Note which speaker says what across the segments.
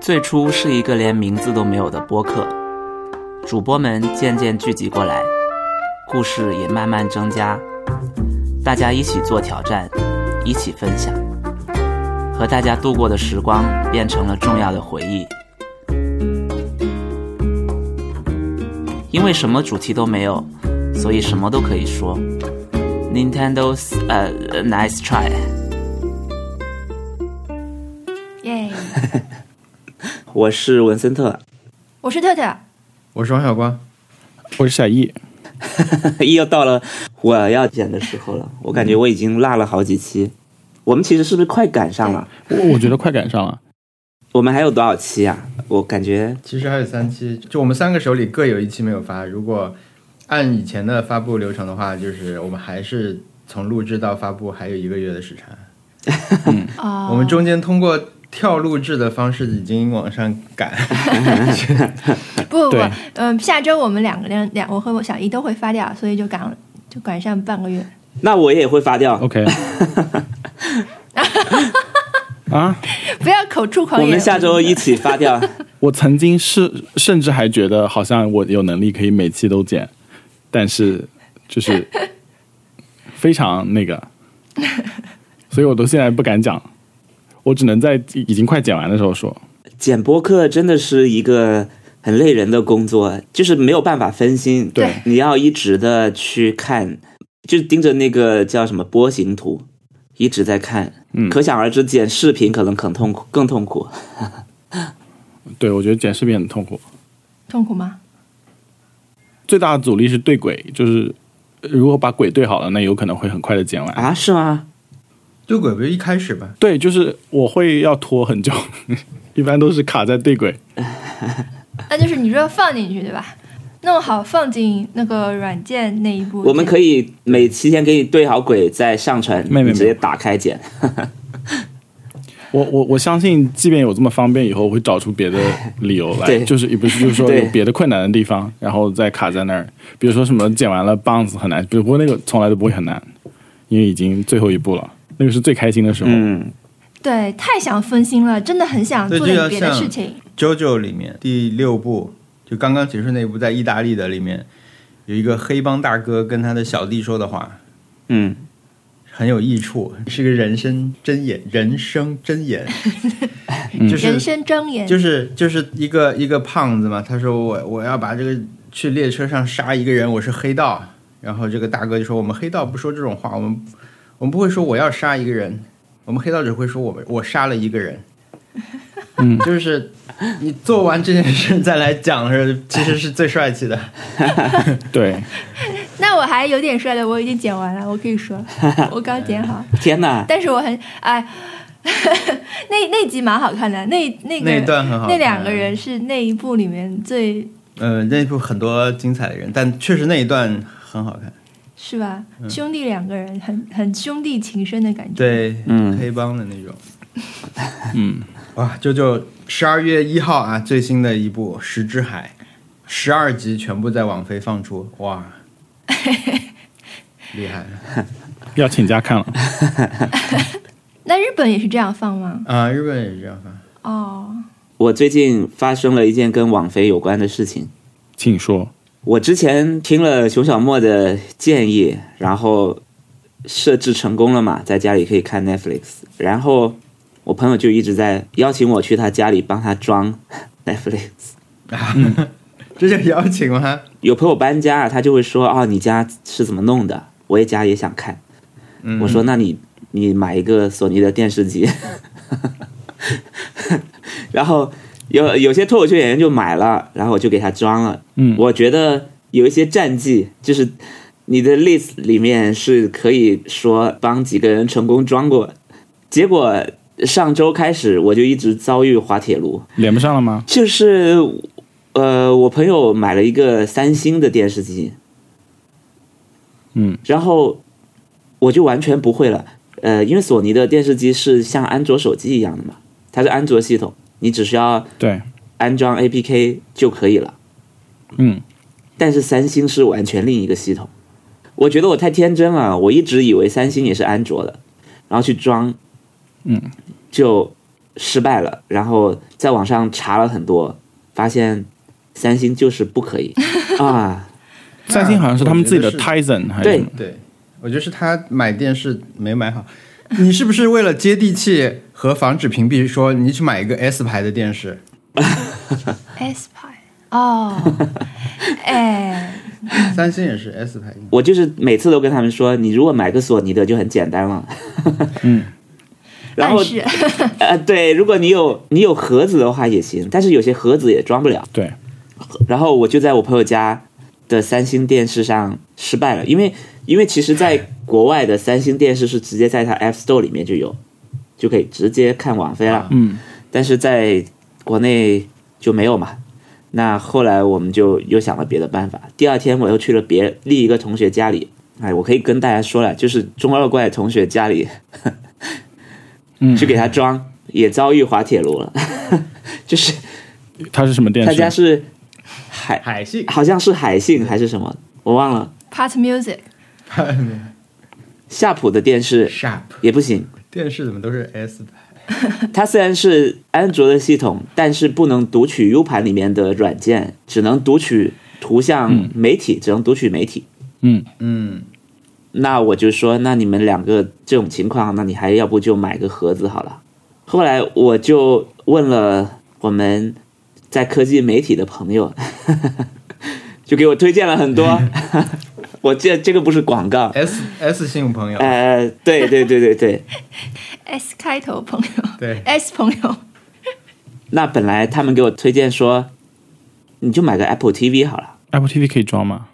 Speaker 1: 最初是一个连名字都没有的播客，主播们渐渐聚集过来，故事也慢慢增加，大家一起做挑战，一起分享，和大家度过的时光变成了重要的回忆。因为什么主题都没有，所以什么都可以说。Nintendo's 呃，nice try。
Speaker 2: 耶！
Speaker 1: 我是文森特，
Speaker 2: 我是特特，
Speaker 3: 我是王小光，
Speaker 4: 我是小易。
Speaker 1: 又到了我要剪的时候了，我感觉我已经落了好几期。我们其实是不是快赶上了？
Speaker 4: 我我觉得快赶上了。
Speaker 1: 我们还有多少期啊？我感觉
Speaker 3: 其实还有三期，就我们三个手里各有一期没有发。如果按以前的发布流程的话，就是我们还是从录制到发布还有一个月的时差。
Speaker 2: 啊
Speaker 3: 嗯我们中间通过跳录制的方式已经往上赶，
Speaker 2: 不不不
Speaker 4: 对，
Speaker 2: 嗯，下周我们两个人两我和我小姨都会发掉，所以就赶就赶上半个月。
Speaker 1: 那我也会发掉。
Speaker 4: OK。啊！
Speaker 2: 不要口出狂
Speaker 1: 我
Speaker 2: 言。
Speaker 1: 们下周一起发 掉。
Speaker 4: 我曾经是甚至还觉得好像我有能力可以每期都剪，但是就是非常那个，所以我都现在不敢讲，我只能在已经快剪完的时候说。
Speaker 1: 剪播客真的是一个很累人的工作，就是没有办法分心。
Speaker 4: 对
Speaker 1: 你要一直的去看，就盯着那个叫什么波形图，一直在看。
Speaker 4: 嗯
Speaker 1: 可想而知，剪视频可能更痛苦，更痛苦。
Speaker 4: 对，我觉得剪视频很痛苦，
Speaker 2: 痛苦吗？
Speaker 4: 最大的阻力是对轨，就是如果把轨对好了，那有可能会很快的剪完。
Speaker 1: 啊，是吗？
Speaker 3: 对鬼不是一开始吧？
Speaker 4: 对，就是我会要拖很久， 一般都是卡在对轨。
Speaker 2: 那就是你说放进去对吧？弄好放进那个软件那一步。
Speaker 1: 我们可
Speaker 2: 以
Speaker 1: 以每期先给你对好轨，再上传，
Speaker 4: 没没
Speaker 1: 你直接打开剪。
Speaker 4: 我我我相信，即便有这么方便，以后我会找出别的理由 来，
Speaker 1: 对
Speaker 4: 就是也不是就是说
Speaker 1: 对
Speaker 4: 有别的困难的地方，然后再卡在那儿。比如说什么剪完了棒子很难，不过那个从来都不会很难，因为已经最后一步了，那个是最开心的时候。
Speaker 1: 嗯，
Speaker 2: 对，太想分心了，真的很想
Speaker 3: 对
Speaker 2: 做
Speaker 3: 这
Speaker 2: 点
Speaker 3: 个
Speaker 2: 别的
Speaker 3: 像
Speaker 2: 事情。
Speaker 3: JoJo 里面第六部，就刚刚结束那部，在意大利的里面有一个黑帮大哥跟他的小弟说的话，
Speaker 1: 嗯，
Speaker 3: 很有益处，是个人生箴言，人生箴言， 就是
Speaker 2: 人生箴言，
Speaker 3: 就是就是一个一个胖子嘛，他说我我要把这个去列车上杀一个人，我是黑道。然后这个大哥就说我们黑道不说这种话，我们我们不会说我要杀一个人，我们黑道只会说我们我杀了一个人。嗯，就是你做完这件事再来讲是其实是最帅气的。
Speaker 4: 对，
Speaker 2: 那我还有点帅的，我已经剪完了，我可以 说了，我刚剪好，
Speaker 1: 天哪！
Speaker 2: 但是我很哎， 那那集蛮好看的，那 那个
Speaker 3: 那一段很好
Speaker 1: 啊
Speaker 3: 看
Speaker 2: 那两个人是那一部里面最
Speaker 3: 呃，那部很多精彩的人，但确实那一段很好看。
Speaker 2: 是吧？
Speaker 1: 嗯
Speaker 2: 兄弟两个人很很兄弟情深的感觉。，
Speaker 3: 对，
Speaker 1: 嗯
Speaker 3: 黑帮的那种。
Speaker 4: 嗯，
Speaker 3: 哇，就就十二月一号啊，最新的一部《石之海》，十二集全部在网飞放出，哇，厉害
Speaker 4: 要请假看了。
Speaker 2: 那日本也是这样放吗？
Speaker 3: 啊！日本也是这样放，
Speaker 2: 哦，
Speaker 1: 我最近发生了一件跟网飞有关的事情。
Speaker 4: 请说，
Speaker 1: 我之前听了熊小莫的建议，然后设置成功了嘛，在家里可以看 Netflix。然后我朋友就一直在邀请我去他家里帮他装 Netflix。
Speaker 3: 这叫邀请吗？
Speaker 1: 有朋友搬家，他就会说：“哦，你家是怎么弄的？我也家也想看。”
Speaker 3: 嗯，
Speaker 1: 我说：“那你你买一个索尼的电视机。” 然后有有些脱口秀演员就买了，然后我就给他装了。
Speaker 4: 嗯，
Speaker 1: 我觉得有一些战绩，就是你的 list 里面是可以说帮几个人成功装过，结果上周开始我就一直遭遇滑铁卢，
Speaker 4: 连不上了吗？
Speaker 1: 就是呃，我朋友买了一个三星的电视机，
Speaker 4: 嗯，
Speaker 1: 然后我就完全不会了，呃，因为索尼的电视机是像安卓手机一样的嘛，它是安卓系统，你只需要
Speaker 4: 对，
Speaker 1: 安装 APK 就可以了。
Speaker 4: 嗯，
Speaker 1: 但是三星是完全另一个系统。我觉得我太天真了，我一直以为三星也是安卓的，然后去装，
Speaker 4: 嗯，
Speaker 1: 就失败了，然后在网上查了很多，发现三星就是不可以啊。
Speaker 4: 三星好像是他们自己的
Speaker 3: 我觉得是
Speaker 4: Tizen 还是
Speaker 1: 对
Speaker 4: 什么？
Speaker 3: 对，我觉得是他买电视没买好。你是不是为了接地气和防止屏蔽，说你去买一个 S 牌的电视？
Speaker 2: S 牌 哦，哎，
Speaker 3: 三星也是 S 牌，
Speaker 1: 我就是每次都跟他们说，你如果买个索尼的就很简单了。
Speaker 4: 嗯，
Speaker 1: 然后
Speaker 2: 但是
Speaker 1: 呃，对，如果你有你有盒子的话也行，但是有些盒子也装不了。
Speaker 4: 对，
Speaker 1: 然后我就在我朋友家的三星电视上失败了，因为因为其实在国外的三星电视是直接在它 App Store 里面就有，就可以直接看网飞了。
Speaker 4: 嗯，
Speaker 1: 但是在国内就没有嘛。那后来我们就又想了别的办法。第二天我又去了别另一个同学家里，哎，我可以跟大家说了，就是中二怪同学家里
Speaker 4: 嗯
Speaker 1: 去给他装，也遭遇滑铁卢了。 就是
Speaker 4: 它是什么电
Speaker 1: 他
Speaker 4: 视
Speaker 1: 家？是海，
Speaker 3: 海信。
Speaker 1: 好像是海信还是什么，我忘了。
Speaker 2: Part Music
Speaker 1: 夏普的电视
Speaker 3: Sharp
Speaker 1: 也不行，
Speaker 3: 电视怎么都是 S 牌？
Speaker 1: 它虽然是安卓的系统，但是不能读取 U 盘里面的软件，只能读取图像媒体，只能读取媒体。
Speaker 4: 嗯，
Speaker 3: 嗯，
Speaker 1: 那我就说，那你们两个这种情况，那你还要不就买个盒子好了。后来我就问了我们在科技媒体的朋友， 就给我推荐了很多。我这这个不是广告，
Speaker 3: S S 性朋友，
Speaker 1: 呃，对对对对对。
Speaker 2: S 开头朋友，
Speaker 3: 对
Speaker 2: S 朋友，
Speaker 1: 那本来他们给我推荐说，你就买个 Apple TV 好了。
Speaker 4: Apple TV 可以装吗？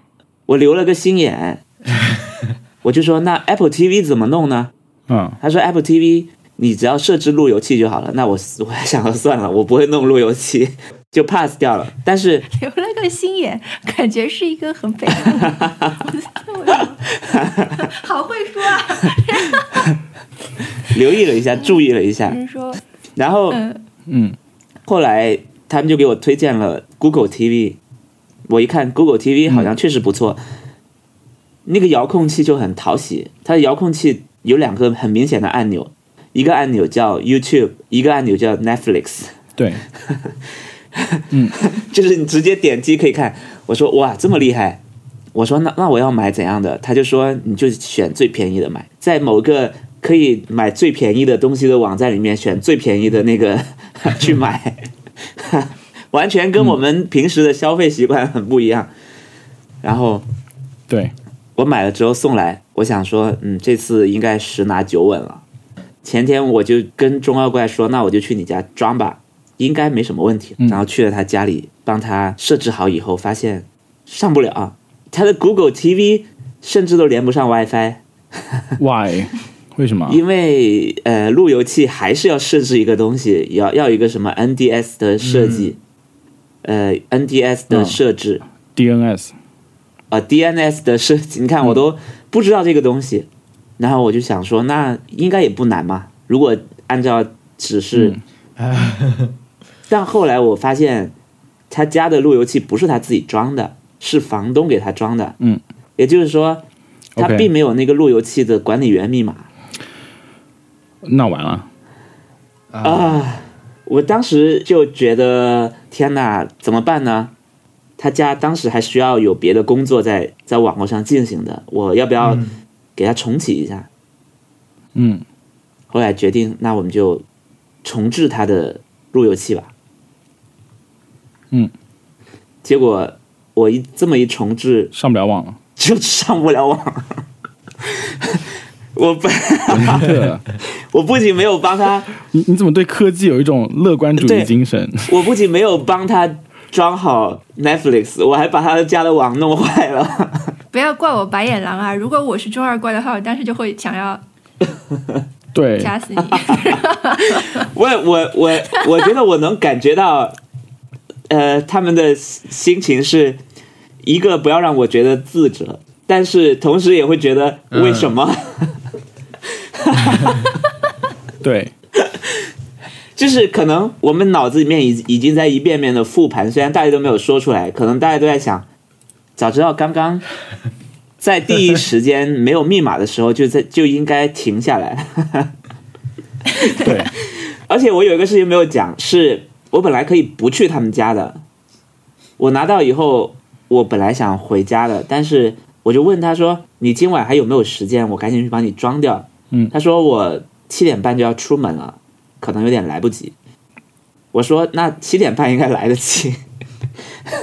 Speaker 1: 我留了个心眼，我就说那 Apple TV 怎么弄呢？
Speaker 4: 嗯，
Speaker 1: 他说 Apple TV 你只要设置路由器就好了。那我我还想了算了，我不会弄路由器， 就 pass 掉了。但是
Speaker 2: 留了个心眼，感觉是一个很北方的人， 好会说啊！
Speaker 1: 留意了一下，注意了一下，
Speaker 2: 人说，
Speaker 1: 然后
Speaker 2: 嗯，
Speaker 4: 嗯，
Speaker 1: 后来他们就给我推荐了 Google TV，我一看 Google TV 好像确实不错，那个遥控器就很讨喜。它的遥控器有两个很明显的按钮，一个按钮叫 YouTube，一个按钮叫 Netflix，
Speaker 4: 对，
Speaker 1: 就是你直接点击可以看。我说哇，这么厉害！我说那那我要买怎样的？他就说你就选最便宜的买，在某个可以买最便宜的东西的网站里面选最便宜的那个 去买， 完全跟我们平时的消费习惯很不一样。然后
Speaker 4: 对，
Speaker 1: 我买了之后送来，我想说，嗯，这次应该十拿九稳了。前天我就跟中二怪说，那我就去你家装吧，应该没什么问题。
Speaker 4: 嗯
Speaker 1: 然后去了他家里，帮他设置好以后，发现上不了，他的 Google TV 甚至都连不上 WiFi，
Speaker 4: 啊 Why？为什么？
Speaker 1: 因为呃路由器还是要设置一个东西，要要一个什么 NDS 的设计，呃 NDS 的
Speaker 4: 嗯
Speaker 1: 设置，
Speaker 4: DNS
Speaker 1: 啊 DNS 的设计，你
Speaker 4: 嗯
Speaker 1: 看我都不知道这个东西，然后我就想说，那应该也不难嘛。如果按照指示，
Speaker 4: 嗯
Speaker 1: 但后来我发现他家的路由器不是他自己装的，是房东给他装的。
Speaker 4: 嗯，
Speaker 1: 也就是说，他
Speaker 4: OK
Speaker 1: 并没有那个路由器的管理员密码
Speaker 4: 那完了，
Speaker 3: 啊，
Speaker 1: 啊。我当时就觉得，天哪，怎么办呢？他家当时还需要有别的工作在在网络上进行的，我要不要
Speaker 3: 嗯
Speaker 1: 给他重启一下？
Speaker 4: 嗯，
Speaker 1: 后来决定，那我们就重置它的路由器吧。
Speaker 4: 嗯，
Speaker 1: 结果我一这么一重置，
Speaker 4: 上不了 网了，
Speaker 1: 就上不了网。 我不，
Speaker 4: 真的。
Speaker 1: 我不仅没有帮他，
Speaker 4: 啊你你怎么对科技有一种乐观主义
Speaker 1: 对
Speaker 4: 精神？
Speaker 1: 我不仅没有帮他装好 Netflix，我还把他家的网弄坏了。
Speaker 2: 不要怪我白眼狼啊！如果我是中二怪的话，我当时就会想要
Speaker 4: 对，
Speaker 2: 掐死你。
Speaker 1: 我我我，我觉得我能感觉到， 呃，他们的心情是一个不要让我觉得自责，但是同时也会觉得为什么？
Speaker 4: 对，
Speaker 1: 就是可能我们脑子里面已已经在一遍遍的复盘，虽然大家都没有说出来，可能大家都在想，早知道刚刚在第一时间没有密码的时候就在就应该停下来。
Speaker 4: 对，
Speaker 1: 而且我有一个事情没有讲，是我本来可以不去他们家的。我拿到以后，我本来想回家的，但是我就问他说：“你今晚还有没有时间？我赶紧去帮你装掉。”
Speaker 4: 嗯
Speaker 1: 他说我七点半就要出门了，可能有点来不及。我说那七点半应该来得及。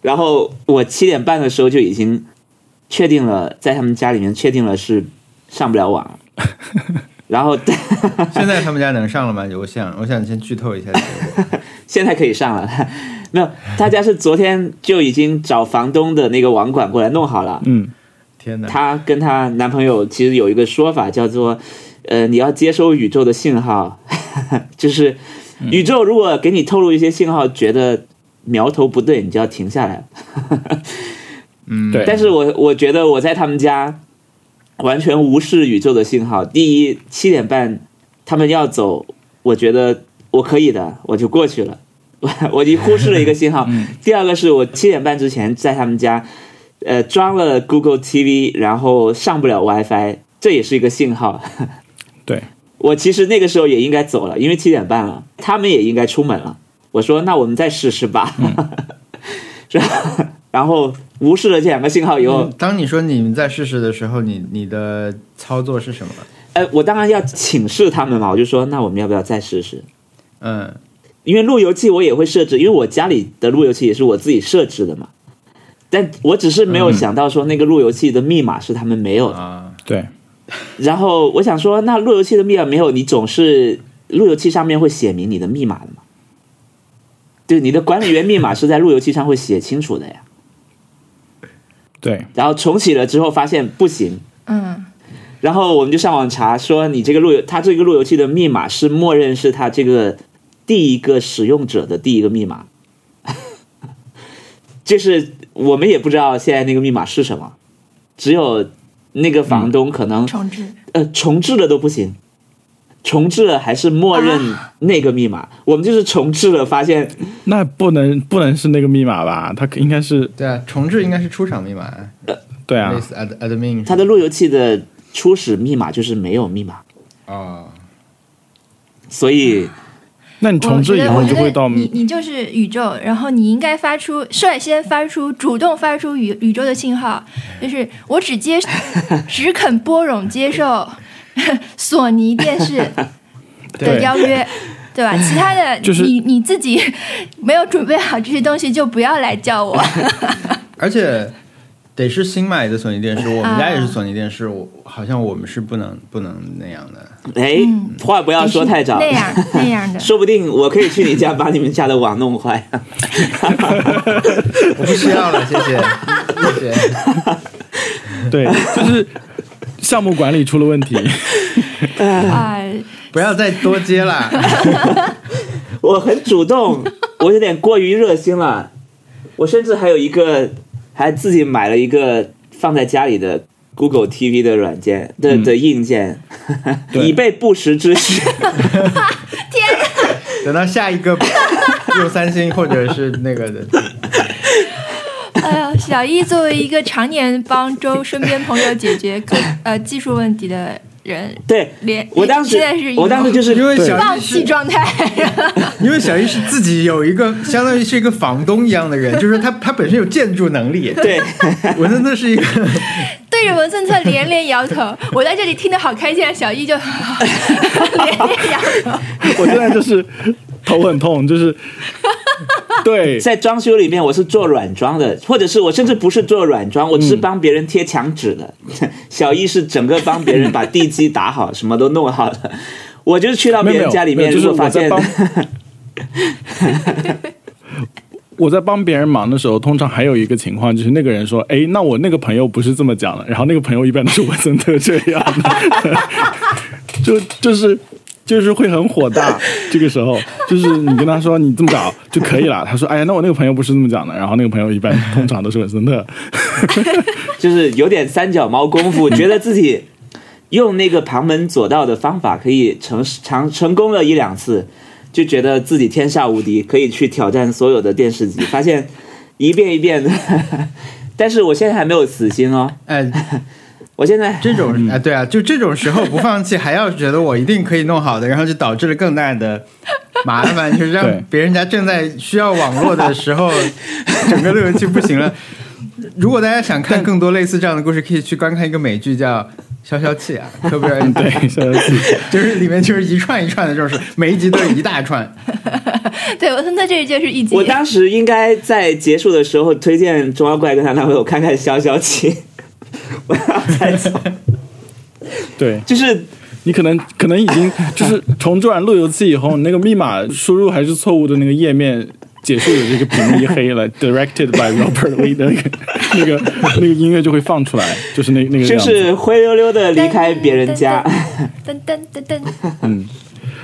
Speaker 1: 然后我七点半的时候就已经确定了，在他们家里面确定了是上不了网了。然后
Speaker 3: 现在他们家能上了吗？我想，我想先剧透一下这个。
Speaker 1: 现在可以上了， 没有，他家是昨天就已经找房东的那个网管过来弄好了。
Speaker 4: 嗯，
Speaker 3: 天哪！
Speaker 1: 她跟她男朋友其实有一个说法叫做，呃，你要接收宇宙的信号， 就是宇宙如果给你透露一些信号，觉得苗头不对，你就要停下来。
Speaker 3: 嗯，
Speaker 4: 对
Speaker 1: 但是我我觉得我在他们家完全无视宇宙的信号。第一，七点半他们要走，我觉得我可以的，我就过去了。 我我已经忽视了一个信号。第二个是我七点半之前在他们家，呃，装了 Google TV，然后上不了 WiFi，这也是一个信号。
Speaker 4: 对，
Speaker 1: 我其实那个时候也应该走了，因为七点半了，他们也应该出门了。我说那我们再试试吧， 然后然后无视了这两个信号以后，
Speaker 3: 嗯当你说你们在试试的时候，你你的操作是什么？
Speaker 1: 呃，我当然要请示他们嘛，我就说那我们要不要再试试？
Speaker 3: 嗯，
Speaker 1: 因为路由器我也会设置，因为我家里的路由器也是我自己设置的嘛。但我只是没有想到说那个路由器的密码是他们没有的，
Speaker 3: 啊，
Speaker 4: 对，
Speaker 1: 然后我想说，那路由器的密码没有，你总是路由器上面会写明你的密码的嘛？对，你的管理员密码是在路由器上会写清楚的呀。
Speaker 4: 对，
Speaker 1: 然后重启了之后发现不行，
Speaker 2: 嗯，
Speaker 1: 然后我们就上网查，说你这个路由，它这个路由器的密码是默认是它这个第一个使用者的第一个密码， 就是我们也不知道现在那个密码是什么，只有那个房东可能、
Speaker 2: 重置，
Speaker 1: 呃，重置了都不行，重置了还是默认那个密码。我们就是重置了，发现
Speaker 4: 那不能不能是那个密码吧？它应该是
Speaker 3: 对啊，重置应该是出厂密码，
Speaker 4: 对啊
Speaker 3: 类，似 ad admin
Speaker 1: 它的路由器的初始密码就是没有密码，
Speaker 3: 哦，
Speaker 1: 所以
Speaker 4: 那你重置以后
Speaker 2: 我
Speaker 4: 就
Speaker 2: 觉得
Speaker 4: 会到
Speaker 2: 我觉得你你就是宇宙，然后你应该发出率先发出主动发出宇宇宙的信号，就是我只接 只肯播种接受 索尼电视的
Speaker 4: 对
Speaker 2: 邀约。对 吧？其他的，
Speaker 4: 就是
Speaker 2: 你你自己没有准备好这些东西，就不要来叫 我。
Speaker 3: 而且得是新买的索尼电视，我们
Speaker 2: 啊
Speaker 3: 家也是索尼电视，我好像我们是不能不能那样的。
Speaker 2: 嗯
Speaker 1: 哎，话不要说太早，
Speaker 2: 那样那样 的，
Speaker 1: 说不定我可以去你家把你们家的网弄坏。
Speaker 3: 我不需要了，谢谢，谢谢。
Speaker 4: 对，就是项目管理出了问题。
Speaker 2: 啊，
Speaker 3: 不要再多接了，
Speaker 1: 我很主动，我有点过于热心了。我甚至还有一个，还自己买了一个放在家里的 Google TV 的软件的
Speaker 3: 嗯
Speaker 1: 的硬件，
Speaker 4: 对
Speaker 1: 以备不时之需。
Speaker 3: 等到下一 个用三星或者是那个的，
Speaker 2: 哎呀，小易作为一个常年帮周身边朋友解决各呃技术问题的人，
Speaker 1: 对，
Speaker 2: 连
Speaker 1: 我当时
Speaker 2: 现在是一，种
Speaker 1: 我当时就是
Speaker 3: 因为
Speaker 4: 对
Speaker 3: 小
Speaker 2: 放
Speaker 3: 易
Speaker 2: 弃
Speaker 3: 是，
Speaker 2: 状态，
Speaker 3: 因为小易是自己有一个相当于是一个房东一样的人， 就是他他本身有建筑能力，
Speaker 1: 对，
Speaker 3: 我真的是一个
Speaker 2: 对着文森特连连摇 头。我在这里听得好开心，啊，小易就 连连摇头。
Speaker 4: 我现在就是头很痛，就是对
Speaker 1: 在装修里面我是做软装的，或者是我甚至不是做软装，我只是
Speaker 4: 嗯
Speaker 1: 帮别人贴墙纸的。 小易是整个帮别人把地基打好，什么都弄好了。我就是去到
Speaker 4: 没
Speaker 1: 别
Speaker 4: 有没
Speaker 1: 人
Speaker 4: 有
Speaker 1: 家里
Speaker 4: 没
Speaker 1: 面，
Speaker 4: 有就是
Speaker 1: 如果发
Speaker 4: 我在
Speaker 1: 现
Speaker 4: 帮。 我在帮别人忙的时候，通常还有一个情况，就是那个人说：“哎，那我那个朋友不是这么讲的。”然后那个朋友一般都是文森特这样的， 就就是就是会很火大。这个时候，就是你跟他说你这么搞就可以了，他说：“哎呀，那我那个朋友不是这么讲的。”然后那个朋友一般通常都是文森特，
Speaker 1: 就是有点三脚猫功夫，觉得自己用那个旁门左道的方法可以成成成功了一两次，就觉得自己天下无敌，可以去挑战所有的电视机，发 现一遍一遍的。但是我现在还没有死心哦，
Speaker 3: 哎，
Speaker 1: 我现在
Speaker 3: 这种啊，对啊，就这种时候不放弃，还要觉得我一定可以弄好的，然后就导致了更大的麻烦，就是让
Speaker 4: 对
Speaker 3: 别人家正在需要网络的时候，整个路由器不行了。如果大家想看更多类似这样的故事，可以去观看一个美剧叫《消消气》啊，科比尔演的，
Speaker 4: 对，消消气，
Speaker 3: 就是里面就是一串一串的这种事，每一集都是一大串。
Speaker 2: 对，我那这一届是一级
Speaker 1: 我，当时应该在结束的时候推荐《中央怪客》他男朋友看看《消消气》，我要再走，
Speaker 4: 对
Speaker 1: 就是
Speaker 4: 你可能可能已经 就是重做完路由器以后，你那个密码输入还是错误的那个页面。解释的这个屏一黑了 ，Directed by Robert Lee 的那个那个那个音乐就会放出来，就是那那个
Speaker 1: 就
Speaker 4: 样子。
Speaker 1: 是灰溜溜的离开别人家，
Speaker 2: 噔噔噔噔，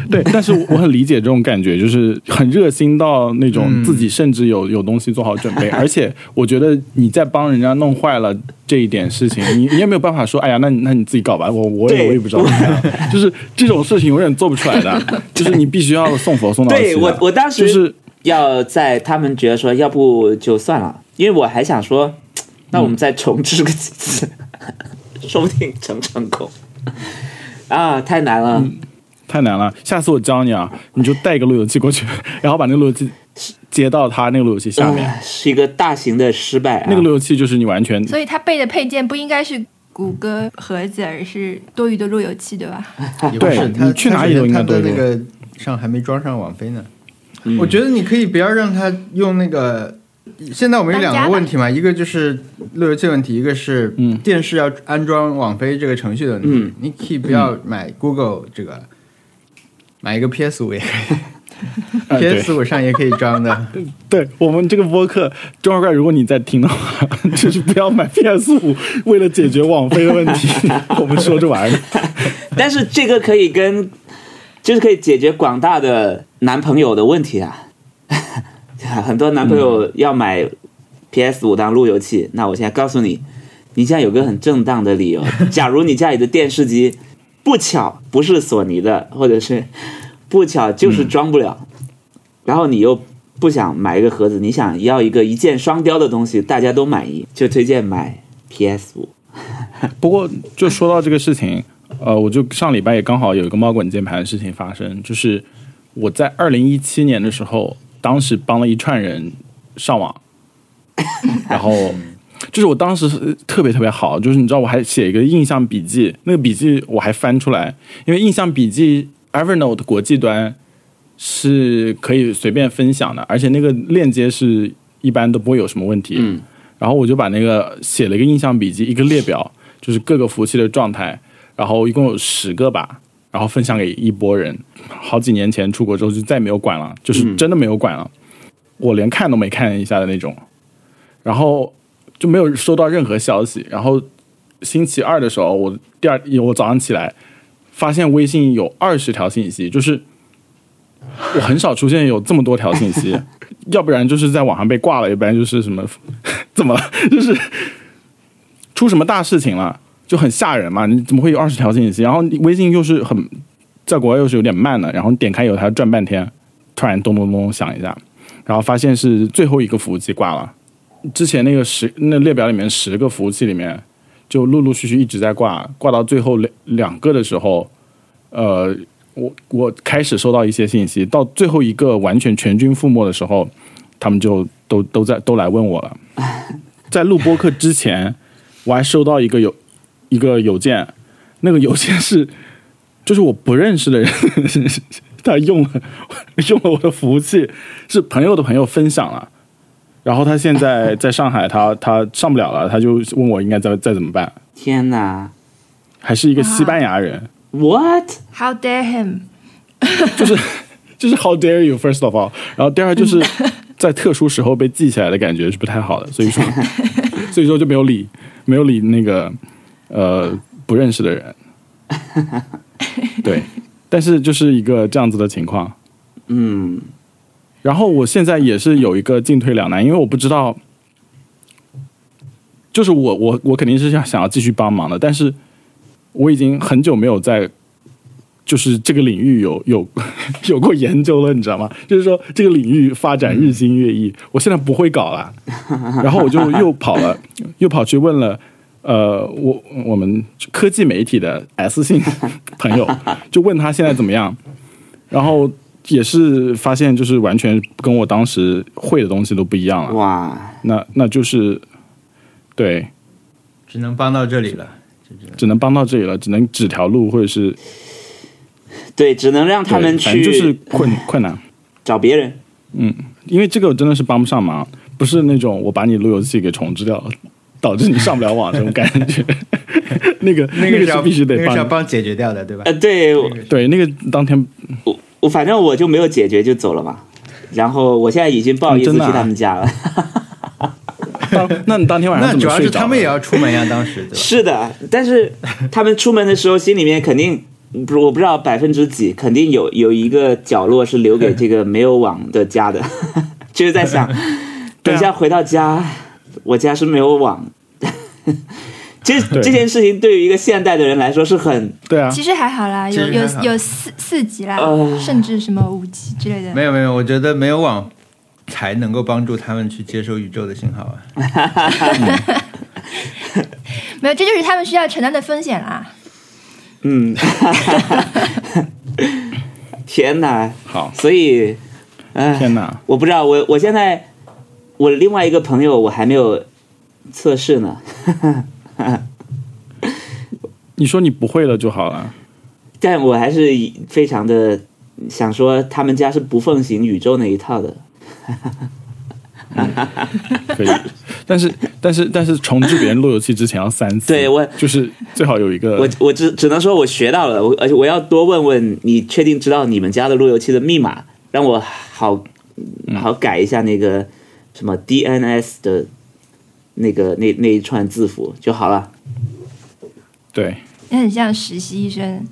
Speaker 4: 对，但是我我很理解这种感觉，就是很热心到那
Speaker 1: 嗯
Speaker 4: 种自己甚至有有东西做好准备，而且我觉得你在帮人家弄坏了这一点事情，你你也没有办法说，哎呀，那你那你自己搞吧，我我也
Speaker 1: 对
Speaker 4: 我也不知道怎么样，就是这种事情永远做不出 来的，就是你必须要送佛送到
Speaker 1: 对
Speaker 4: 西的
Speaker 1: 我我当时
Speaker 4: 就是
Speaker 1: 要在他们觉得说要不就算了，因为我还想说，
Speaker 4: 嗯
Speaker 1: 那我们再重置个几次，说不定成成功。啊，太难了，
Speaker 4: 嗯太难了，下次我教你啊，你就带一个路由器过去，然后把那个路由器接到他那个路由器下面，
Speaker 1: 啊是一个大型的失败、啊。
Speaker 4: 那个路由器就是你完全
Speaker 2: 所以它备的配件不应该是谷歌盒子，而是多余的路由器，对吧？
Speaker 3: 也不是
Speaker 4: 哦对
Speaker 3: 他
Speaker 4: 你去哪里都应该都
Speaker 3: 他
Speaker 4: 有嗯
Speaker 3: 的那个上还没装上网飞呢。我觉得你可以不要让他用那个。现在我们有
Speaker 2: 搬
Speaker 3: 两
Speaker 2: 家
Speaker 3: 个
Speaker 2: 吧
Speaker 3: 问题嘛，一个就是路由器问题，一个是
Speaker 4: 嗯
Speaker 3: 电视要安装网飞这个程序的问题。
Speaker 1: 嗯
Speaker 3: 你可以不要买 Google 这个，买一个 PS 五也可
Speaker 4: 呃
Speaker 3: 以
Speaker 4: 对
Speaker 3: ，PS 五上也可以装 的。
Speaker 4: 对我们这个播客，中二怪，如果你在听的话， 就是不要买 PS 五，为了解决网飞的问题，我们说着玩儿。
Speaker 1: 但是这个可以跟，就是可以解决广大的男朋友的问题啊。 很多男朋友要买 PS 五当路由器，那我现在告诉你，你现在有个很正当的理由。假如你家里的电视机不巧不是索尼的，或者是不巧就是装不了，然后你又不想买一个盒子，你想要一个一箭双雕的东西，大家都满意，就推荐买 PS 五。
Speaker 4: 不过，就说到这个事情，呃，我就上礼拜也刚好有一个猫滚键盘的事情发生，就是我在二零一七年的时候，当时帮了一串人上网，然后就是我当时呃特别特别好，就是你知道我还写一个印象笔记，那个笔记我还翻出来，因为印象笔记 Evernote 国际端是可以随便分享的，而且那个链接是一般都不会有什么问题。
Speaker 1: 嗯
Speaker 4: 然后我就把那个写了一个印象笔记，一个列表，就是各个服务器的状态，然后一共有十个吧，然后分享给一波人。好几年前出国之后就再没有管了，就是真的没有管了，我连看都没看一下的那种，然后就没有收到任何消息。然后星期二的时候，我第二我早上起来发现微信有二十条信息，就是我很少出现有这么多条信息， 要不然就是在网上被挂了，要不然就是什么 怎么就是出什么大事情了，就很吓人嘛！你怎么会有二十条信息？然后微信又是很在国外又是有点慢的，然后你点开以后它要转半天，突然咚咚咚响一下，然后发现是最后一个服务器挂了。之前那个十那列表里面十个服务器里面，就陆陆续续一直在挂，挂到最后两两个的时候，呃，我我开始收到一些信息，到最后一个完全全军覆没的时候，他们就都都在都来问我了。在录播课之前，我还收到一个邮一个邮件，那个邮件是 就是我不认识的人， 他用了 用了我的服务器，是朋友的朋友分享了。然后他现在在上海他，他上不了了，他就问我应该再再怎么办。
Speaker 1: 天哪
Speaker 4: 还是一个西班牙人，
Speaker 1: ，what？
Speaker 2: How dare him！
Speaker 4: 就是 How dare you first of all，然后第二就是在特殊时候被记起来的感觉是不太好的，所以说所以说就没有理没有理那个呃不认识的人，对，但是就是一个这样子的情况。
Speaker 1: 嗯，
Speaker 4: 然后我现在也是有一个进退两难，因为我不知道，就是我我我肯定是想想要继续帮忙的，但是我已经很久没有在就是这个领域有有 有过研究了，你知道吗？就是说这个领域发展日新月异，我现在不会搞了，然后我就又跑了，又跑去问了。呃，我我们科技媒体的 S 姓朋友就问他现在怎么样，然后也是发现就是完全跟我当时会的东西都不一样了。
Speaker 1: 哇，
Speaker 4: 那那就是对，
Speaker 3: 只能帮到这里了。
Speaker 4: 只能帮到这里了，只能指条路或者是
Speaker 1: 对，只能让他们
Speaker 4: 对反正
Speaker 1: 去
Speaker 4: 就是困 困难。
Speaker 1: 找别人。
Speaker 4: 因为这个真的是帮不上忙，不是那种我把你路由器给重置掉，导致你上不了网这种感觉。 那个
Speaker 3: 那个
Speaker 4: 个
Speaker 3: 是
Speaker 4: 是
Speaker 3: 要
Speaker 4: 必须得
Speaker 3: 那个是
Speaker 4: 帮
Speaker 3: 要
Speaker 4: 你，哎
Speaker 3: 帮解决掉的，对吧
Speaker 1: 呃，？对我
Speaker 4: 对，那个当天
Speaker 1: 我我反正我就没有解决就走了嘛。然后我现在已经不好意思
Speaker 4: 嗯真的啊
Speaker 1: 去他们家了。
Speaker 4: 当 那你当天晚上
Speaker 3: 那
Speaker 4: 怎
Speaker 3: 主
Speaker 4: 么
Speaker 3: 要
Speaker 4: 睡
Speaker 3: 是
Speaker 4: 着
Speaker 3: 他们也
Speaker 4: 的？
Speaker 3: 要出门呀，当时对吧？
Speaker 1: 是的，但是他们出门的时候心里面肯定不是，我不知道百分之几，肯定有有一个角落是留给这 个没有网的家的， 就是在想，等
Speaker 4: 啊
Speaker 1: 一下回到家，我家是没有网。 这
Speaker 4: 对
Speaker 1: 这件事情对于一个现代的人来说是很
Speaker 4: 对啊，
Speaker 2: 其实还好啦，
Speaker 3: 其实
Speaker 2: 有有
Speaker 3: 还好
Speaker 2: 有四四级啦，
Speaker 1: 呃
Speaker 2: 甚至什么五级之类的。
Speaker 3: 没有没有，我觉得没有网才能够帮助他们去接收宇宙的信号啊。
Speaker 2: 没有，这就是他们需要承担的风险啦。
Speaker 1: 嗯，天哪！
Speaker 4: 好，
Speaker 1: 所以，哎、
Speaker 4: 天哪，
Speaker 1: 我不知道，我我现在我另外一个朋友我还没有测试呢，
Speaker 4: 你说你不会了就好了，
Speaker 1: 但我还是非常的想说，他们家是不奉行宇宙那一套的。
Speaker 4: 可以。 但是但是但是重置别人路由器之前要三次，
Speaker 1: 对我
Speaker 4: 就是最好有一个
Speaker 1: 我我只只能说我学到了，我而且我要多问问你，确定知道你们家的路由器的密码，让我好
Speaker 4: 嗯
Speaker 1: 好改一下那个什么 DNS 的那个那那一串字符就好了。
Speaker 4: 对
Speaker 2: 那很像实习医生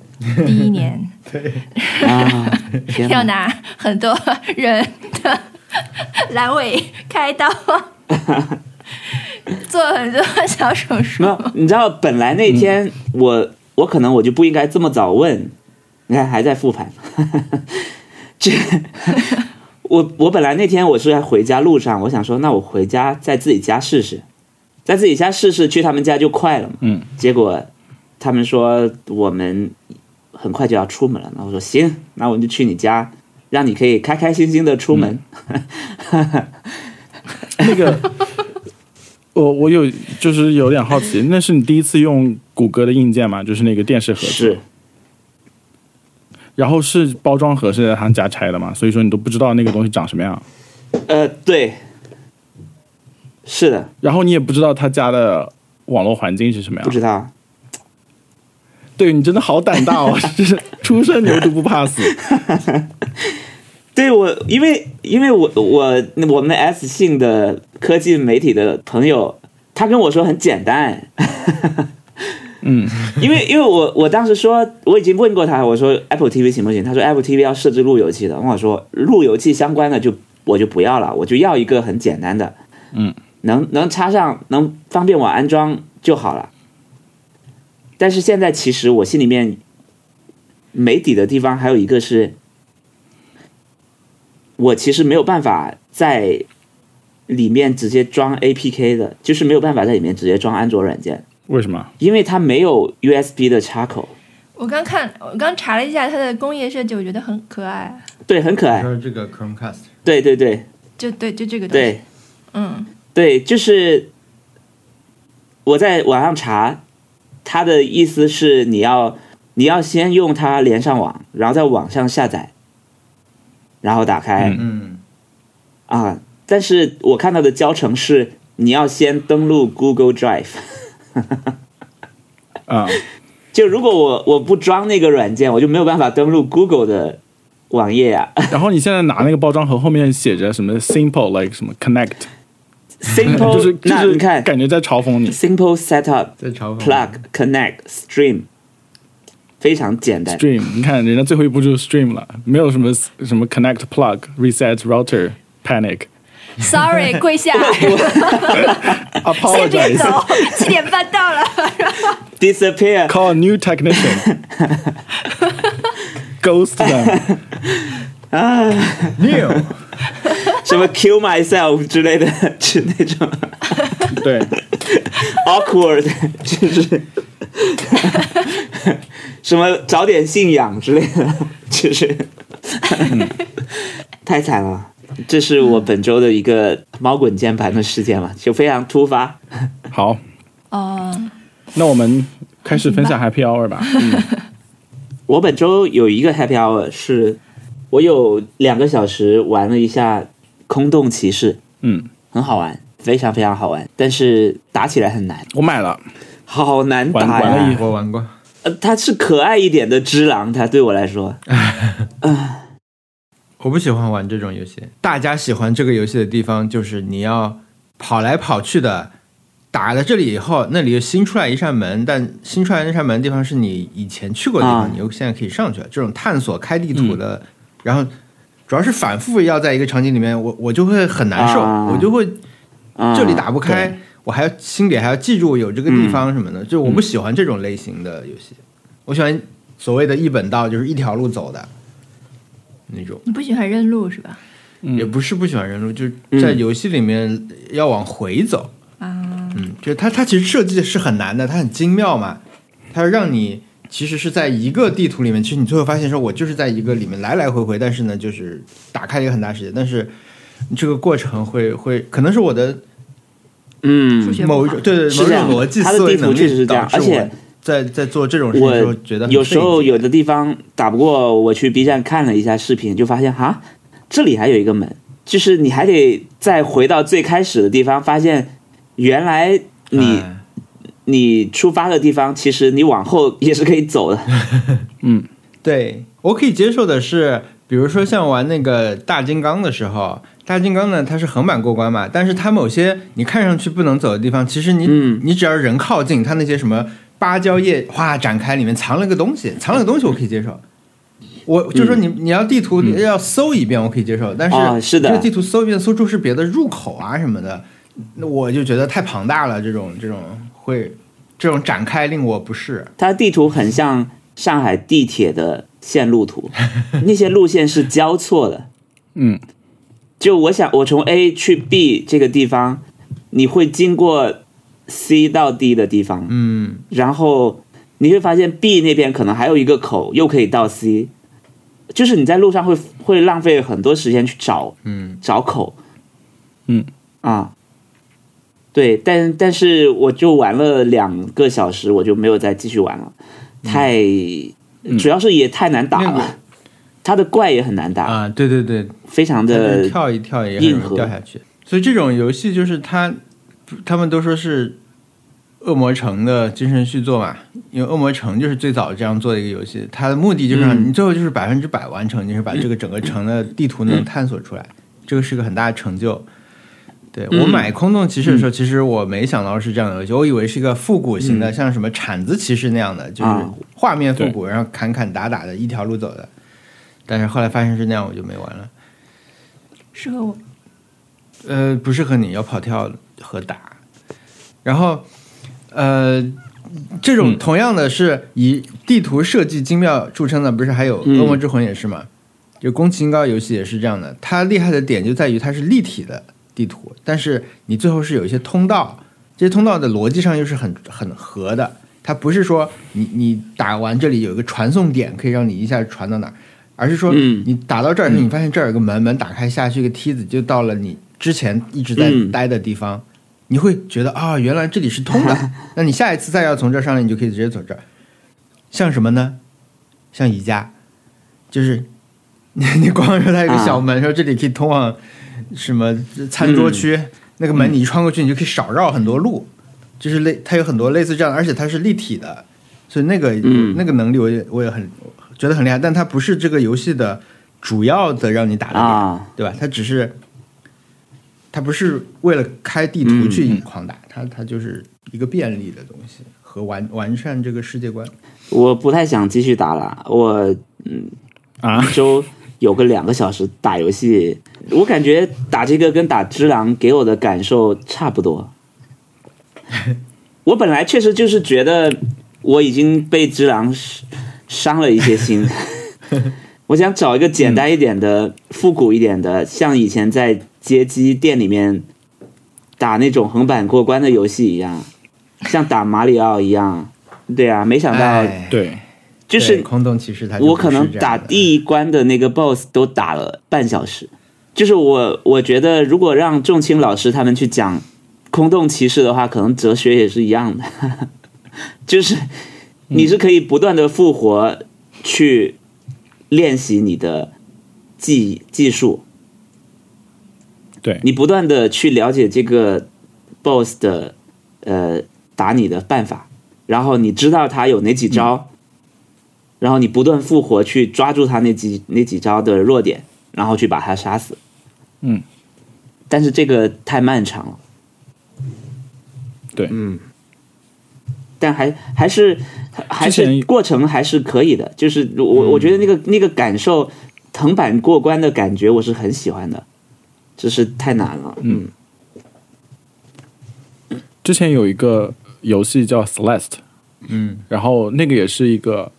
Speaker 2: 第一 年，
Speaker 1: 啊，天
Speaker 2: 要
Speaker 1: 哪！
Speaker 2: 拿很多人的阑尾开 刀，做很多小手术
Speaker 1: 没。有，你知道，本来那天我、我可能我就不应该这么早问，你看还在复盘， 这我我本来那天我是在回家路上，我想说，那我回家在自己家试试，在自己家试试，去他们家就快了嘛。
Speaker 4: 嗯，
Speaker 1: 结果他们说我们很快就要出门了，那我说行，那我们就去你家，让你可以开开心心的出门。
Speaker 4: 那个，我我有就是有点好奇，那是你第一次用谷歌的硬件吗？就是那个电视盒子，
Speaker 1: 是，
Speaker 4: 然后是包装盒是在他们家拆的嘛，所以说你都不知道那个东西长什么样，
Speaker 1: 呃，对，是的，
Speaker 4: 然后你也不知道他家的网络环境是什么
Speaker 1: 不
Speaker 4: 样。
Speaker 1: 知道。
Speaker 4: 对你真的好胆大哦， 就是初生牛犊不怕死。
Speaker 1: 对我，因为因为我我我们的 S 姓的科技媒体的朋友，他跟我说很简单，
Speaker 4: 嗯，
Speaker 1: 因为因为我我当时说我已经问过他，我说 Apple TV 行不行？他说 Apple TV 要设置路由器的。我说路由器相关的就我就不要了，我就要一个很简单的，
Speaker 4: 嗯，
Speaker 1: 能能插上，能方便我安装就好了。但是现在其实我心里面没底的地方还有一个是，我其实没有办法在里面直接装 APK 的，就是没有办法在里面直接装安卓软件。
Speaker 4: 为什么？
Speaker 1: 因为它没有 USB 的插口，
Speaker 2: 我刚看，我刚查了一下它的工业设计，我觉得很可爱。
Speaker 1: 对，很可
Speaker 3: 你
Speaker 1: 爱，
Speaker 3: 说这个 Chromecast
Speaker 1: 对对对
Speaker 2: 就对，就这个东西。
Speaker 1: 对
Speaker 2: 嗯，
Speaker 1: 对，就是我在网上查，它的意思是你要你要先用它连上网，然后在网上下载，然后打开、
Speaker 4: 嗯
Speaker 3: 嗯，
Speaker 1: 啊。但是我看到的教程是你要先登录 Google Drive，
Speaker 4: 啊、
Speaker 1: 就如果我我不装那个软件，我就没有办法登录 Google 的网页 呀、
Speaker 4: 然后你现在拿那个包装盒后面写着什么 simple like 什么 connect，
Speaker 1: Simple，
Speaker 4: 就是就
Speaker 1: 那
Speaker 4: 是
Speaker 1: 你看
Speaker 4: 感觉在嘲讽你。
Speaker 1: Simple Setup
Speaker 3: 在嘲讽
Speaker 1: plug connect stream，非常简单。
Speaker 4: stream，你看人家最后一步就是 stream 了，没有什么什么 connect plug reset router panic
Speaker 2: Sorry，跪下， 先别
Speaker 4: apologize
Speaker 2: 走，七点半到了。
Speaker 1: disappear
Speaker 4: call new technician ghost them
Speaker 3: ，New
Speaker 1: 什么 kill myself 之类的，是那种
Speaker 4: 对
Speaker 1: awkward，就是什么找点信仰之类的，就是、太惨了。这是我本周的一个猫滚键盘的事件了，就非常突发。
Speaker 4: 好，
Speaker 2: 哦，
Speaker 4: 那我们开始分享 Happy Hour 吧。
Speaker 1: 我本周有一个 happy hour 是，我有两个小时玩了一下《空洞骑士》，
Speaker 4: 嗯，
Speaker 1: 很好玩，非常非常好玩，但是打起来很难，
Speaker 4: 我买了，
Speaker 1: 好难
Speaker 4: 玩
Speaker 1: 打呀！
Speaker 4: 玩了一
Speaker 3: 我玩过，
Speaker 1: 呃，它是可爱一点的只狼，它对我来说， 啊
Speaker 3: 我不喜欢玩这种游戏。大家喜欢这个游戏的地方就是你要跑来跑去的，打了这里以后，那里又新出来一扇门，但新出来那扇门的地方是你以前去过的地方，
Speaker 1: 啊
Speaker 3: 你又现在可以上去了。这种探索开地图的，然后主要是反复要在一个场景里面，我我就会很难受，
Speaker 1: 啊
Speaker 3: 我就会
Speaker 1: 啊
Speaker 3: 这里打不开，
Speaker 1: 对
Speaker 3: 我还要心里还要记住有这个地方什么的，就我不喜欢这种类型的游戏，我喜欢所谓的一本道，就是一条路走的那种。
Speaker 2: 你不喜欢认路是吧？
Speaker 4: 嗯
Speaker 3: 也不是不喜欢人路，就是在游戏里面要往回走。
Speaker 2: 啊，
Speaker 3: 嗯，就是它它其实设计的是很难的，它很精妙嘛，它让你其实是在一个地图里面，其实你最后发现说我就是在一个里面来来回回，但是呢，就是打开了一个很大世界，但是这个过程会会可能是我的
Speaker 2: 数
Speaker 1: 嗯，
Speaker 2: 学
Speaker 3: 某
Speaker 2: 不
Speaker 3: 一
Speaker 2: 好
Speaker 3: 种对对
Speaker 1: 是
Speaker 3: 某
Speaker 1: 这
Speaker 3: 种
Speaker 1: 样
Speaker 3: 逻辑
Speaker 1: 它的
Speaker 3: 思维
Speaker 1: 地图
Speaker 3: 能
Speaker 1: 确实是
Speaker 3: 力
Speaker 1: 这样
Speaker 3: 导致
Speaker 1: 而且
Speaker 3: 我在在做这种事情的时候
Speaker 1: 我
Speaker 3: 觉得很
Speaker 1: 有时候
Speaker 3: 费劲
Speaker 1: 有的地方打不过，我去 B 站看了一下视频，就发现哈，这里还有一个门，就是你还得再回到最开始的地方，发现原来你、
Speaker 3: 哎
Speaker 1: 你出发的地方，其实你往后也是可以走的。
Speaker 3: 对我可以接受的是，比如说像玩那个大金刚的时候，大金刚呢它是横版过关嘛，但是它某些你看上去不能走的地方，其实你、
Speaker 1: 嗯
Speaker 3: 你只要人靠近，它那些什么芭蕉叶哗展开，里面藏了个东西，藏了个东西我可以接受。我就说你、你要地图要搜一遍，我可以接受，但
Speaker 1: 啊是的
Speaker 3: 这个地图搜一遍搜出是别的入口啊什么的，那我就觉得太庞大了，这种这种会这种展开令我不适。
Speaker 1: 它地图很像上海地铁的线路图，那些路线是交错的。
Speaker 4: 嗯，
Speaker 1: 就我想，我从 A 去 B 这个地方，你会经过 C 到 D 的地方，
Speaker 3: 嗯，
Speaker 1: 然后你会发现 B 那边可能还有一个口，又可以到 C，就是你在路上会会浪费很多时间去找，
Speaker 3: 嗯，
Speaker 1: 找口，
Speaker 4: 嗯，
Speaker 1: 啊，对，但但是我就玩了两个小时，我就没有再继续玩了，太、主要是也太难打
Speaker 3: 嗯那个
Speaker 1: 了，它的怪也很难打，
Speaker 3: 啊，对对对，
Speaker 1: 非常
Speaker 3: 在那
Speaker 1: 的
Speaker 3: 跳一跳也很
Speaker 1: 硬
Speaker 3: 容易
Speaker 1: 核
Speaker 3: 掉下去。所以这种游戏就是它，他们都说是恶魔城的精神续作嘛，因为恶魔城就是最早这样做的一个游戏，它的目的就是让
Speaker 1: 嗯
Speaker 3: 你最后就是百分之百完成，就是把这个整个城的地图
Speaker 1: 嗯
Speaker 3: 能探索出来，这个是个很大的成就。对我
Speaker 1: 嗯
Speaker 3: 买《空洞骑士》的时候，其实我没想到是这样的游戏，我以为是一个复古型的，像什么铲子骑士那样的，就是
Speaker 1: 嗯啊
Speaker 3: 画面复古，然后砍砍打打的一条路走的。但是后来发现是那样，我就没玩了。
Speaker 2: 适合我。
Speaker 3: 呃，不是和你要跑跳和打，然后呃，这种同样的是以地图设计精妙著称的，不是还有《
Speaker 1: 嗯
Speaker 3: 恶魔之魂》也是嘛？就宫崎英高游戏也是这样的，它厉害的点就在于它是立体的地图，但是你最后是有一些通道，这些通道的逻辑上又是很很合的。它不是说你你打完这里有一个传送点可以让你一下传到哪儿，而是说
Speaker 1: 嗯
Speaker 3: 你打到这儿的时候，你发现这儿有个门，门打开下去一个梯子，就到了你之前一直在
Speaker 1: 嗯
Speaker 3: 待的地方。你会觉得啊、原来这里是通 的。那你下一次再要从这儿上来，你就可以直接走这儿。像什么呢？像宜家，就是你 你光说它有个小
Speaker 1: 啊
Speaker 3: 门，说这里可以通往什么餐桌区，
Speaker 1: 嗯
Speaker 3: 那个门你一穿过去，你就可以少绕很多路。就是类，它有很多类似这样的，而且它是立体的，所以那个、
Speaker 1: 嗯
Speaker 3: 那个能力我也我也很觉得很厉害，但它不是这个游戏的主要的让你打的点，
Speaker 1: 啊，
Speaker 3: 对吧？它只是它不是为了开地图
Speaker 1: 嗯
Speaker 3: 去狂打，它它就是一个便利的东西和完完善这个世界观。
Speaker 1: 我不太想继续打了，我
Speaker 4: 啊，
Speaker 1: 一周有个两个小时打游戏，我感觉打这个跟打只狼给我的感受差不 多。我本来确实就是觉得我已经被只狼伤了一些心， 我想找一个简单一点的、复古一点的，像以前在街机店里面打那种横版过关的游戏一样，像打马里奥一样。对啊，没想到
Speaker 3: 哎，
Speaker 4: 对，
Speaker 1: 就
Speaker 3: 对
Speaker 1: 是
Speaker 3: 空洞骑士，他就
Speaker 1: 我
Speaker 3: 不
Speaker 1: 可
Speaker 3: 是
Speaker 1: 能
Speaker 3: 这样
Speaker 1: 打
Speaker 3: 的
Speaker 1: 第一关的那个 BOSS 都打了半小时，就是我我觉得如果让仲青老师他们去讲空洞骑士的话，可能哲学也是一样的， 就是你
Speaker 3: 嗯
Speaker 1: 是可以不断的复活去练习你的技技术，
Speaker 4: 对
Speaker 1: 你不断的去了解这个 BOSS 的呃打你的办法，然后你知道他有哪几招。然后你不断复活去抓住他那几那几招的弱点，然后去把他杀死。
Speaker 4: 嗯，
Speaker 1: 但是这个太漫长了，
Speaker 4: 对，
Speaker 3: 嗯，
Speaker 1: 但还还是还
Speaker 4: 之
Speaker 1: 是
Speaker 4: 前嗯
Speaker 1: 过程还是可以的，就是我我觉得那个那个感受，藤板过关的感觉我是很喜欢的，只是太难了。
Speaker 4: 嗯之前有一个游戏叫 Celeste，
Speaker 3: 嗯，
Speaker 4: 然后那个也是一个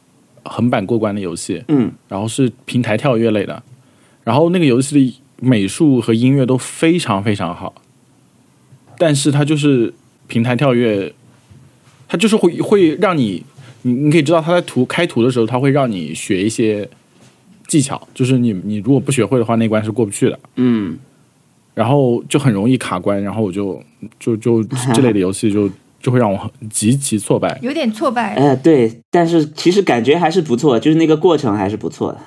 Speaker 4: 横版过关的游戏，
Speaker 1: 嗯
Speaker 4: 然后是平台跳跃类的，然后那个游戏的美术和音乐都非常非常好，但是它就是平台跳跃，它就是会会让你，你你可以知道它在图开图的时候，它会让你学一些技巧，就是你你如果不学会的话，那关是过不去的，
Speaker 1: 嗯，
Speaker 4: 然后就很容易卡关，然后我就 就就这类的游戏就就会让我很极其挫败，
Speaker 2: 有点挫败，
Speaker 1: 呃对，但是其实感觉还是不错，就是那个过程还是不错的，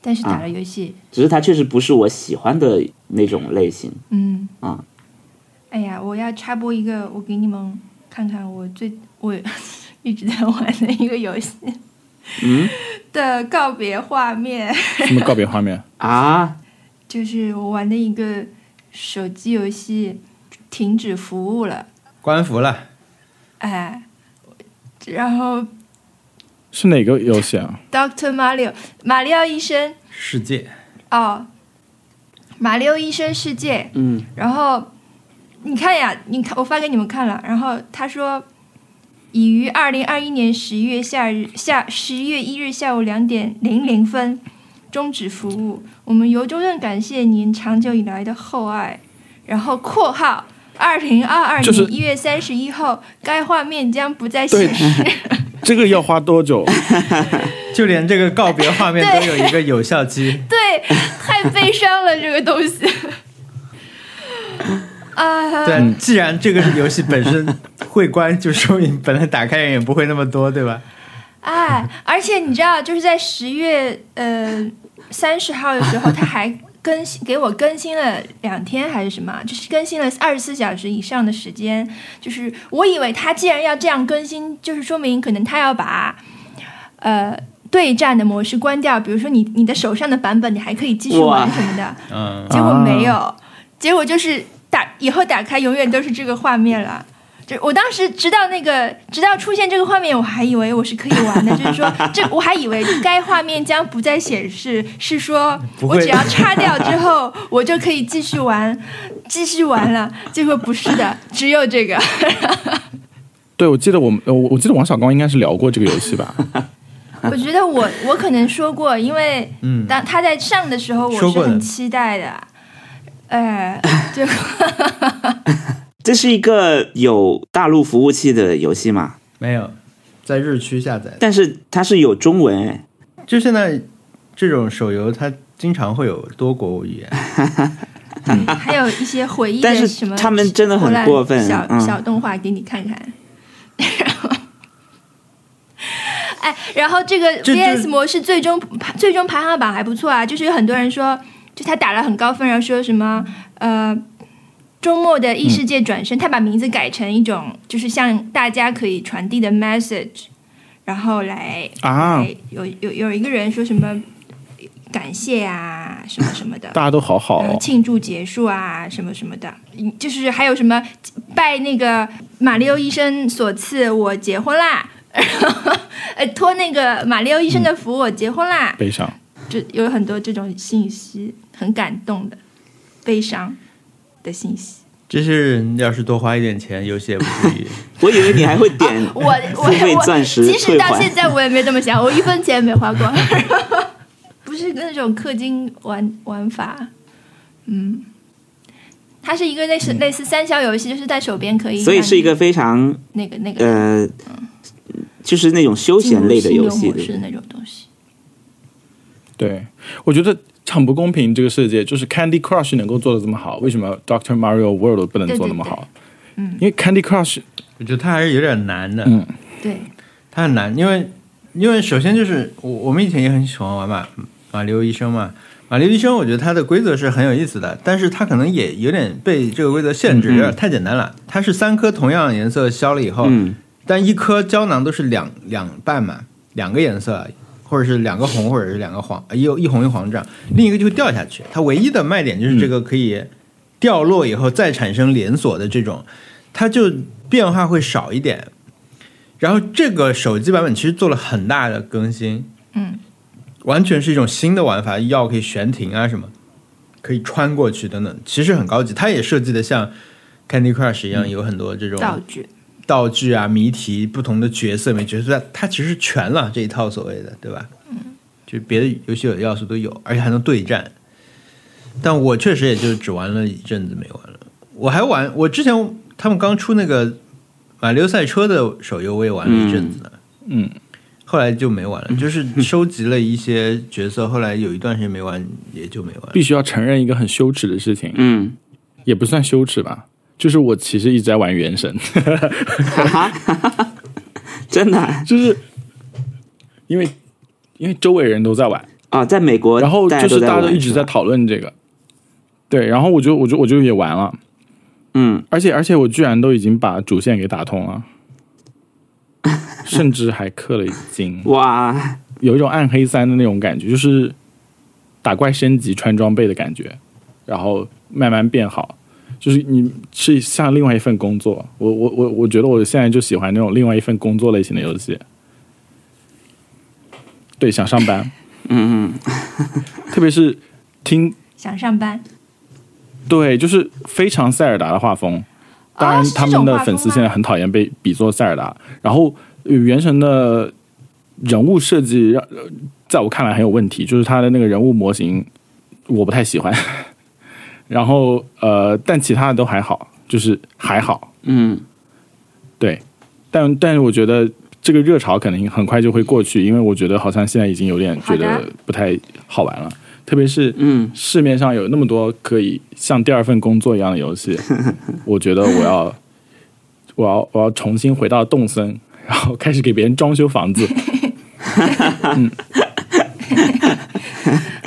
Speaker 2: 但是
Speaker 1: 啊
Speaker 2: 打了游戏，
Speaker 1: 只是它确实不是我喜欢的那种类型。
Speaker 2: 嗯
Speaker 1: 啊，
Speaker 2: 哎呀，我要插播一个，我给你们看看我最 我一直在玩的一个游戏
Speaker 1: 嗯
Speaker 2: 的告别画面，
Speaker 4: 什么告别画面。
Speaker 1: 啊，
Speaker 2: 就是我玩的一个手机游戏停止服务了，
Speaker 3: 官服了，
Speaker 2: 哎，然后
Speaker 4: 是哪个游戏啊？
Speaker 2: Doctor Mario 马里奥医生
Speaker 3: 世界
Speaker 2: 哦，马里奥医生世界，
Speaker 1: 嗯
Speaker 2: 然后你看呀，你看我发给你们看了，然后他说。已于二零二一年十一月下日下十一月一日下午两点零零分终止服务。我们由衷的感谢您长久以来的厚爱。然后（括号）二零二二
Speaker 4: 就是
Speaker 2: 年一月三十一号，该画面将不再
Speaker 4: 对
Speaker 2: 显示。
Speaker 4: 这个要花多久？
Speaker 3: 就连这个告别画面都有一个有效期，
Speaker 2: 对，太悲伤了，这个东 西。啊，
Speaker 3: 对，
Speaker 1: 嗯
Speaker 3: 既然这个游戏本身会关，就说明本来打开人也不会那么多，对吧？
Speaker 2: 哎，而且你知道，就是在十月呃三十号的时候，他还更新给我更新了两天还是什么，就是更新了二十四小时以上的时间。就是我以为他既然要这样更新，就是说明可能他要把呃对战的模式关掉，比如说你你的手上的版本你还可以继续玩
Speaker 1: 哇
Speaker 2: 什么的，
Speaker 3: 嗯，
Speaker 2: 结果没有，结果就是打以后打开永远都是这个画面了。就我当时直到那个直到出现这个画面，我还以为我是可以玩的，就是 说这我还以为该画面将不再显示，是说
Speaker 3: 不
Speaker 2: 我
Speaker 3: 会
Speaker 2: 只要擦掉之 后，我就可以继续玩，继续玩了。结果不是的，只有这 个。
Speaker 4: 对，我记得我们，呃我我记得王小光应该是聊过这个游戏吧？
Speaker 2: 我觉得我我可能说过，因为
Speaker 3: 嗯
Speaker 2: 当他在上的时候，我
Speaker 3: 说
Speaker 2: 是
Speaker 3: 过的
Speaker 2: 很期待的。哎，就
Speaker 1: 这是一个有大陆服务器的游戏吗？
Speaker 3: 没有，在日区下载的。
Speaker 1: 但是它是有中文哎，
Speaker 3: 就现在这种手游，它经常会有多国语言，
Speaker 2: 还有一些回忆
Speaker 1: 嗯但是
Speaker 2: 的什么，
Speaker 1: 他们真的很过分
Speaker 2: 小、
Speaker 1: 嗯
Speaker 2: 小动画给你看看。 然后哎，然后这个
Speaker 3: 这这
Speaker 2: VS 模式最终最终排行榜还不错啊，就是有很多人说，就他打了很高分，然后说什么呃，周末的异世界转身，他把名字改成一种就是向大家可以传递的 message，然后来
Speaker 4: 啊，
Speaker 2: 来有有有一个人说什么感谢啊什么什么的，
Speaker 4: 大家都好好
Speaker 2: 呃
Speaker 4: 哦，
Speaker 2: 庆祝结束啊，什么什么的，嗯就是还有什么拜那个马里奥医生所赐，我结婚啦， 然后呃托那个马里奥医生的福，我结婚啦，
Speaker 4: 悲伤。
Speaker 2: 就有很多这种信息，很感动的，悲伤的信息。
Speaker 3: 这是要是多花一点钱，游戏也不至于。
Speaker 1: 我以为你还会点
Speaker 2: 我 我
Speaker 1: 付费
Speaker 2: 我，
Speaker 1: 钻石
Speaker 2: 即使
Speaker 1: 退
Speaker 2: 到现
Speaker 1: 还。
Speaker 2: 在我也没这么想，我一分钱也没花过， 不是那种氪金玩玩法，嗯。它是一个类似类似三消游戏，就是在手边可以，
Speaker 1: 所以是一个非常
Speaker 2: 那个那个
Speaker 1: 呃，就是那种休
Speaker 2: 进
Speaker 1: 闲
Speaker 2: 入
Speaker 1: 类的
Speaker 2: 心
Speaker 1: 游
Speaker 2: 流
Speaker 1: 戏，
Speaker 2: 模
Speaker 1: 对
Speaker 2: 式
Speaker 1: 不对
Speaker 2: 那种东西。
Speaker 4: 对，我觉得很不公平。这个世界就是 Candy Crush 能够做的这么好，为什么 Doctor Mario World 不能做那么好？嗯，因为 Candy Crush
Speaker 3: 我觉得它还是有点难的，
Speaker 4: 嗯
Speaker 2: 对，
Speaker 3: 它很难，因为因为首先就是我我们以前也很喜欢玩马马里奥医生嘛，马里奥医生我觉得它的规则是很有意思的，但是它可能也有点被这个规则限制，有点太简单了。它是三颗同样颜色消了以后，
Speaker 1: 嗯，
Speaker 3: 但一颗胶囊都是两两半嘛，两个颜色，或者是两个红，或者是两个黄，呃一一红一黄这样，另一个就会掉下去。它唯一的卖点就是这个可以掉落以后再产生连锁的这种，它就变化会少一点。然后这个手机版本其实做了很大的更新，
Speaker 2: 嗯，
Speaker 3: 完全是一种新的玩法，药可以悬停啊什么，可以穿过去等等，其实很高级。它也设计的像 Candy Crush 一样，有很多这种
Speaker 2: 道具
Speaker 3: 道具啊、谜题、不同的角色，每角色它它其实全了这一套所谓的，对吧？嗯，就别的游戏有的要素都有，而且还能对战。但我确实也就只玩了一阵子没玩了。我还玩，我之前他们刚出那个马里奥赛车的手游，我也玩了一阵子呢。
Speaker 4: 嗯，
Speaker 3: 后来就没玩了，就是收集了一些角色，后来有一段时间没玩，也就没玩了。
Speaker 4: 必须要承认一个很羞耻的事情，
Speaker 1: 嗯，
Speaker 4: 也不算羞耻吧，就是我其实一直在玩《原神》，
Speaker 1: 哈哈哈哈 真的啊、
Speaker 4: 就是因为因为周围人都在玩，
Speaker 1: 哦，在美国，
Speaker 4: 然后就是
Speaker 1: 大
Speaker 4: 大家都
Speaker 1: 玩
Speaker 4: 一直
Speaker 1: 是
Speaker 4: 在
Speaker 1: 吧
Speaker 4: 讨论这个，对，然后我就我就我就也玩了，
Speaker 1: 嗯，
Speaker 4: 而且而且我居然都已经把主线给打通了，甚至还氪了一金，
Speaker 1: 哇，
Speaker 4: 有一种暗黑三的那种感觉，就是打怪升级穿装备的感觉，然后慢慢变好。就是你是像另外一份工作，我我我我觉得我现在就喜欢那种另外一份工作类型的游戏。对，想上班，
Speaker 1: 嗯嗯，
Speaker 4: 特别是听
Speaker 2: 想上班，
Speaker 4: 对，就是非常塞尔达的画风。当然
Speaker 2: 哦是，这
Speaker 4: 他们
Speaker 2: 种
Speaker 4: 的
Speaker 2: 画
Speaker 4: 粉丝
Speaker 2: 风
Speaker 4: 现在
Speaker 2: 吗
Speaker 4: 很讨厌被比作塞尔达。然后，呃原神的人物设计让呃在我看来很有问题，就是他的那个人物模型我不太喜欢。 然后，呃，但其他的都还好，就是还好。
Speaker 1: 嗯，
Speaker 4: 对，但但是我觉得这个热潮肯定很快就会过去，因为我觉得好像现在已经有点觉
Speaker 2: 好的
Speaker 4: 得不太好玩了，特别是
Speaker 1: 嗯
Speaker 4: 市面上有那么多可以像第二份工作一样的游 戏，我觉得我要，我要，我要重新回到动森，然后开始给别人装修房 子。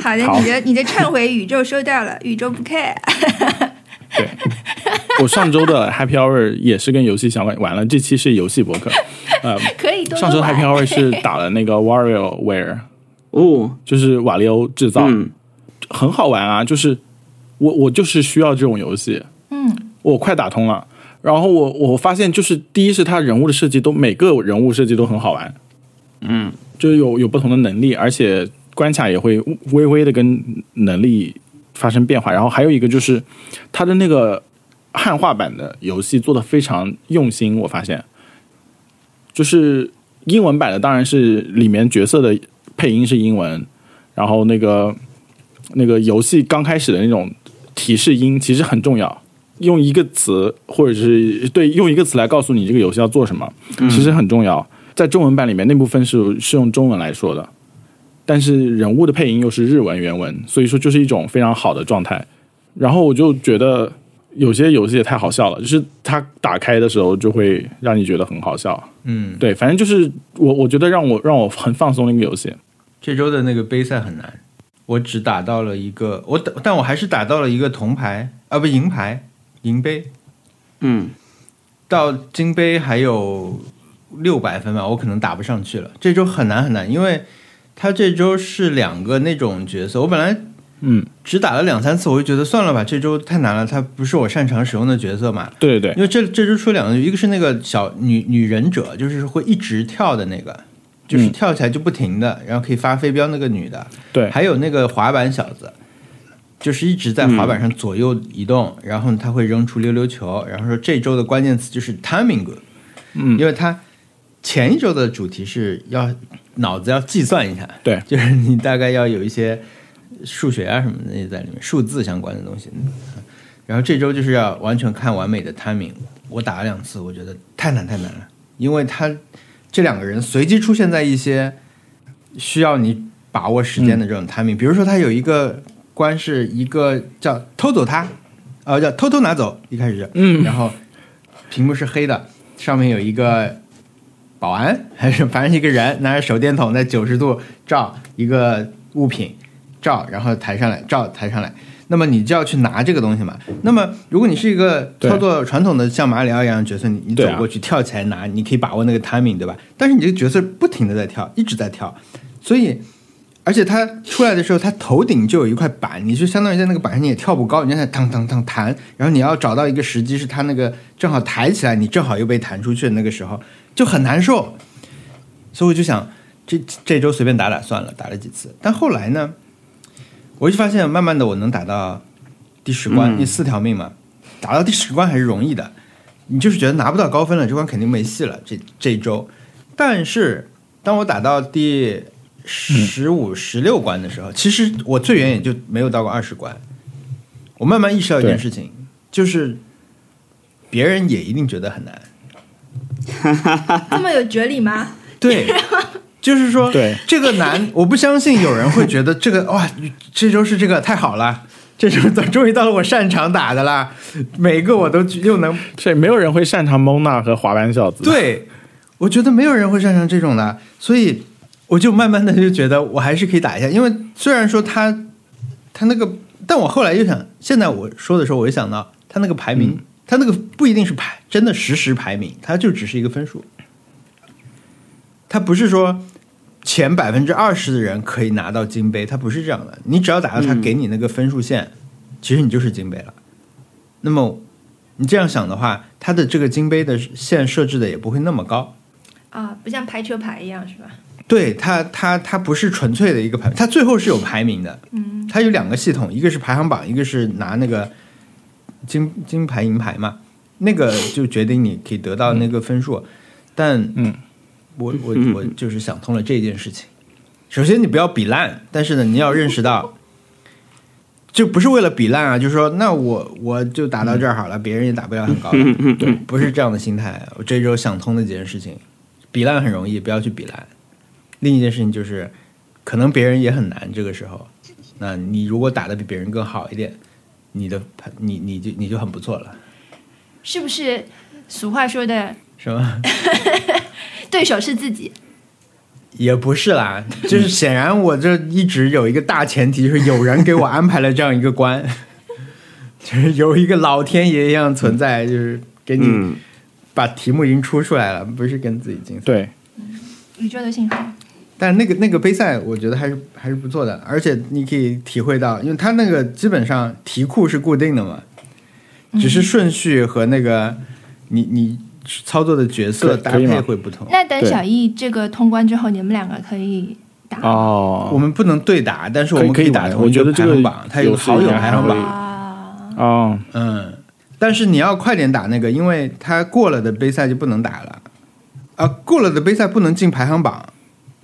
Speaker 2: 好的，
Speaker 4: 好
Speaker 2: 你的你的忏悔宇宙收到了，宇宙不 care。
Speaker 4: 对，我上周的 Happy Hour 也是跟游戏相关，完了，这期是游戏博客。
Speaker 2: 可以多
Speaker 4: 上
Speaker 2: 多
Speaker 4: 周
Speaker 2: 玩
Speaker 4: Happy Hour 是打了那个 WarioWare，
Speaker 1: 哦，
Speaker 4: 就是瓦力欧制造，
Speaker 1: 嗯
Speaker 4: 很好玩啊！就是我我就是需要这种游戏，
Speaker 2: 嗯，
Speaker 4: 我快打通了。然后我我发现就是第一是他人物的设计都每个人物设计都很好玩，
Speaker 1: 嗯，
Speaker 4: 就是有有不同的能力，而且关卡也会微微的跟能力发生变化。然后还有一个就是它的那个汉化版的游戏做的非常用心，我发现，就是英文版的当然是里面角色的配音是英文，然后那个那个游戏刚开始的那种提示音其实很重要。用一个词，或者是对用一个词来告诉你这个游戏要做什么，其实很重要。在中文版里面，那部分是是用中文来说的，但是人物的配音又是日文原文，所以说就是一种非常好的状态。然后我就觉得有些游戏也太好笑了，就是它打开的时候就会让你觉得很好笑。
Speaker 3: 嗯，
Speaker 4: 对，反正就是我我觉得让我让我很放松的一个游戏。
Speaker 3: 这周的那个杯赛很难，我只打到了一个，我打但我还是打到了一个铜牌啊，不银牌，银杯。
Speaker 1: 嗯
Speaker 3: 到金杯还有六百分吧，我可能打不上去了。这周很难很难，因为他这周是两个那种角色，我本来
Speaker 4: 嗯，
Speaker 3: 只打了两三次，我就觉得算了吧，这周太难了，它不是我擅长使用的角色嘛。
Speaker 4: 对对
Speaker 3: 因为这这周出两个，一个是那个小女女忍者，就是会一直跳的那个，就是
Speaker 4: 嗯
Speaker 3: 跳起来就不停的，然后可以发飞镖那个女的，
Speaker 4: 对对，
Speaker 3: 还有那个滑板小子，就是一直在
Speaker 4: 嗯
Speaker 3: 滑板上左右移动，然后他会扔出溜溜球，然后说这周的关键词就是 timing，
Speaker 4: 嗯
Speaker 3: 因为他前一周的主题是要脑子要计算一下，
Speaker 4: 对
Speaker 3: 就是你大概要有一些数学啊什么的也在里面，数字相关的东西。然后这周就是要完全看完美的 timing，我打了两次，我觉得太难太难了，因为他这两个人随机出现在一些需要你把握时间的这种 timing，、比如说他有一个关是一个叫偷走他，呃叫偷偷拿走，一开始是，嗯，然后屏幕是黑的，上面有一个保安还是反正一个人拿着手电筒在九十度照一个物品，照然后抬上来，照抬上来。那么你就要去拿这个东西嘛。那么如果你是一个
Speaker 4: 对
Speaker 3: 操作传统的像马里奥一样的角色，你你走
Speaker 4: 对啊
Speaker 3: 过去跳起来拿，你可以把握那个 timing，对吧？但是你这个角色不停的在跳，一直在跳，所以而且他出来的时候，他头顶就有一块板，你就相当于在那个板上你也跳不高，你就在那当当当弹，然后你要找到一个时机，是他那个正好抬起来，你正好又被弹出去的那个时候，就很难受。所以我就想，这这周随便打打算了，打了几次。但后来呢，我就发现慢慢的我能打到第十关，
Speaker 4: 嗯
Speaker 3: 你四条命嘛，打到第十关还是容易的。你就是觉得拿不到高分了，这关肯定没戏了，这这一周。但是当我打到第十
Speaker 4: 嗯
Speaker 3: 五、十六关的时候，其实我最远也就没有到过二十关。我慢慢意识到一件
Speaker 4: 对
Speaker 3: 事情，就是别人也一定觉得很难。
Speaker 2: 这么有哲理吗？
Speaker 3: 对， 就是说，
Speaker 4: 对
Speaker 3: 这个难，我不相信有人会觉得这 个哇，这周是这个太好了，这周到终于到了我擅长打的啦，每一个我都又能
Speaker 4: 所以没有人会擅长蒙娜和滑板小子。，
Speaker 3: 对，我觉得没有人会擅长这种的，所以我就慢慢的就觉得我还是可以打一下，因为虽然说他他那个，但我后来又想，现在我说的时候，我就想到他那个排名，
Speaker 4: 嗯
Speaker 3: 他那个不一定是排真的实时排名，它就只是一个分数，它不是说。前百分之二十的人可以拿到金杯，它不是这样的。你只要打到他
Speaker 4: 嗯
Speaker 3: 给你那个分数线，其实你就是金杯了。那么你这样想的话，它的这个金杯的线设置的也不会那么高。
Speaker 2: 啊，不像排球牌一样是吧？
Speaker 3: 对它，它它不是纯粹的一个排，它最后是有排名的。
Speaker 2: 嗯，
Speaker 3: 它有两个系统，一个是排行榜，一个是拿那个金金牌、银牌嘛，那个就决定你可以得到那个分数。但
Speaker 4: 嗯，
Speaker 3: 我我我就是想通了这件事情。首先，你不要比烂，但是呢，你要认识到，就不是为了比烂啊，就是说，那我我就打到这儿好了，别人也打不了很高的。对，不是这样的心态。我这周想通了几件事情，比烂很容易，不要去比烂。另一件事情就是，可能别人也很难，这个时候，那你如果打得比别人更好一点，你的你你就你就很不错了，
Speaker 2: 是不是俗话说 的
Speaker 3: 是吧？
Speaker 2: 对手是自己？
Speaker 3: 也不是啦，就是显然我这一直有一个大前提，就是有人给我安排了这样一个关， 就是有一个老天爷一样存在，就是给你
Speaker 1: 嗯，
Speaker 3: 把题目已经出出来了，不是跟自己竞赛。
Speaker 4: 对，
Speaker 2: 宇宙的信号，
Speaker 3: 但那个那个杯赛，我觉得还是还是不错的，而且你可以体会到，因为它那个基本上题库是固定的嘛，只是顺序和那个你你操作的角色
Speaker 4: 可
Speaker 3: 搭
Speaker 4: 可以吗
Speaker 3: 配会不同。
Speaker 2: 那等
Speaker 4: 对
Speaker 2: 小易这个通关之后，你们两个可以打
Speaker 4: 哦，
Speaker 3: 我们不能对打，但是我
Speaker 4: 可以
Speaker 3: 们
Speaker 4: 可以
Speaker 3: 玩
Speaker 4: 打
Speaker 3: 同一
Speaker 4: 我觉得这
Speaker 3: 排
Speaker 4: 个
Speaker 3: 行榜它有
Speaker 4: 有
Speaker 3: 好友
Speaker 4: 有
Speaker 3: 排行
Speaker 4: 可以
Speaker 3: 榜，
Speaker 2: 啊，
Speaker 4: 哦，
Speaker 3: 嗯，但是你要快点打那个，因为它过了的杯赛就不能打了，啊，过了的杯赛不能进排行榜，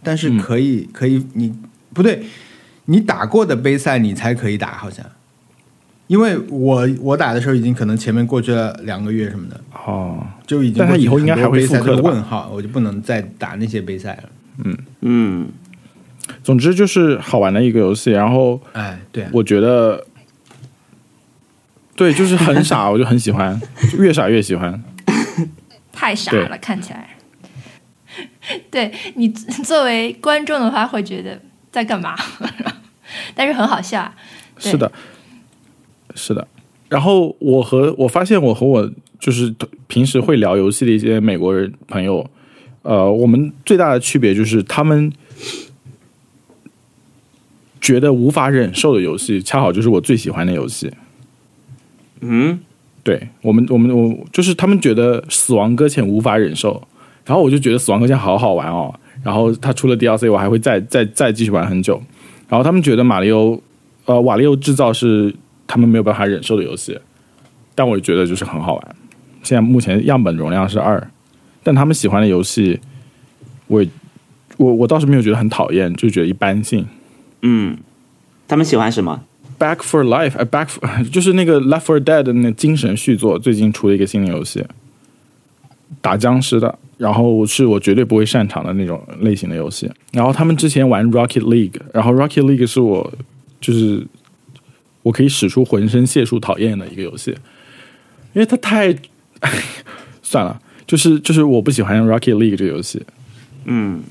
Speaker 3: 但是
Speaker 4: 嗯
Speaker 3: 可以、可以，你不对，你打过的杯赛你才可以打，好像，因为我我打的时候已经可能前面过去了两个月什么的，
Speaker 4: 哦，
Speaker 3: 就已经
Speaker 4: 但它
Speaker 3: 过去
Speaker 4: 以后应该
Speaker 3: 很多
Speaker 4: 还会
Speaker 3: 杯赛
Speaker 4: 复刻
Speaker 3: 都是
Speaker 4: 的吧
Speaker 3: 问号，我就不能再打那些杯赛了。
Speaker 1: 嗯，
Speaker 4: 总之就是好玩的一个游戏。然后
Speaker 3: 哎，对、啊，
Speaker 4: 我觉得，对，就是很傻，我就很喜欢，就越傻越喜欢。
Speaker 2: 太傻
Speaker 4: 对
Speaker 2: 了，看起来。 对你作为观众的话，会觉得在干嘛？ 但是很好笑啊。对
Speaker 4: 是的，是的。然后我和我发现我和我就是平时会聊游戏的一些美国人朋友，呃，我们最大的区别就是他们觉得无法忍受的游戏，恰好就是我最喜欢的游戏。
Speaker 1: 嗯，
Speaker 4: 对我们，我们我就是他们觉得《死亡搁浅》无法忍受，然后我就觉得《死亡搁浅》好好玩哦。然后它出了 DLC，我还会再再再继续玩很久。然后他们觉得马里奥，呃，瓦力欧制造是他们没有办法忍受的游戏，但我觉得就是很好玩。现在目前样本容量是二，但他们喜欢的游戏，我也我我倒是没有觉得很讨厌，就觉得一般性。
Speaker 1: 嗯，他们喜欢什么？
Speaker 4: Back for Life，哎，Back for, 就是那个 Left for Dead 的那精神续作，最近出了一个新的游戏，打僵尸的，然后是我绝对不会擅长的那种类型的游戏。然后他们之前玩 Rocket League，然后 Rocket League 是我就是我可以使出浑身解数讨厌的一个游戏，因为它太 算了，就是就是我不喜欢 Rocket League 这个游戏。
Speaker 1: 嗯，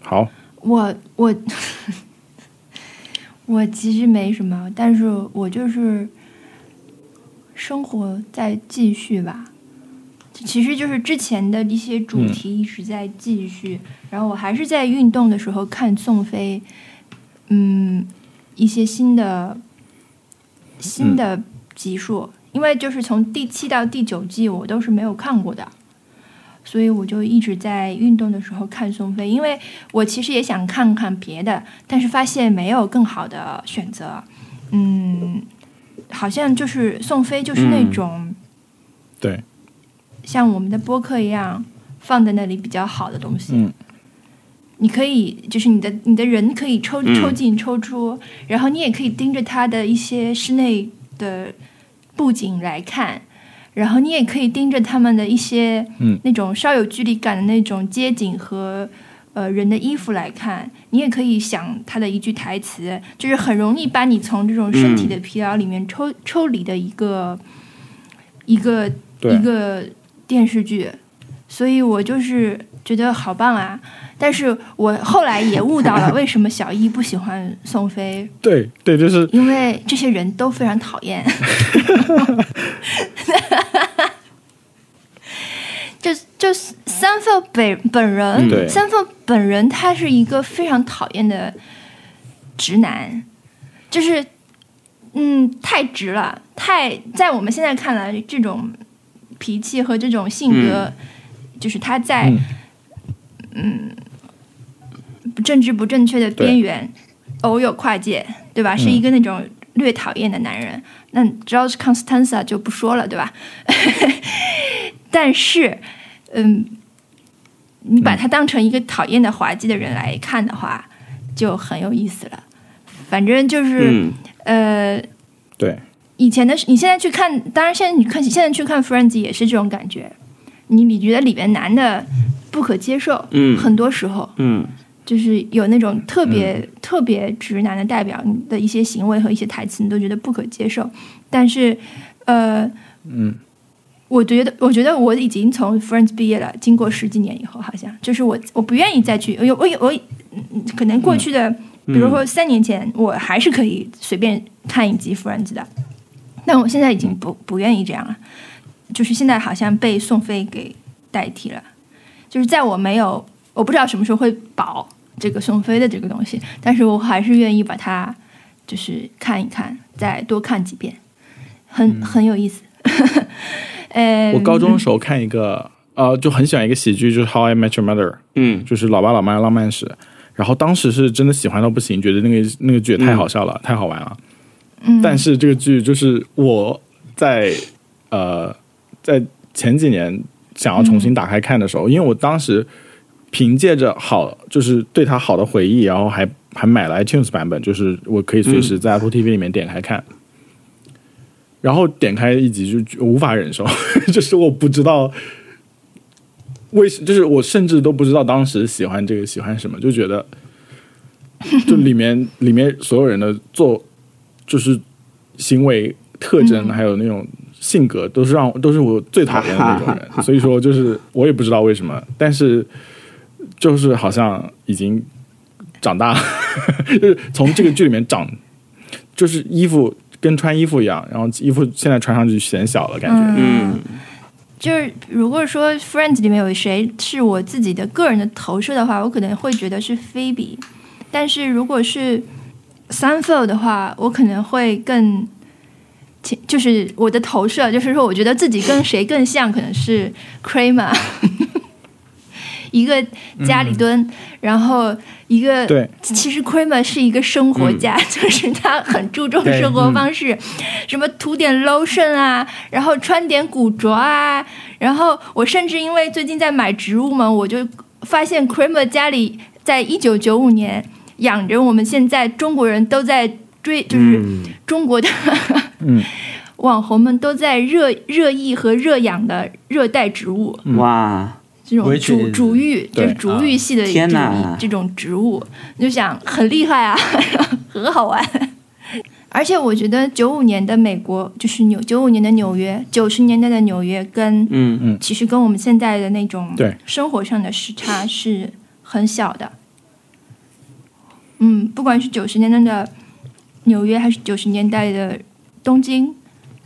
Speaker 4: 好，
Speaker 2: 我我 我其实没什么，但是我就是生活在继续吧。其实就是之前的一些主题一直在继续，然后我还是在运动的时候看宋飞，嗯，一些新的新的集数，因为就是从第七到第九季我都是没有看过的，所以我就一直在运动的时候看宋飞，因为我其实也想看看别的，但是发现没有更好的选择。嗯，好像就是宋飞就是那种
Speaker 4: 对，
Speaker 2: 像我们的播客一样放在那里比较好的东西。
Speaker 4: 嗯
Speaker 2: 你可以就是你的你的人可以抽
Speaker 1: 嗯
Speaker 2: 抽进抽出，然后你也可以盯着它的一些室内的布景来看，然后你也可以盯着他们的一些
Speaker 4: 嗯
Speaker 2: 那种稍有距离感的那种街景和呃人的衣服来看，你也可以想他的一句台词，就是很容易把你从这种身体
Speaker 4: 嗯
Speaker 2: 的疲劳里面抽、抽离的一个一个
Speaker 4: 对
Speaker 2: 一个电视剧，所以我就是觉得好棒啊！但是我后来也悟到 了为什么小艺不喜欢宋飞，
Speaker 4: 对对，就是
Speaker 2: 因为这些人都非常讨厌。 就就三凤本本
Speaker 4: 嗯对
Speaker 2: 人，三凤本人他是一个非常讨厌的直男，就是嗯太直了，太在我们现在看来，这种脾气和这种性格，就是他在
Speaker 4: 嗯
Speaker 2: 嗯政治不正确的
Speaker 4: 对
Speaker 2: 边缘，偶有跨界，对吧？是一个那种略讨厌的男人。那 George Constanza 就不说了，对吧？ 但是，嗯，你把他当成一个讨厌的滑稽的人来看的话，就很有意思了。反正就是、
Speaker 1: 嗯，
Speaker 2: 呃，
Speaker 4: 对
Speaker 2: 以前的你现在去看，当然现在你看现在去看 Friends 也是这种感觉，你你觉得里边男的不可接受，
Speaker 1: 嗯
Speaker 2: 很多时候，
Speaker 1: 嗯
Speaker 2: 就是有那种特别、特别直男的代表你的一些行为和一些台词，你都觉得不可接受。但是，呃，嗯，我觉得，我觉得我已经从 Friends 毕业了，经过十几年以后，好像就是我我不愿意再去，我我我嗯可能过去的，比如
Speaker 4: 嗯
Speaker 2: 说三年前，我还是可以随便看一集 Friends 的，但我现在已经不不愿意这样了，就是现在好像被宋飞给代替了。就是在我没有，我不知道什么时候会保这个宋飞的这个东西，但是我还是愿意把它就是看一看，再多看几遍，很很有意思。 呃，
Speaker 4: 嗯我高中的时候看一个，呃，就很喜欢一个喜剧，就是《How I Met Your Mother》。
Speaker 1: 嗯
Speaker 4: 就是《老爸老妈浪漫史》，然后当时是真的喜欢到不行，觉得那个那个剧也太好笑了，太好玩了。
Speaker 2: 嗯
Speaker 4: 但是这个剧就是我在呃在前几年想要重新打开看的时候，因为我当时凭借着好就是对他好的回忆，然后还还买了 iTunes 版本，就是我可以随时在 Apple TV 里面点开看。然后点开一集就就无法忍受， 就是我不知道为什，就是我甚至都不知道当时喜欢这个喜欢什么，就觉得就里面里面所有人的做就是行为特征，还有那种性格，都是让我都是我最讨厌的那种人，所以说就是我也不知道为什么，但是就是好像已经长大了， 就是从这个剧里面长，就是衣服。跟穿衣服一样，然后衣服现在穿上去显小了，感觉。
Speaker 1: 嗯
Speaker 2: 就是如果说 Friends 里面有谁是我自己的个人的投射的话，我可能会觉得是菲比，但是如果是 Sunfield 的话，我可能会更。其就是我的投射，就是说，我觉得自己跟谁更像，可能是 Kramer，一个家里蹲，然后一个
Speaker 4: 对，
Speaker 2: 其实 Kramer 是一个生活家， 就是他很注重生活方式，什么涂点 lotion 啊，然后穿点古着啊，然后我甚至因为最近在买植物嘛，我就发现 Kramer 家里在一九九五年养着我们现在中国人都在追
Speaker 1: 嗯
Speaker 2: 就是中国的
Speaker 4: 嗯
Speaker 2: 网红们都在热热议和热养的热带植物，
Speaker 4: 嗯
Speaker 1: 哇，
Speaker 2: 这种
Speaker 3: 围裙
Speaker 2: 主主育，就
Speaker 4: 对
Speaker 2: 是主育系的这
Speaker 1: 啊天
Speaker 2: 种、
Speaker 1: 哪
Speaker 2: 这种植物，你就想很厉害啊， 很好玩。而且我觉得九五年的美国，就是纽九五年的纽约，九十年代的纽约跟，
Speaker 1: 嗯
Speaker 2: 其实跟我们现在的那种
Speaker 4: 对
Speaker 2: 生活上的时差是很小的。嗯，不管是九十年代的纽约，还是九十年代的东京，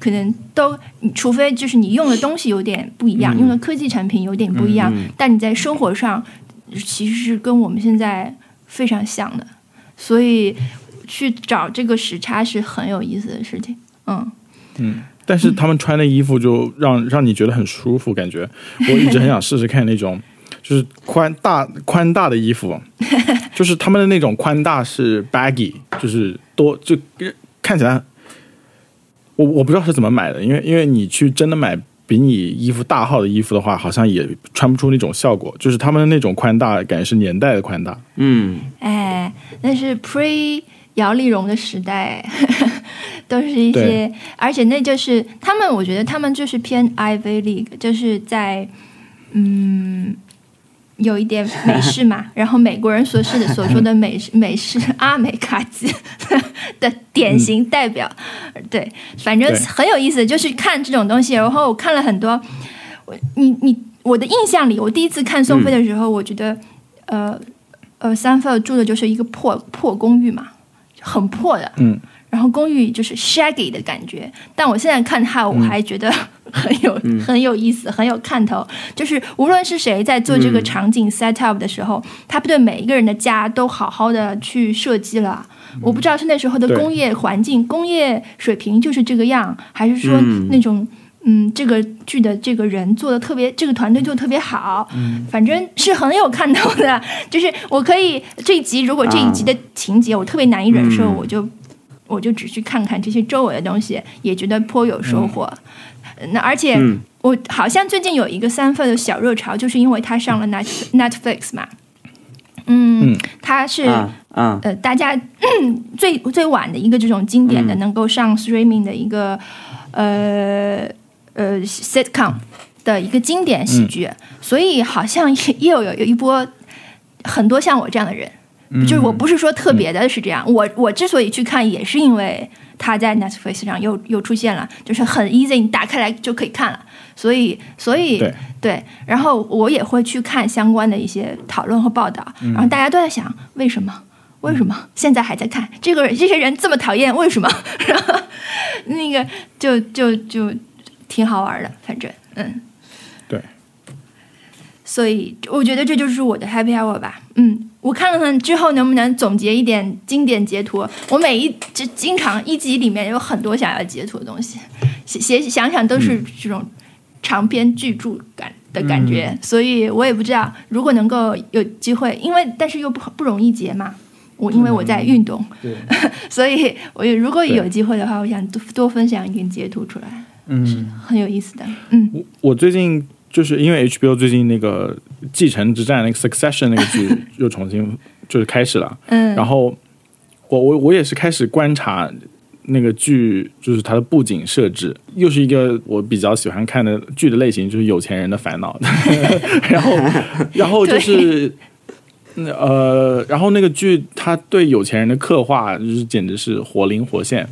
Speaker 2: 可能都，你除非就是你用的东西有点不一样，
Speaker 1: 嗯
Speaker 2: 用的科技产品有点不一样，
Speaker 1: 嗯嗯
Speaker 2: 但你在生活上其实是跟我们现在非常像的，所以去找这个时差是很有意思的事情。嗯，
Speaker 4: 但是他们穿的衣服就让让你觉得很舒服，感觉我一直很想试试看那种， 就是宽大宽大的衣服，就是他们的那种宽大是 baggy，就是多就看起来，我我不知道是怎么买的，因为因为你去真的买比你衣服大号的衣服的话，好像也穿不出那种效果，就是他们的那种宽大感觉是年代的宽大，
Speaker 1: 嗯
Speaker 2: 哎，但是 pre 姚丽蓉的时代， 都是一些
Speaker 4: 对，
Speaker 2: 而且那就是他们，我觉得他们就是偏 Ivy League，就是在嗯。有一点美式 嘛，然后美国人所是的所说的美式美式阿美卡基 的典型代表，对，反正
Speaker 4: 对
Speaker 2: 很有意思，就是看这种东西。然后我看了很多，我你你我的印象里，我第一次看宋飞的时候，我觉得呃呃，三菲尔住的就是一个破破公寓嘛，很破的，
Speaker 4: 嗯，
Speaker 2: 然后公寓就是 shaggy 的感觉。但我现在看它，我还觉得 很有、很有意思，很有看头。就是无论是谁在做这个场景 set up 的时候，他对每一个人的家都好好的去设计了。我不知道是那时候的
Speaker 4: 对
Speaker 2: 工业环境、工业水平就是这个样，还是说
Speaker 1: 嗯
Speaker 2: 那种嗯这个剧的这个人做的特别，这个团队做的特别好，
Speaker 1: 嗯
Speaker 2: 反正是很有看头的。 就是我可以这一集，如果这一集的情节我特别难以忍受，
Speaker 1: 嗯
Speaker 2: 我就我就只去看看这些周围的东西，也觉得颇有收获。那而且
Speaker 1: 嗯
Speaker 2: 我好像最近有一个三份的小热潮，就是因为它上了 Net Netflix 嘛，嗯
Speaker 4: 嗯，
Speaker 2: 它是。
Speaker 1: 啊啊
Speaker 2: 呃，大家 最最晚的一个这种经典的、能够上 streaming 的一个呃呃 sitcom 的一个经典喜剧，所以好像 也也有有有一波很多像我这样的人，就是我不是说特别的是这样，我我之所以去看也是因为它在 Netflix 上又又出现了，就是很 easy，你打开来就可以看了，所以所以
Speaker 4: 对
Speaker 2: 对，然后我也会去看相关的一些讨论和报道，然后大家都在想为什么。为什么现在还在看这个人？这些人这么讨厌，为什么？ 然后那个就就就挺好玩的，反正嗯，
Speaker 4: 对，
Speaker 2: 所以我觉得这就是我的 happy hour 吧。嗯，我看看之后能不能总结一点经典截图。我每一这经常一集里面有很多想要截图的东西，写写想想都是这种长篇巨著感的感觉，所以我也不知道如果能够有机会，因为但是又不不容易截嘛。我因为我在运动，
Speaker 3: 对，
Speaker 2: 所以我如果
Speaker 4: 嗯对
Speaker 2: 有机会的话，我想多多分享一点截图出来，
Speaker 3: 嗯，
Speaker 2: 很有意思的。嗯，
Speaker 4: 我我最近就是因为 HBO 最近那个《继承之战》那个 Succession 那个剧 又重新就是开始了，
Speaker 2: 嗯
Speaker 4: 然后我我我也是开始观察那个剧，就是它的布景设置，又是一个我比较喜欢看的剧的类型，就是有钱人的烦恼，然后然后就是。嗯呃，然后那个剧，它对有钱人的刻画就是简直是活灵活现。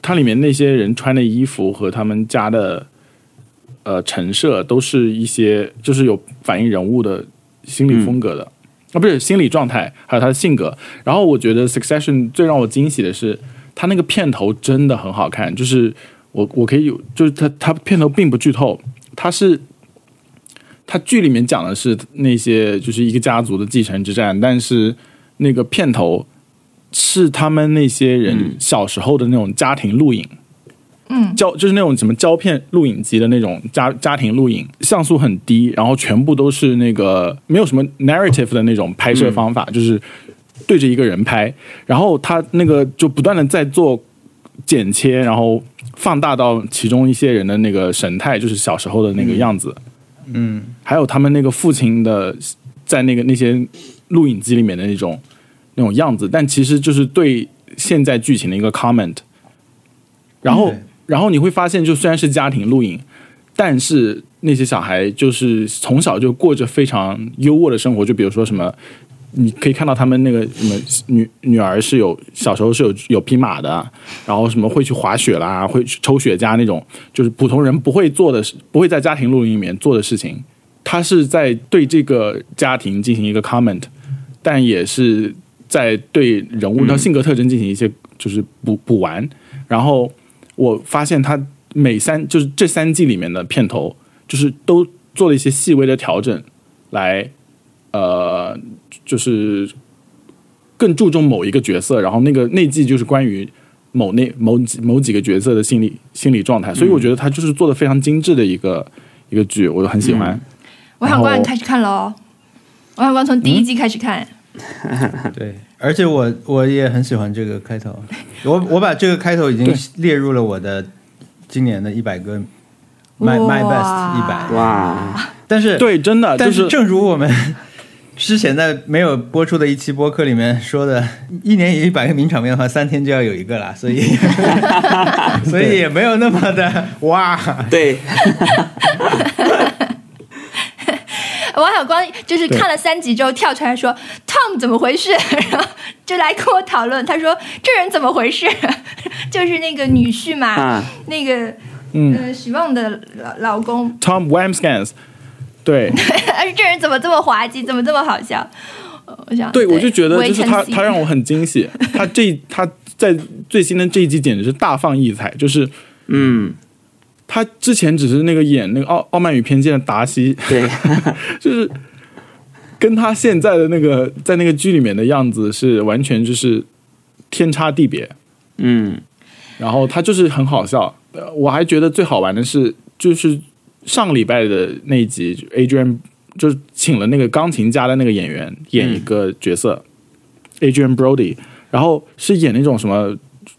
Speaker 4: 它里面那些人穿的衣服和他们家的呃陈设都是一些就是有反映人物的心理风格的、啊，不是心理状态，还有他的性格。然后我觉得《Succession》最让我惊喜的是，他那个片头真的很好看，就是我我可以有，就是他他片头并不剧透，他是。他剧里面讲的是那些就是一个家族的继承之战，但是那个片头是他们那些人小时候的那种家庭录影，
Speaker 2: 嗯
Speaker 4: 胶就是那种什么胶片录影机的那种家家庭录影，像素很低，然后全部都是那个没有什么 narrative 的那种拍摄方法，就是对着一个人拍，然后他那个就不断的在做剪切，然后放大到其中一些人的那个神态，就是小时候的那个样子，
Speaker 3: 嗯，
Speaker 4: 还有他们那个父亲的在那个那些录影机里面的那种那种样子，但其实就是对现在剧情的一个 comment。然后
Speaker 3: 嗯，
Speaker 4: 然后你会发现，就虽然是家庭录影，但是那些小孩就是从小就过着非常优渥的生活，就比如说什么。你可以看到他们那个什么女女儿是有小时候是有有匹马的，啊然后什么会去滑雪啦，会去抽雪茄那种，就是普通人不会做的事，不会在家庭录音里面做的事情。他是在对这个家庭进行一个 comment，但也是在对人物的性格特征进行一些就是补补完。然后我发现他每三就是这三季里面的片头，就是都做了一些细微的调整，来呃，就是更注重某一个角色，然后那个那季就是关于某那某几某几个角色的心理心理状态，所以我觉得他就是做的非常精致的一个一个剧，我很喜欢。
Speaker 2: 我想
Speaker 4: 然
Speaker 2: 光
Speaker 4: 后嗯
Speaker 2: 开始看了哦，我想光从第一季开始看。
Speaker 3: 对，而且我我也很喜欢这个开头，我我把这个开头已经
Speaker 4: 对
Speaker 3: 列入了我的今年的一百个 my my
Speaker 2: 哇
Speaker 3: best 一百，
Speaker 1: 哇，
Speaker 3: 但是
Speaker 4: 对，真的就
Speaker 3: 但是正如我们 之前在没有播出的一期播客里面说的，一年有一百个名场面的话，三天就要有一个啦，所以所以也没有那么的哇，
Speaker 1: 对，
Speaker 2: 王小光就是
Speaker 4: 对
Speaker 2: 看了三集之后跳出来说：“Tom 怎么回事？” 然后就来跟我讨论，他说：“这人怎么回事？” 就是那个女婿嘛，
Speaker 1: 啊
Speaker 2: 那个
Speaker 4: 嗯
Speaker 2: 呃许梦的老老公，
Speaker 4: Tom Wamsgans，对
Speaker 2: 而且这人怎么这么滑稽，怎么这么好笑？呃我想，
Speaker 4: 对，我就觉得
Speaker 2: 我也
Speaker 4: 就是
Speaker 2: 很
Speaker 4: 他，
Speaker 2: 喜
Speaker 4: 他让我很 惊喜。他这他在最新的这一季简直是大放异彩，就是
Speaker 1: 嗯，
Speaker 4: 他之前只是那个演那个《傲傲慢与偏见》的达西，
Speaker 1: 对，
Speaker 4: 就是跟他现在的那个在那个剧里面的样子是完全就是天差地别。
Speaker 1: 嗯，
Speaker 4: 然后他就是很好笑。呃我还觉得最好玩的是，就是上礼拜的那一集就，Adrian 就是请了那个钢琴家的那个演员演一个角色、a d r i a n Brody，然后是演那种什么。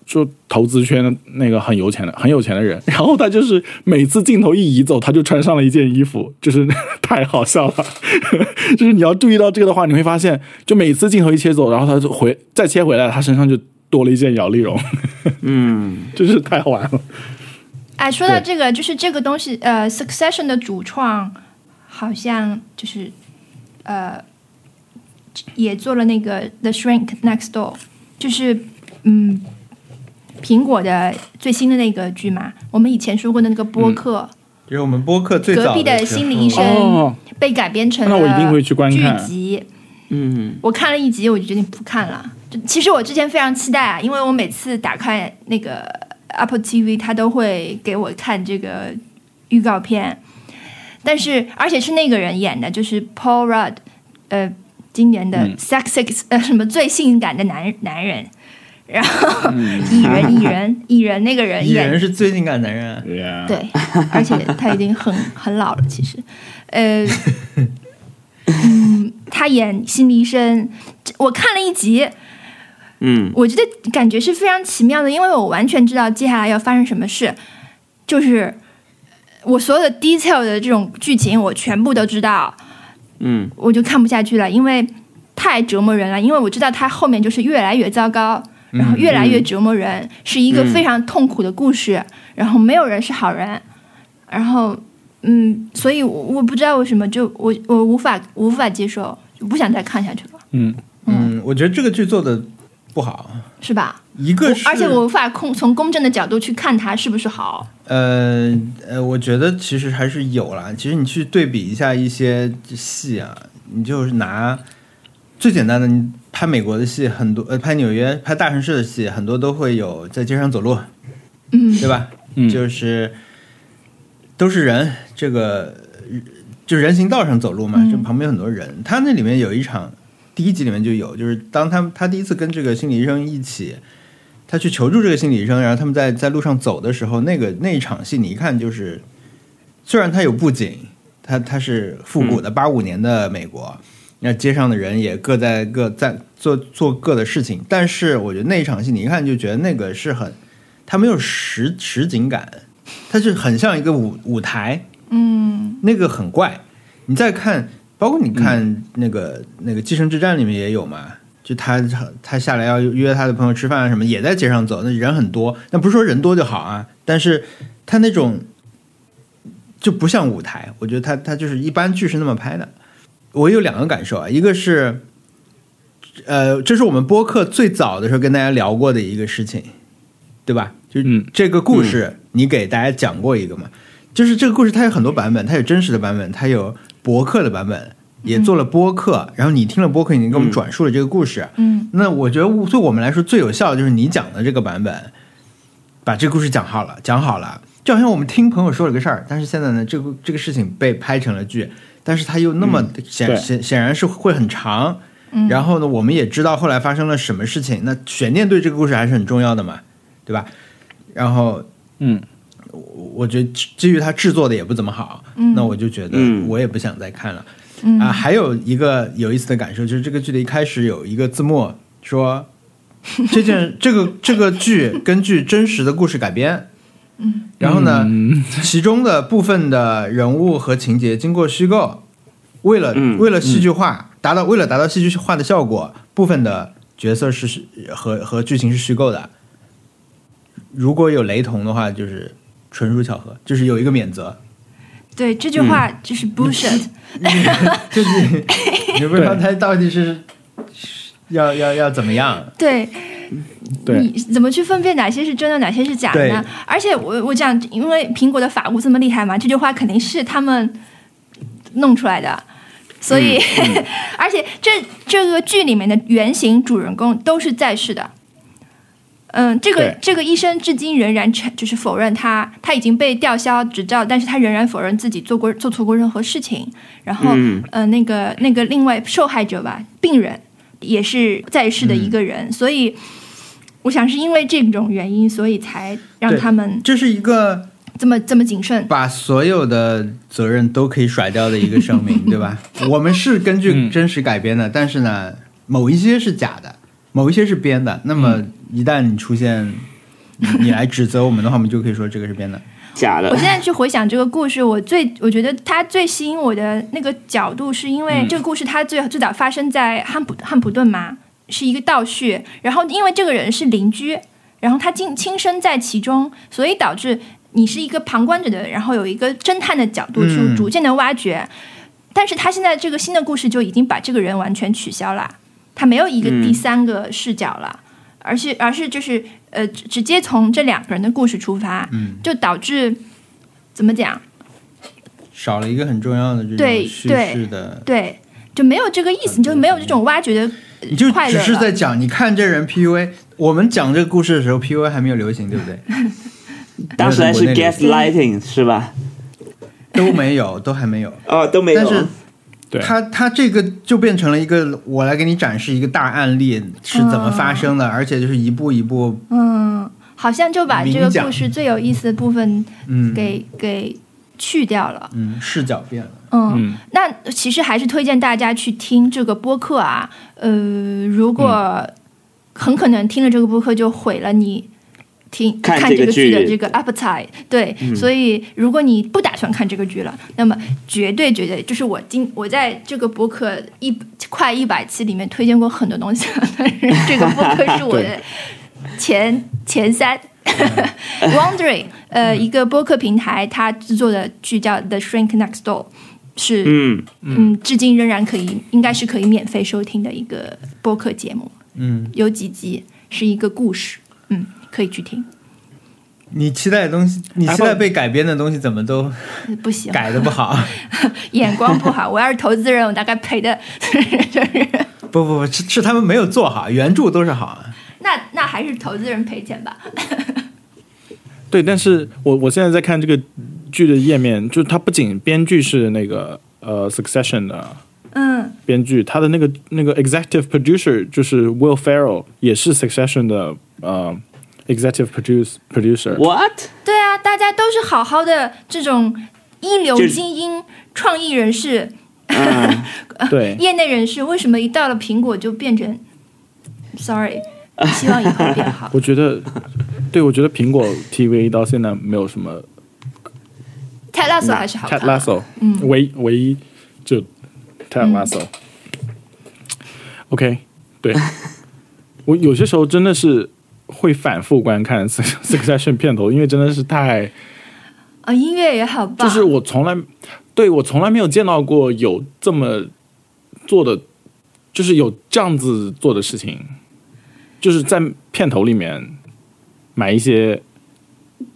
Speaker 4: 就投资圈的那个很有钱的很有钱的人，然后他就是每次镜头一移走，他就穿上了一件衣服，就是 太好笑了。就是你要注意到这个的话，你会发现，就每次镜头一切走，然后他就回再切回来，他身上就多了一件摇粒绒。 真是太好玩了。
Speaker 2: 哎，说到
Speaker 4: 对
Speaker 2: 这个，就是这个东西，呃，Succession 的主创好像就是呃，也做了那个 The Shrink Next Door，就是嗯，苹果的最新的那个剧嘛。我们以前说过的那个播客，
Speaker 3: 就是我们播客最早
Speaker 2: 隔壁的
Speaker 3: 时候
Speaker 2: 心理医生
Speaker 4: 哦，
Speaker 2: 被改编成了
Speaker 4: 那我一定会去观看
Speaker 2: 剧集。
Speaker 1: 嗯，
Speaker 2: 我看了一集，我就决定不看了。就其实我之前非常期待啊，因为我每次打开那个 Apple TV，它都会给我看这个预告片，但是而且是那个人演的，就是 Paul Rudd，呃，今年的
Speaker 4: 嗯
Speaker 2: Sex 呃什么最性感的男男人，然后
Speaker 4: 嗯
Speaker 2: 蚁人蚁人蚁人那个人
Speaker 3: 蚁
Speaker 2: 演
Speaker 3: 人嗯是最性感男人啊，
Speaker 4: 对，
Speaker 2: 对，而且他已经很 很老了，其实，呃，嗯，他演心理医生，这我看了一集，
Speaker 1: 嗯，
Speaker 2: 我觉得感觉是非常奇妙的，因为我完全知道接下来要发生什么事，就是我所有的 detail 的这种剧情我全部都知道，
Speaker 1: 嗯，
Speaker 2: 我就看不下去了，因为太折磨人了，因为我知道他后面就是越来越糟糕。然后越来越折磨人，是一个非常痛苦的故事。然后没有人是好人，然后嗯，所以我我不知道为什么就我我无法无法接受，就不想再看下去了，
Speaker 4: 嗯，
Speaker 3: 嗯，我觉得这个剧做的不好，
Speaker 2: 是吧？
Speaker 3: 一个是
Speaker 2: 而且我无法控从公正的角度去看它是不是好。
Speaker 3: 呃呃，我觉得其实还是有啦。其实你去对比一下一些戏啊，你就是拿最简单的，你拍美国的戏，很多呃拍纽约、拍大城市的戏，很多都会有在街上走路，
Speaker 2: 嗯，
Speaker 3: 对吧？
Speaker 4: 嗯
Speaker 3: 就是都是人，这个呃就人行道上走路嘛，
Speaker 2: 嗯
Speaker 3: 这旁边有很多人。他那里面有一场，第一集里面就有，就是当他他第一次跟这个心理医生一起，他去求助这个心理医生，然后他们在在路上走的时候，那个那一场戏，你一看就是，虽然他有布景，他他是复古的八五年的美国。那街上的人也各在各在做做各的事情，但是我觉得那一场戏，你一看就觉得那个是很，他没有实实景感，它就很像一个舞舞台，
Speaker 2: 嗯
Speaker 3: 那个很
Speaker 4: 嗯
Speaker 3: 怪。你再看，包括你看那个、那个《寄生之战》里面也有嘛，就他他下来要约他的朋友吃饭啊什么，也在街上走，那人很多，那不是说人多就好啊，但是他那种就不像舞台，我觉得他他就是一般剧是那么拍的。我有两个感受啊，一个是，呃，这是我们播客最早的时候跟大家聊过的一个事情，对吧？就
Speaker 4: 嗯
Speaker 3: 这个故事，你给大家讲过一个嘛？就是这个故事它有很多版本，它有真实的版本，它有博客的版本，也做了播客。然后你听了播客，你给我们转述了这个故事。
Speaker 2: 嗯
Speaker 3: 那我觉得对我们来说最有效的就是你讲的这个版本，把这个故事讲好了，讲好了。就好像我们听朋友说了个事儿，但是现在呢，这个这个事情被拍成了剧，但是它又那么显、
Speaker 4: 嗯对
Speaker 3: 显显然是会很长。
Speaker 2: 嗯
Speaker 3: 然后呢，我们也知道后来发生了什么事情。那悬念对这个故事还是很重要的嘛，对吧？然后
Speaker 4: 嗯，
Speaker 3: 我觉得基于他制作的也不怎么好，
Speaker 2: 嗯
Speaker 3: 那我就觉得
Speaker 1: 嗯
Speaker 3: 我也不想再看了。
Speaker 2: 嗯
Speaker 3: 啊，还有一个有意思的感受就是这个剧的一开始有一个字幕说，这件这个这个剧根据真实的故事改编，嗯，然后呢，
Speaker 4: 嗯
Speaker 3: 其中的部分的人物和情节经过虚构，为了、
Speaker 1: 嗯
Speaker 3: 为了戏剧化、达到为了达到戏剧化的效果，部分的角色是虚和和剧情是虚构的。如果有雷同的话，就是纯属巧合，就是有一个免 责，
Speaker 2: 对这句话就是 bullshit，
Speaker 3: 就是你你不知道他到底是要要要怎么样。
Speaker 2: 对，
Speaker 4: 对，
Speaker 2: 你怎么去分辨哪些是真的，哪些是假的呢
Speaker 3: 对？
Speaker 2: 而且我我讲，因为苹果的法务这么厉害嘛，这句话肯定是他们弄出来的。所以， 而且这这个剧里面的原型主人公都是在世的。嗯，这个
Speaker 4: 对
Speaker 2: 这个医生至今仍然承就是否认他他已经被吊销执照，但是他仍然否认自己做过做错过任何事情。然后，
Speaker 1: 嗯
Speaker 2: 呃，那个那个另外受害者吧，病人也是在世的
Speaker 3: 嗯
Speaker 2: 一个人，所以我想是因为这种原因，所以才让
Speaker 3: 对
Speaker 2: 他们
Speaker 3: 这是一个
Speaker 2: 这么这么谨慎。
Speaker 3: 把所有的责任都可以甩掉的一个 声明，对吧？我们是根据
Speaker 4: 嗯
Speaker 3: 真实改编的，但是呢，某一些是假的，某一些是编的。那么
Speaker 2: 嗯
Speaker 3: 一旦你出现，你你来指责我们的话，我们就可以说这个是编的。
Speaker 1: 假的
Speaker 2: 我现在去回想这个故事，我最我觉得它最吸引我的那个角度，是因
Speaker 3: 嗯
Speaker 2: 为这个故事它最最早发生在汉普汉普顿嘛，是一个倒叙，然后因为这个人是邻居，然后他亲亲身在其中，所以导致你是一个旁观者的，然后有一个侦探的角度去
Speaker 3: 嗯
Speaker 2: 逐渐的挖掘。但是他现在这个新的故事就已经把这个人完全取消了，他没有一个
Speaker 1: 嗯
Speaker 2: 第三个视角了，而是而是就是呃直直接从这两个人的故事出发，
Speaker 3: 嗯
Speaker 2: 就导致怎么讲？
Speaker 3: 少了一个很重要的这
Speaker 2: 对
Speaker 3: 种叙
Speaker 2: 对
Speaker 3: 事的，
Speaker 2: 对，就没有这个意
Speaker 3: 嗯
Speaker 2: 思，就没有这种挖掘的
Speaker 3: 你就
Speaker 2: 快乐
Speaker 3: 只
Speaker 2: 了。
Speaker 3: 是在讲，你看这人 PUA。我们讲这个故事的时候，PUA 还没有流行，对不 对？
Speaker 1: 当时还是
Speaker 3: 没有在国
Speaker 1: gaslighting 是吧？
Speaker 3: 都没有，都还没有。
Speaker 1: 哦，都没有。
Speaker 3: 但是
Speaker 4: 对，
Speaker 3: 他他这个就变成了一个，我来给你展示一个大案例是怎么发生的，而且就是一步一步，
Speaker 2: 嗯，好像就把这个
Speaker 3: 明讲
Speaker 2: 故事最有意思的部分
Speaker 3: 嗯，
Speaker 2: 给、给去掉了。
Speaker 3: 嗯视角变了，
Speaker 2: 嗯，
Speaker 4: 嗯
Speaker 2: 那其实还是推荐大家去听这个播客啊。呃，如果很可能听了这个播客就毁了你听
Speaker 1: 看
Speaker 2: 看
Speaker 1: 这
Speaker 2: 这
Speaker 1: 个
Speaker 2: 个剧的
Speaker 1: 剧
Speaker 2: 这个 appetite。对，所以如果你不打算看这个剧了，那么绝对绝对就是我今我在这个播客一快一百期里面推荐过很多东西了， 但是这个播客是我的前前三。Wondering，呃，一个播客平台，它制作的剧叫《The Shrink Next Door》，是
Speaker 1: 嗯，
Speaker 2: 嗯，至今仍然可以，应该是可以免费收听的一个播客节目，
Speaker 3: 嗯，
Speaker 2: 有几集是一个故事，嗯，可以去听。
Speaker 3: 你期待的东西，你期待
Speaker 4: Apple-
Speaker 3: 被改编的东西怎么都
Speaker 2: 呃不行，
Speaker 3: 改的不好？
Speaker 2: 眼光不好。我要是投资人，我大概赔的， 就是
Speaker 3: 不不不，是是他们没有做好，原著都是好啊，
Speaker 2: 那那还是投资人赔钱吧。
Speaker 4: 对，但是我我现在在看这个剧的页面，就是它不仅编剧是那个呃《Succession》的
Speaker 2: 嗯
Speaker 4: 编剧，他的那个那个 Executive Producer 就是 Will Ferrell，也是《Succession》的呃 Executive Produce Producer。
Speaker 1: what？
Speaker 2: 对啊，大家都是好好的这种一流
Speaker 1: 就是
Speaker 2: 精英、创意人士、
Speaker 1: 嗯，
Speaker 4: 对，
Speaker 2: 业内人士，为什么一到了苹果就变成？Sorry，希望以后变 好。
Speaker 4: 我觉得，对我觉得苹果 TV 到现在没有什么
Speaker 2: 泰拉索还是好看
Speaker 4: Ted
Speaker 2: 的。
Speaker 4: Lasso，嗯，
Speaker 2: 嗯
Speaker 4: 唯唯一就 Ted Lasso。OK，对，我有些时候真的是会反复观看《Succession》片头，因为真的是太，
Speaker 2: 啊、音乐也好棒，
Speaker 4: 就是我从来对我从来没有见到过有这么做的，就是有这样子做的事情，就是在片头里面买一些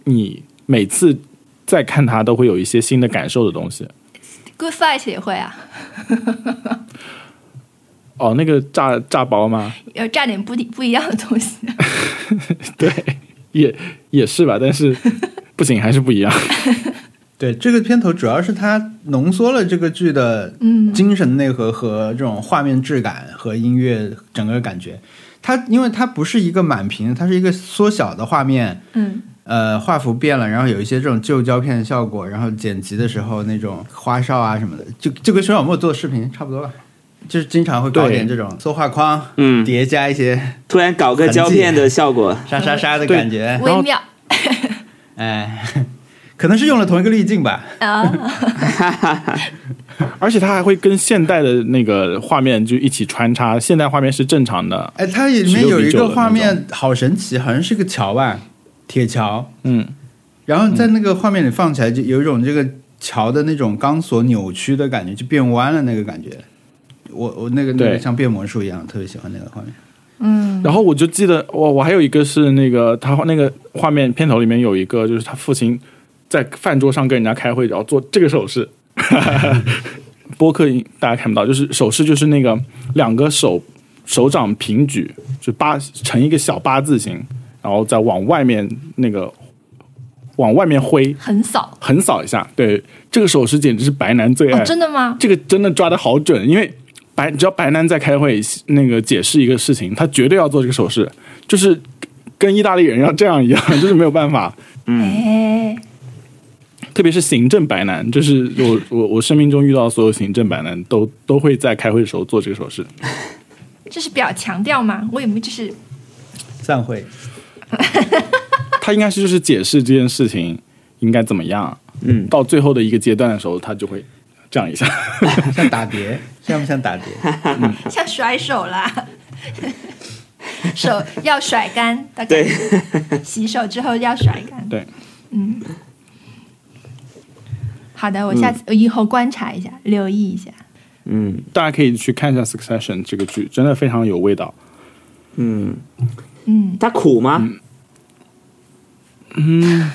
Speaker 4: 你每次再看它都会有一些新的感受的东西。
Speaker 2: Good Fight 也会啊，
Speaker 4: 哦，那个炸炸包吗？
Speaker 2: 要炸点不不一样的东西。
Speaker 4: 对，也也是吧，但 是不行，还是不一样。
Speaker 3: 对，这个片头主要是它浓缩了这个剧的精神内核和这种画面质感和音乐整个感觉。它因为它不是一个满屏，它是一个缩小的画面，
Speaker 2: 嗯，
Speaker 3: 呃，画幅变了，然后有一些这种旧胶片的效果，然后剪辑的时候那种花哨啊什么的，就就跟徐小沫做的视频差不多吧。就是经常会搞
Speaker 4: 对
Speaker 3: 点这种缩画框，
Speaker 1: 嗯
Speaker 3: 叠加一些
Speaker 1: 突然搞个胶片的效果，
Speaker 3: 沙沙沙的
Speaker 4: 对
Speaker 3: 感觉，
Speaker 2: 微妙
Speaker 3: 哎， 可能是用了同一个滤镜吧。
Speaker 2: 啊，
Speaker 4: 而且它还会跟现代的那个画面就一起穿插，现代画面是正常的，
Speaker 3: 哎，它里面
Speaker 4: 16
Speaker 3: 有一
Speaker 4: 比9
Speaker 3: 个
Speaker 4: 的
Speaker 3: 画
Speaker 4: 那
Speaker 3: 面好神奇，好像是个桥吧，铁桥。
Speaker 4: 嗯，
Speaker 3: 然后在那个画面里放起来，就有一种这个桥的那种钢索扭曲的感觉，就变弯了那个感觉。我我那个那个
Speaker 4: 对
Speaker 3: 像变魔术一样，特别喜欢那个画面。
Speaker 2: 嗯，
Speaker 4: 然后我就记得，我我还有一个是那个他那个画面片头里面有一个，就是他父亲在饭桌上跟人家开会，然后做这个手势。 播客大家看不到，就是手势，就是那个两个手手掌平举，就八成一个小八字形，然后再往外面那个往外面挥，
Speaker 2: 横扫
Speaker 4: 横扫一下。对，这个手势简直是白男最爱。
Speaker 2: 哦，真的吗？
Speaker 4: 这个真的抓的好准，因为白只要白男在开会，那个解释一个事情，他绝对要做这个手势，就是跟意大利人要这样一样，就是没有办法。
Speaker 2: 哎，
Speaker 4: 特别是行政白男，就是我我我生命中遇到的所有行政白男都 都会在开会的时候做这个手势。
Speaker 2: 这是表强调吗？我以为这是
Speaker 3: 散会，
Speaker 4: 他应该是就是解释这件事情应该怎么样，
Speaker 1: 嗯，
Speaker 4: 到最后的一个阶段的时候，他就会这样一下。
Speaker 3: 像打碟， 像不像打碟？
Speaker 2: 像甩手啦，手要甩干，大概
Speaker 1: 对，
Speaker 2: 洗手之后要甩干。
Speaker 4: 对，
Speaker 2: 嗯，好的，我下次、我以后观察一下，留意一下。
Speaker 1: 嗯
Speaker 4: 大家可以去看一下《Succession》这个剧，真的非常有味道。
Speaker 1: 嗯，
Speaker 2: 嗯，
Speaker 1: 它苦吗？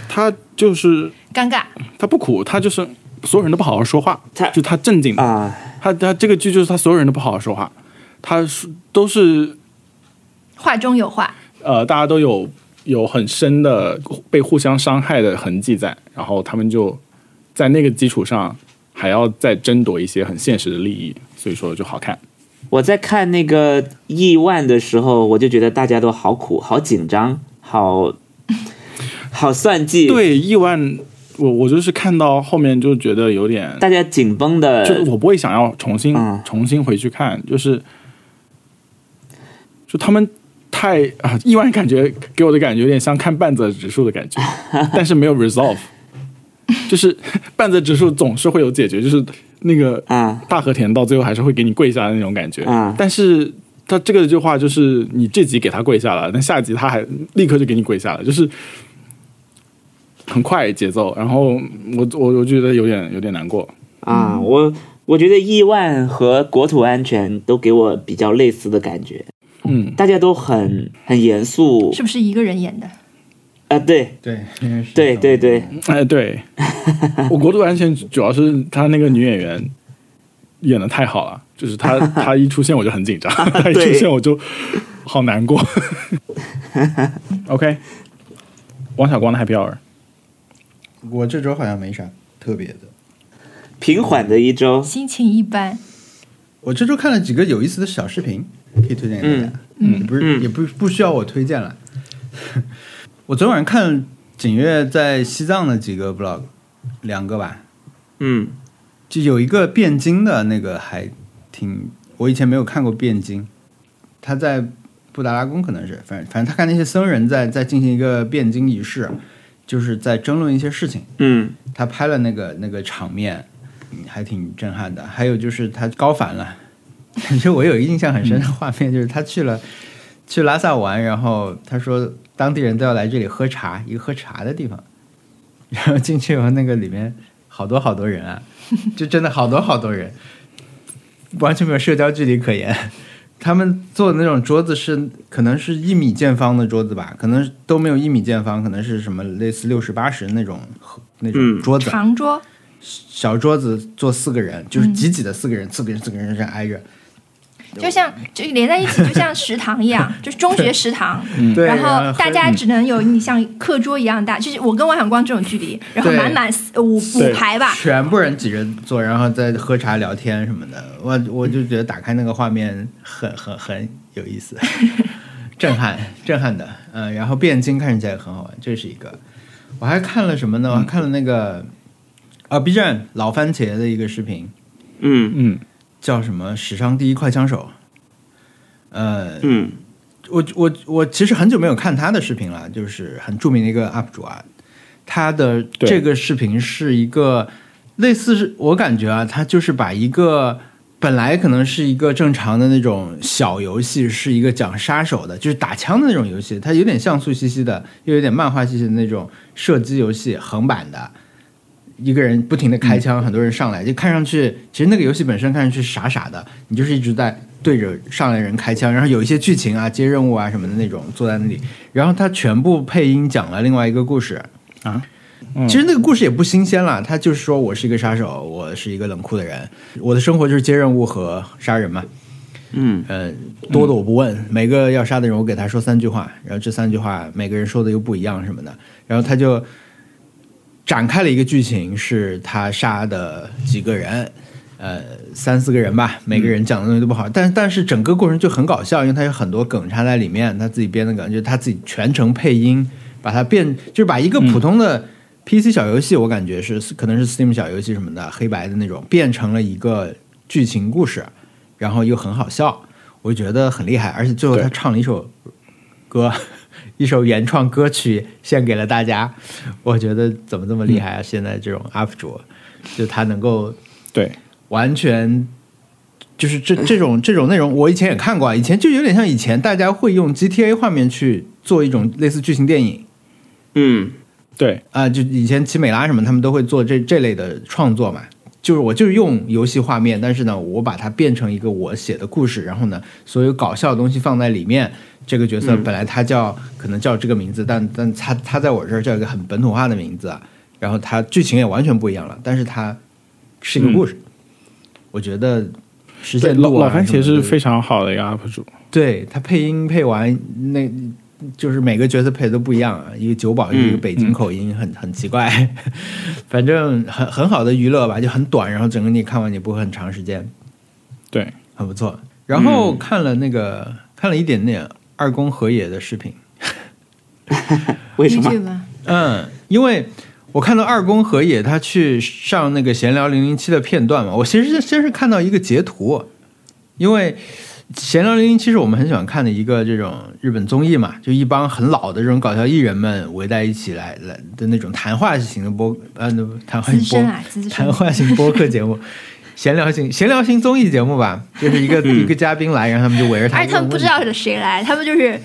Speaker 4: 他就是
Speaker 2: 尴尬，
Speaker 4: 他不苦，他就是所有人都不好好说话，
Speaker 1: 他
Speaker 4: 就他正经的，
Speaker 1: 啊，
Speaker 4: 他他这个剧就是他所有人都不好好说话，他是都是
Speaker 2: 话中有话，
Speaker 4: 呃大家都有有很深的被互相伤害的痕迹在，然后他们就在那个基础上还要再争夺一些很现实的利益，所以说就好看。
Speaker 1: 我在看那个《亿万》的时候，我就觉得大家都好苦，好紧张，好好算计，，
Speaker 4: 对，亿万我我就是看到后面就觉得有点
Speaker 1: 大家紧绷的，
Speaker 4: 就是我不会想要重新、
Speaker 1: 嗯
Speaker 4: 重新回去看，就是就他们太啊，意外感觉给我的感觉有点像看半泽直树的 感觉，但是没有 resolve，就是 半泽直树总是会有解决，就是那个
Speaker 1: 啊，
Speaker 4: 大和田到最后还是会给你跪下的那种感觉，
Speaker 1: 嗯
Speaker 4: 但是。他这个句话就是你这集给他跪下了，但下集他还立刻就给你跪下了，就是很快节奏。然后我我我觉得有点有点难过。
Speaker 1: 啊，我我觉得亿万和国土安全都给我比较类似的感觉，
Speaker 4: 嗯，
Speaker 1: 大家都很很严肃
Speaker 2: 是不是一个人演的？
Speaker 1: 啊，对
Speaker 3: 对，因为是
Speaker 1: 对
Speaker 3: 这
Speaker 1: 对
Speaker 3: 种
Speaker 1: 对，
Speaker 4: 哎，对，我国度安全主要是他那个女演员演的太好了，就是她 她一出现我就很紧张，
Speaker 3: 啊
Speaker 4: 她一出现我就好难 过。OK，王小光的 Happy Hour，
Speaker 3: 我这周好像没啥特别的。
Speaker 1: 平缓的一周，
Speaker 2: 心情一般，
Speaker 3: 我这周看了几个有意思的小视频，可以推荐给大家。
Speaker 2: 嗯
Speaker 3: 也不是、
Speaker 1: 嗯
Speaker 3: 也不不需要我推荐了。 我昨晚上看景月在西藏的几个 vlog，两个吧，
Speaker 1: 嗯
Speaker 3: 就有一个汴京的那个还挺，我以前没有看过汴京，他在布达拉宫可能是，反正反正他看那些僧人在在进行一个汴京仪式，就是在争论一些事情。
Speaker 1: 嗯
Speaker 3: 他拍了那个那个场面，嗯还挺震撼的。还有就是他高反了， 就我有一个印象很深的画面，就是他去了去拉萨玩，然后他说当地人都要来这里喝茶，一个喝茶的地方。然后进去以后，那个里面好多好多人啊，就真的好多好多人，完全没有社交距离可言。他们坐的那种桌子是可能是一米见方的桌子吧，可能都没有一米见方，可能是什么类似六十八十那种那种
Speaker 1: 嗯
Speaker 3: 桌子，
Speaker 2: 长桌，
Speaker 3: 小桌子坐四个人，就是挤挤的四个人，四个人四个人这样挨着。
Speaker 2: 就像就连在一起，就像食堂一样，就是中学食堂。
Speaker 3: 对，嗯
Speaker 2: 然后大家
Speaker 3: 很
Speaker 2: 只能有你像课桌一样大，就是我跟王小光这种距离，然后
Speaker 3: 对
Speaker 2: 满满四五五
Speaker 4: 对
Speaker 2: 排吧，
Speaker 3: 全部人挤着坐，然后在喝茶聊天什么的，我我就觉得打开那个画面很很很有意思， 震撼 震撼的，嗯、然后汴京看起来也很好玩，这是一个。我还看了什么呢？我还看了那个啊 B 站老番茄的一个视频，
Speaker 1: 嗯
Speaker 4: 嗯，
Speaker 3: 叫什么“史上第一快枪手”。呃，
Speaker 1: 嗯
Speaker 3: 我我我其实很久没有看他的视频了，就是很著名的一个 UP 主啊，他的
Speaker 4: 对
Speaker 3: 这个视频是一个类似是，我感觉啊，他就是把一个本来可能是一个正常的那种小游戏，是一个讲杀手的，就是打枪的那种游戏，它有点像素兮兮的，又有点漫画兮兮的那种射击游戏，横版的。一个人不停的开枪，很多人上来，就看上去，其实那个游戏本身看上去傻傻的，你就是一直在对着上来人开枪，然后有一些剧情啊、接任务啊什么的那种，坐在那里，然后他全部配音讲了另外一个故事
Speaker 4: 啊。嗯
Speaker 3: 其实那个故事也不新鲜了，他就是说我是一个杀手，我是一个冷酷的人，我的生活就是接任务和杀人嘛。
Speaker 1: 嗯
Speaker 3: 呃，多的我不问，每个要杀的人我给他说三句话，然后这三句话每个人说的又不一样什么的，然后他就展开了一个剧情，是他杀的几个人，呃，三四个人吧，每个人讲的东西都不好，但但是整个过程就很搞笑，因为他有很多梗插在里面，他自己编的梗，就是他自己全程配音，把它变，就是把一个普通的 PC 小游戏，我感觉是可能是 Steam 小游戏什么的，黑白的那种，变成了一个剧情故事，然后又很好笑，我觉得很厉害，而且最后他
Speaker 4: 对
Speaker 3: 唱了一首歌， 一首原创歌曲献给了大家，我觉得怎么这么厉害啊！现在这种 UP 主，就他能够
Speaker 4: 对，
Speaker 3: 完全就是这这种这种内容，我以前也看过，啊，以前就有点像以前大家会用 GTA 画面去做一种类似剧情电影
Speaker 1: 嗯
Speaker 4: 对，
Speaker 3: 啊、就以前奇美拉什么他们都会做这这类的创作嘛。就是我就是用游戏画面，但是呢，我把它变成一个我写的故事，然后呢，所有搞笑的东西放在里面。这个角色
Speaker 1: 嗯
Speaker 3: 本来他叫、可能叫这个名字，但但他他在我这儿叫一个很本土化的名字啊，然后他剧情也完全不一样了，但是他是一个故事。我觉得实
Speaker 4: 嗯对
Speaker 3: 现
Speaker 4: 老
Speaker 3: 度啊
Speaker 4: 老番
Speaker 3: 什么
Speaker 4: 茄
Speaker 3: 的
Speaker 4: 是
Speaker 3: 都
Speaker 4: 非常好的一个 UP 主，
Speaker 3: 对他配音配完那，就是每个角色配的都不一样啊，一个九保，
Speaker 1: 嗯
Speaker 3: 一个北京口音，很很奇怪。 反正很很好的娱乐吧，就很短，然后整个你看完也不会很长时间，
Speaker 4: 对，
Speaker 3: 很不错。然后看了那个、看了一点点二宫和也的视频，
Speaker 1: 为什么？
Speaker 2: YouTube 吗？
Speaker 3: 嗯，因为我看到二宫和也他去上那个闲聊零零七的片段嘛，我其实是先是看到一个截图，因为闲聊零零七是我们很喜欢看的一个这种日本综艺嘛，就一帮很老的这种搞笑艺人们围在一起来来的那种谈话型的播呃那不谈话
Speaker 2: 资
Speaker 3: 型播
Speaker 2: 深啊，资深
Speaker 3: 谈。话型播客节目。闲聊型闲聊型综艺节目吧，就是一个一个嘉宾来，然后他们就围着他
Speaker 2: 而且
Speaker 3: 问问题，
Speaker 2: 他们不知道是谁来，他们就是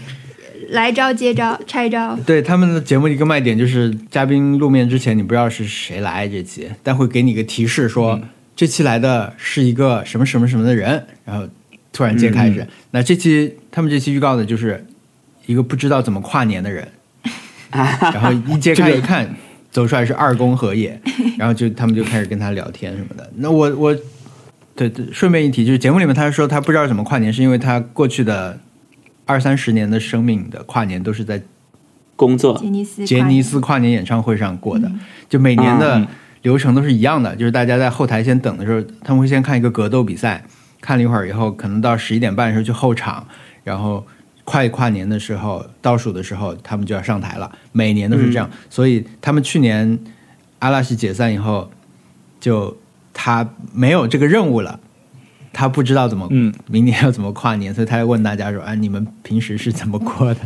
Speaker 2: 来招接招拆招。
Speaker 3: 对他们的节目一个卖点就是嘉宾露面之前，你不知道是谁来这期，但会给你一个提示说、这期来的是一个什么什么什么的人，然后突然揭开始。那这期他们这期预告的就是一个不知道怎么跨年的人，然后一揭开一看，走出来是二宫和也，然后就他们就开始跟他聊天什么的。那我我对对，顺便一提，就是节目里面他说他不知道怎么跨年，是因为他过去的二三十年的生命的跨年都是在
Speaker 1: 工作
Speaker 2: 杰尼斯，
Speaker 3: 杰尼斯跨年嗯演唱会上过的，就每年的流程都是一样的，就是大家在后台先等的时候，他们会先看一个格斗比赛，看了一会儿以后，可能到十一点半的时候去候场，然后快跨年的时候倒数的时候，他们就要上台了，每年都是这样，所以他们去年阿拉西解散以后，就他没有这个任务了。他不知道怎么，
Speaker 4: 嗯，
Speaker 3: 明年要怎么跨年，所以他就问大家说：“哎，你们平时是怎么过的？”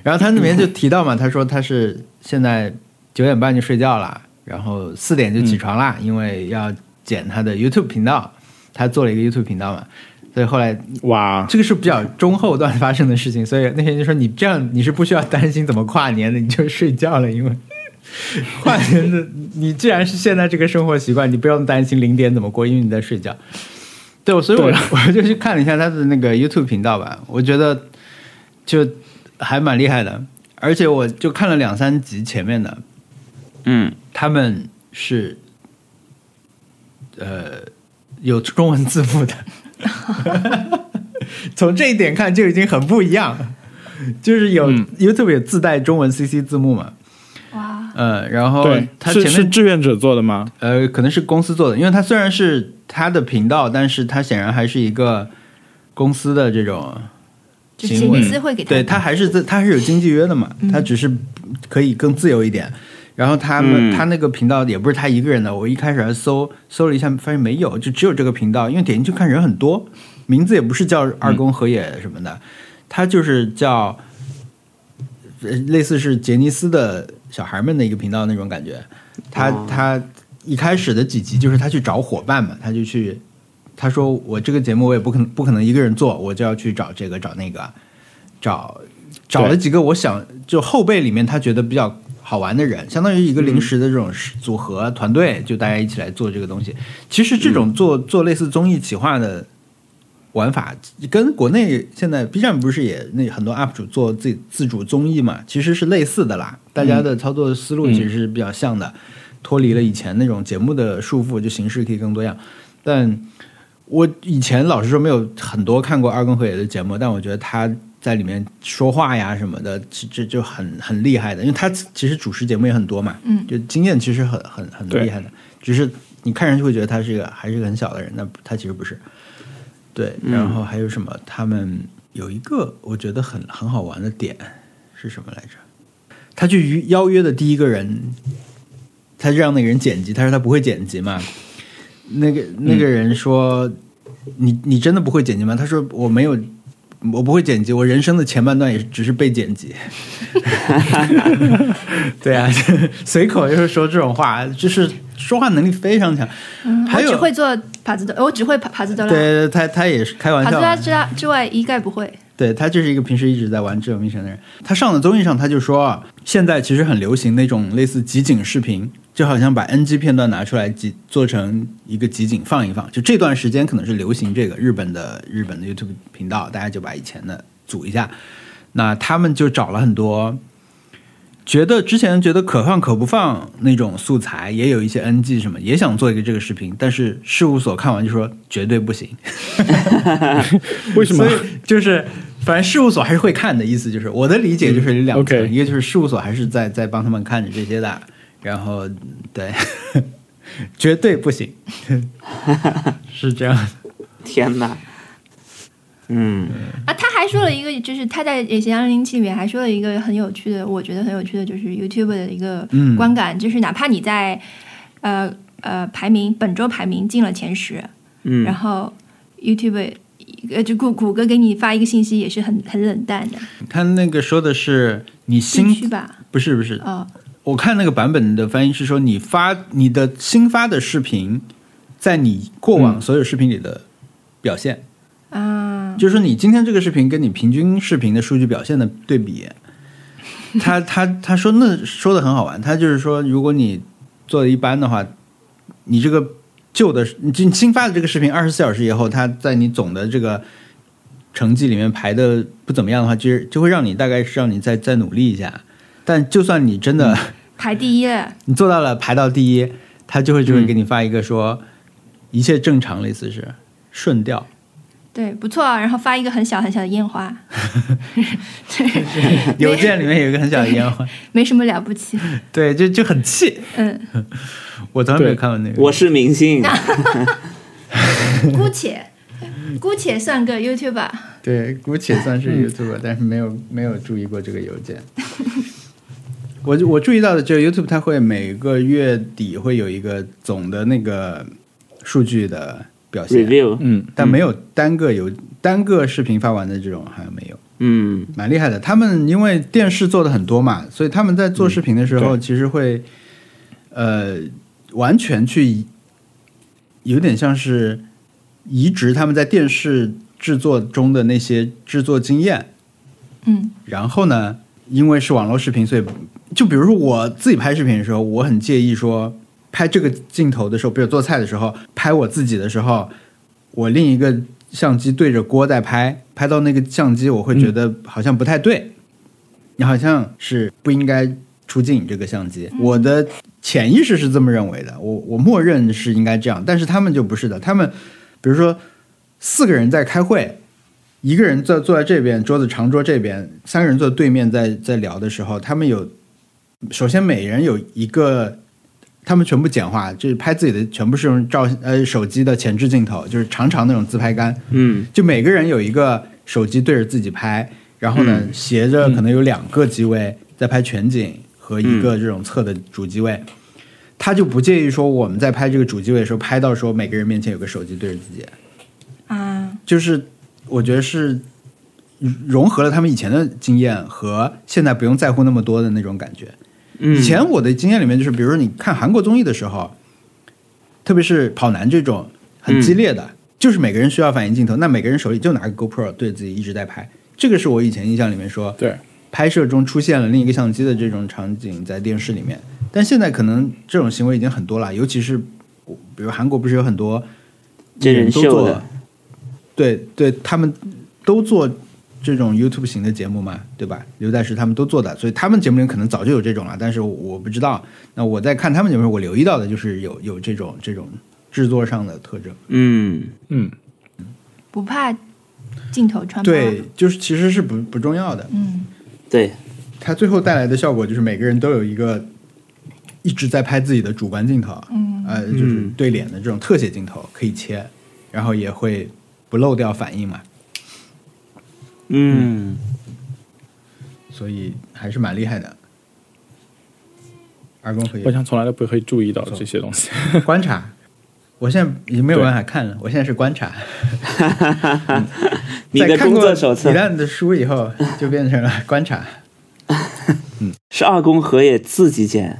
Speaker 3: 然后他里面就提到嘛，他说他是现在九点半就睡觉了，然后四点就起床啦，因为要剪他的 YouTube 频道，他做了一个 YouTube 频道嘛。所以后来
Speaker 4: 哇，
Speaker 3: 这个是比较中后段发生的事情，所以那些人就说你这样你是不需要担心怎么跨年的，你就睡觉了，因为 跨年的你既然是现在这个生活习惯，你不用担心零点怎么过，因为你在睡觉。对，所以我
Speaker 4: 对啊
Speaker 3: 我就去看了一下他的那个 YouTube 频道吧，我觉得就还蛮厉害的，而且我就看了两三集前面的，
Speaker 1: 嗯，
Speaker 3: 他们是呃有中文字幕的， 从这一点看就已经很不一样，就是有、
Speaker 4: 嗯
Speaker 3: YouTube 有自带中文 CC 字幕嘛，
Speaker 2: 哇，
Speaker 3: 呃，然后
Speaker 4: 对，
Speaker 3: 它前
Speaker 4: 是是
Speaker 3: 面
Speaker 4: 志愿者做的吗？
Speaker 3: 呃可能是公司做的，因为它虽然是他的频道，但是它显然还是一个公司的这种
Speaker 2: 就
Speaker 3: 行为
Speaker 2: 薪资会给他嗯
Speaker 3: 对他还是在，他还是有经纪约的嘛，他只是可以更自由一点。然后他们、
Speaker 1: 嗯
Speaker 3: 他那个频道也不是他一个人的，我一开始还搜搜了一下，发现没有，就只有这个频道，因为点进去看人很多，名字也不是叫
Speaker 1: 嗯
Speaker 3: 二宫和也什么的，他就是叫呃类似是杰尼斯的小孩们的一个频道那种感觉。他、
Speaker 1: 哦
Speaker 3: 他一开始的几集就是他去找伙伴嘛，他就去。他说：“我这个节目我也不可能不可能一个人做，我就要去找这个找那个，找找了几个我想就后辈里面他觉得比较好玩的人，相当于一个临时的这种组合、团队，就大家一起来做这个东西。其实这种做、做类似综艺企划的玩法，跟国内现在 B 站不是也那很多 UP 主做自己自主综艺嘛，其实是类似的啦。大家的操作思路其实是比较像的，脱离了以前那种节目的束缚，就形式可以更多样。但我以前老实说没有很多看过二宫和也的节目，但我觉得他在里面说话呀什么的，这这就很很厉害的，因为他其实主持节目也很多嘛，
Speaker 2: 嗯
Speaker 3: 就经验其实很很很
Speaker 4: 对
Speaker 3: 厉害的，只是你看上去会觉得他是一个还是一个很小的人，那他其实不是。对，然后还有什么？他们有一个我觉得很很好玩的点是什么来着？他去约邀约的第一个人，他让那个人剪辑，他说他不会剪辑嘛，那个那个人说：“你你真的不会剪辑吗？”他说：“我没有，我不会剪辑，我人生的前半段也只是被剪辑。” 对啊， 随口就是说这种话，就是说话能力非常强。
Speaker 2: 嗯
Speaker 3: 还
Speaker 2: 我只
Speaker 3: 有，
Speaker 2: 会做帕兹德，我只会帕帕兹德拉，
Speaker 3: 对他他也是开玩
Speaker 2: 帕兹
Speaker 3: 笑
Speaker 2: 德
Speaker 3: 嘛
Speaker 2: 拉，之拉之外一概不会。
Speaker 3: 对他就是一个平时一直在玩这种迷神的人。他上的综艺上，他就说，啊现在其实很流行那种类似集锦视频，就好像把 NG 片段拿出来集做成一个集锦放一放。就这段时间可能是流行这个日本的日本的 YouTube 频道，大家就把以前的组一下。那他们就找了很多。觉得之前觉得可放可不放那种素材，也有一些 NG 什么，也想做一个这个视频，但是事务所看完就说绝对不行，
Speaker 4: 为什么
Speaker 3: 所以？就是，反正事务所还是会看的意思，就是我的理解就是有两层，
Speaker 4: 嗯，OK
Speaker 3: 一个就是事务所还是在在帮他们看着这些的，然后对， 绝对不行，是这样的。
Speaker 1: 天哪，嗯，
Speaker 2: 啊，他还说了一个，就是他在《野行二零零七》里面还说了一个很有趣的，我觉得很有趣的，就是 YouTube 的一个
Speaker 3: 嗯
Speaker 2: 观感，就是哪怕你在呃呃排名本周排名进了前十，
Speaker 1: 嗯
Speaker 2: 然后 YouTube 呃就谷谷歌给你发一个信息也是很很冷淡的，
Speaker 3: 他那个说的是你
Speaker 2: 地区
Speaker 3: 新
Speaker 2: 吧，
Speaker 3: 不是不是，
Speaker 2: 哦，
Speaker 3: 我看那个版本的翻译是说你发你的新发的视频，在你过往所有视频里的表现，
Speaker 2: 啊，
Speaker 3: 就是说你今天这个视频跟你平均视频的数据表现的对比，他他他说那说的很好玩，他就是说如果你做的一般的话，你这个旧的你新新发的这个视频二十四小时以后，它在你总的这个成绩里面排的不怎么样的话，就是就会让你大概是让你再再努力一下，但就算你真的、
Speaker 2: 排第一了，
Speaker 3: 你做到了排到第一，他就会就会给你发一个说、一切正常，类似是顺调。
Speaker 2: 对，不错啊，然后发一个很小很小的烟 花，
Speaker 3: 邮件里面有一个很小的烟花，
Speaker 2: 没什么了不起，
Speaker 3: 对，就就很气。
Speaker 2: 嗯，
Speaker 3: 我从来没有
Speaker 4: 对
Speaker 3: 看过那个。
Speaker 1: 我是明星，
Speaker 2: 姑且姑且算个 YouTuber。
Speaker 3: 对，姑且算是 YouTube，、但是没有没有注意过这个邮件。 我就我注意到的就是 YouTube，它会每个月底会有一个总的那个数据的表现
Speaker 1: review，
Speaker 4: 嗯，
Speaker 3: 但没有单个有单个视频发完的这种好像没有。
Speaker 1: 嗯
Speaker 3: 蛮厉害的。他们因为电视做的很多嘛，所以他们在做视频的时候，
Speaker 4: 对
Speaker 3: 其实会、呃完全去移有点像是移植他们在电视制作中的那些制作经验，
Speaker 2: 嗯
Speaker 3: 然后呢，因为是网络视频，所以就比如说我自己拍视频的时候，我很介意说拍这个镜头的时候，比如做菜的时候，拍我自己的时候，我另一个相机对着锅在拍，拍到那个相机，我会觉得好像不太对，你好像是不应该出镜这个相机。我的潜意识是这么认为的，我我默认是应该这样，但是他们就不是的，他们比如说四个人在开会，一个人坐坐在这边，桌子长桌这边，三个人坐对面在在聊的时候，他们有首先每人有一个，他们全部简化，就是拍自己的全部是用照呃手机的前置镜头，就是长长那种自拍杆，
Speaker 1: 嗯
Speaker 3: 就每个人有一个手机对着自己拍，然后呢、斜着可能有两个机位在拍全景和一个这种侧的主机位，他就不介意说我们在拍这个主机位的时候拍到说每个人面前有个手机对着自己，
Speaker 2: 啊，
Speaker 3: 就是我觉得是融合了他们以前的经验和现在不用在乎那么多的那种感觉。
Speaker 1: 嗯，
Speaker 3: 以前我的经验里面就是，比如说你看韩国综艺的时候，特别是跑男这种很激烈的，就是每个人需要反应镜头，那每个人手里就拿个 GoPro 对自己一直在拍。这个是我以前印象里面说，
Speaker 4: 对，
Speaker 3: 拍摄中出现了另一个相机的这种场景在电视里面，但现在可能这种行为已经很多了，尤其是比如韩国不是有很多
Speaker 1: 真人
Speaker 3: 都
Speaker 1: 秀的
Speaker 3: 做，对对，他们都做这种 YouTube 型的节目嘛，对吧？刘在石他们都做的，所以他们节目里可能早就有这种了，但是我不知道。那我在看他们节目时，我留意到的就是有有这种这种制作上的特征。
Speaker 1: 嗯
Speaker 4: 嗯，
Speaker 2: 不怕镜头穿帮。
Speaker 3: 对，就是其实是不不重要的，
Speaker 2: 嗯，
Speaker 1: 对，
Speaker 3: 它最后带来的效果就是每个人都有一个一直在拍自己的主观镜头，
Speaker 2: 嗯
Speaker 3: 呃，就是
Speaker 1: 嗯
Speaker 3: 对脸的这种特写镜头可以切，然后也会不漏掉反应嘛。
Speaker 1: 嗯
Speaker 3: 所以还是蛮厉害的。二宫和
Speaker 4: 我
Speaker 3: 也
Speaker 4: 想从来都不会注意到这些东西。
Speaker 3: 观察，我现在已经没有办法看了，我现在是观察。
Speaker 1: 你
Speaker 3: 在
Speaker 1: 的
Speaker 3: 看
Speaker 1: 工
Speaker 3: 过
Speaker 1: 作手册
Speaker 3: 李诞的书以后，就变成了观察。
Speaker 1: 是二宫和也自己剪，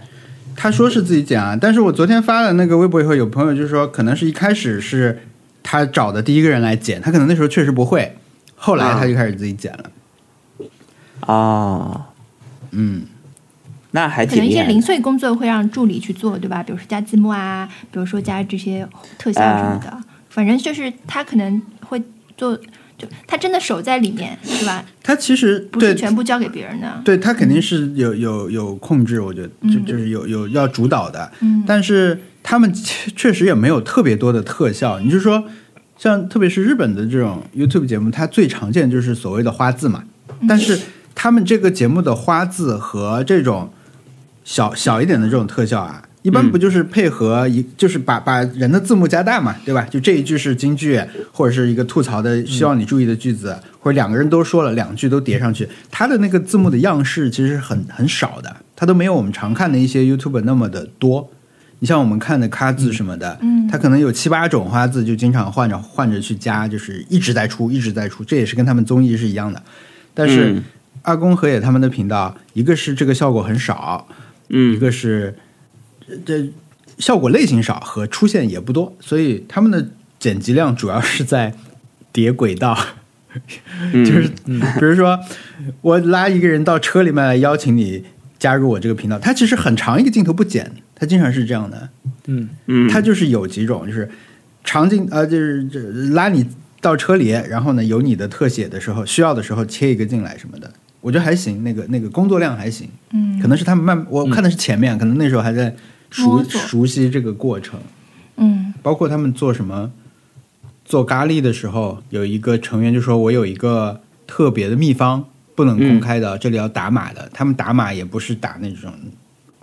Speaker 3: 他说是自己剪啊，但是我昨天发了那个微博以后，有朋友就说，可能是一开始是他找的第一个人来剪，他可能那时候确实不会，后来他就开始自己剪了。
Speaker 1: 哦，
Speaker 3: 嗯，
Speaker 1: 那还
Speaker 2: 可能
Speaker 1: 挺
Speaker 2: 一
Speaker 1: 厉
Speaker 2: 些
Speaker 1: 害
Speaker 2: 零
Speaker 1: 的。
Speaker 2: 碎工作会让助理去做，对吧？比如说加字幕啊，比如说加这些特效什
Speaker 3: 啊
Speaker 2: 么的，反正就是他可能会做，就他真的手在里面，对吧？
Speaker 3: 他其实
Speaker 2: 不是
Speaker 3: 对
Speaker 2: 全部交给别人的。
Speaker 3: 对他肯定是有有有控制，我觉得就
Speaker 2: 嗯
Speaker 3: 就是有有要主导的，
Speaker 2: 嗯
Speaker 3: 但是他们确确实也没有特别多的特效。你就说，像特别是日本的这种 YouTube 节目，它最常见就是所谓的花字嘛。但
Speaker 2: 嗯
Speaker 3: 是他们这个节目的花字和这种小小一点的这种特效啊，一般
Speaker 1: 嗯
Speaker 3: 不就是配合一，就是把把人的字幕加大嘛，对吧？就这一句是京剧，或者是一个吐槽的希望你注意的句子，或者两个人都说了两句都叠上去，它的那个字幕的样式其实很很少的，它都没有我们常看的一些 YouTube 那么的多。你像我们看的咖字什么的，
Speaker 2: 嗯
Speaker 3: 它可能有七八种花字，就经常换着换着去加，就是一直在出，一直在出，这也是跟他们综艺是一样的。但是
Speaker 1: 嗯
Speaker 3: 二宫和也他们的频道，一个是这个效果很少，一
Speaker 1: 嗯
Speaker 3: 个是呃这效果类型少和出现也不多，所以他们的剪辑量主要是在叠轨道，
Speaker 1: 嗯
Speaker 3: 就是比如说我拉一个人到车里面来邀请你加入我这个频道，他其实很长一个镜头不剪，他经常是这样的，
Speaker 4: 嗯，
Speaker 1: 嗯，
Speaker 3: 他就是有几种，就是长镜呃，就是这拉你到车里，然后呢有你的特写的时候，需要的时候切一个进来什么的，我觉得还行，那个那个工作量还行，
Speaker 2: 嗯
Speaker 3: 可能是他们慢，我看的是前面，可能那时候还在熟
Speaker 2: 摸索
Speaker 3: 熟悉这个过程，
Speaker 2: 嗯
Speaker 3: 包括他们做什么做咖喱的时候，有一个成员就说我有一个特别的秘方。不能公开的，这里要打码的。他们打码也不是打那种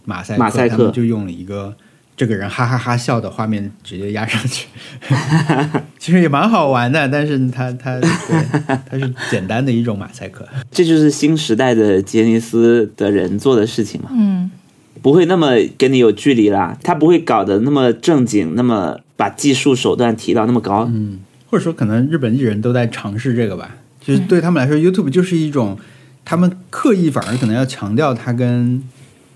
Speaker 3: 马赛
Speaker 1: 嗯
Speaker 3: 克，
Speaker 1: 马赛克
Speaker 3: 他们就用了一个这个人哈哈哈笑的画面直接压上去， 其实也蛮好玩的。但是它它对它是简单的一种马赛克，
Speaker 1: 这就是新时代的杰尼斯的人做的事情嘛，
Speaker 2: 嗯，
Speaker 1: 不会那么跟你有距离啦，他不会搞得那么正经，那么把技术手段提到那么高。嗯
Speaker 3: 或者说可能日本艺人都在尝试这个吧。就是对他们来说，YouTube 就是一种他们刻意反而可能要强调它跟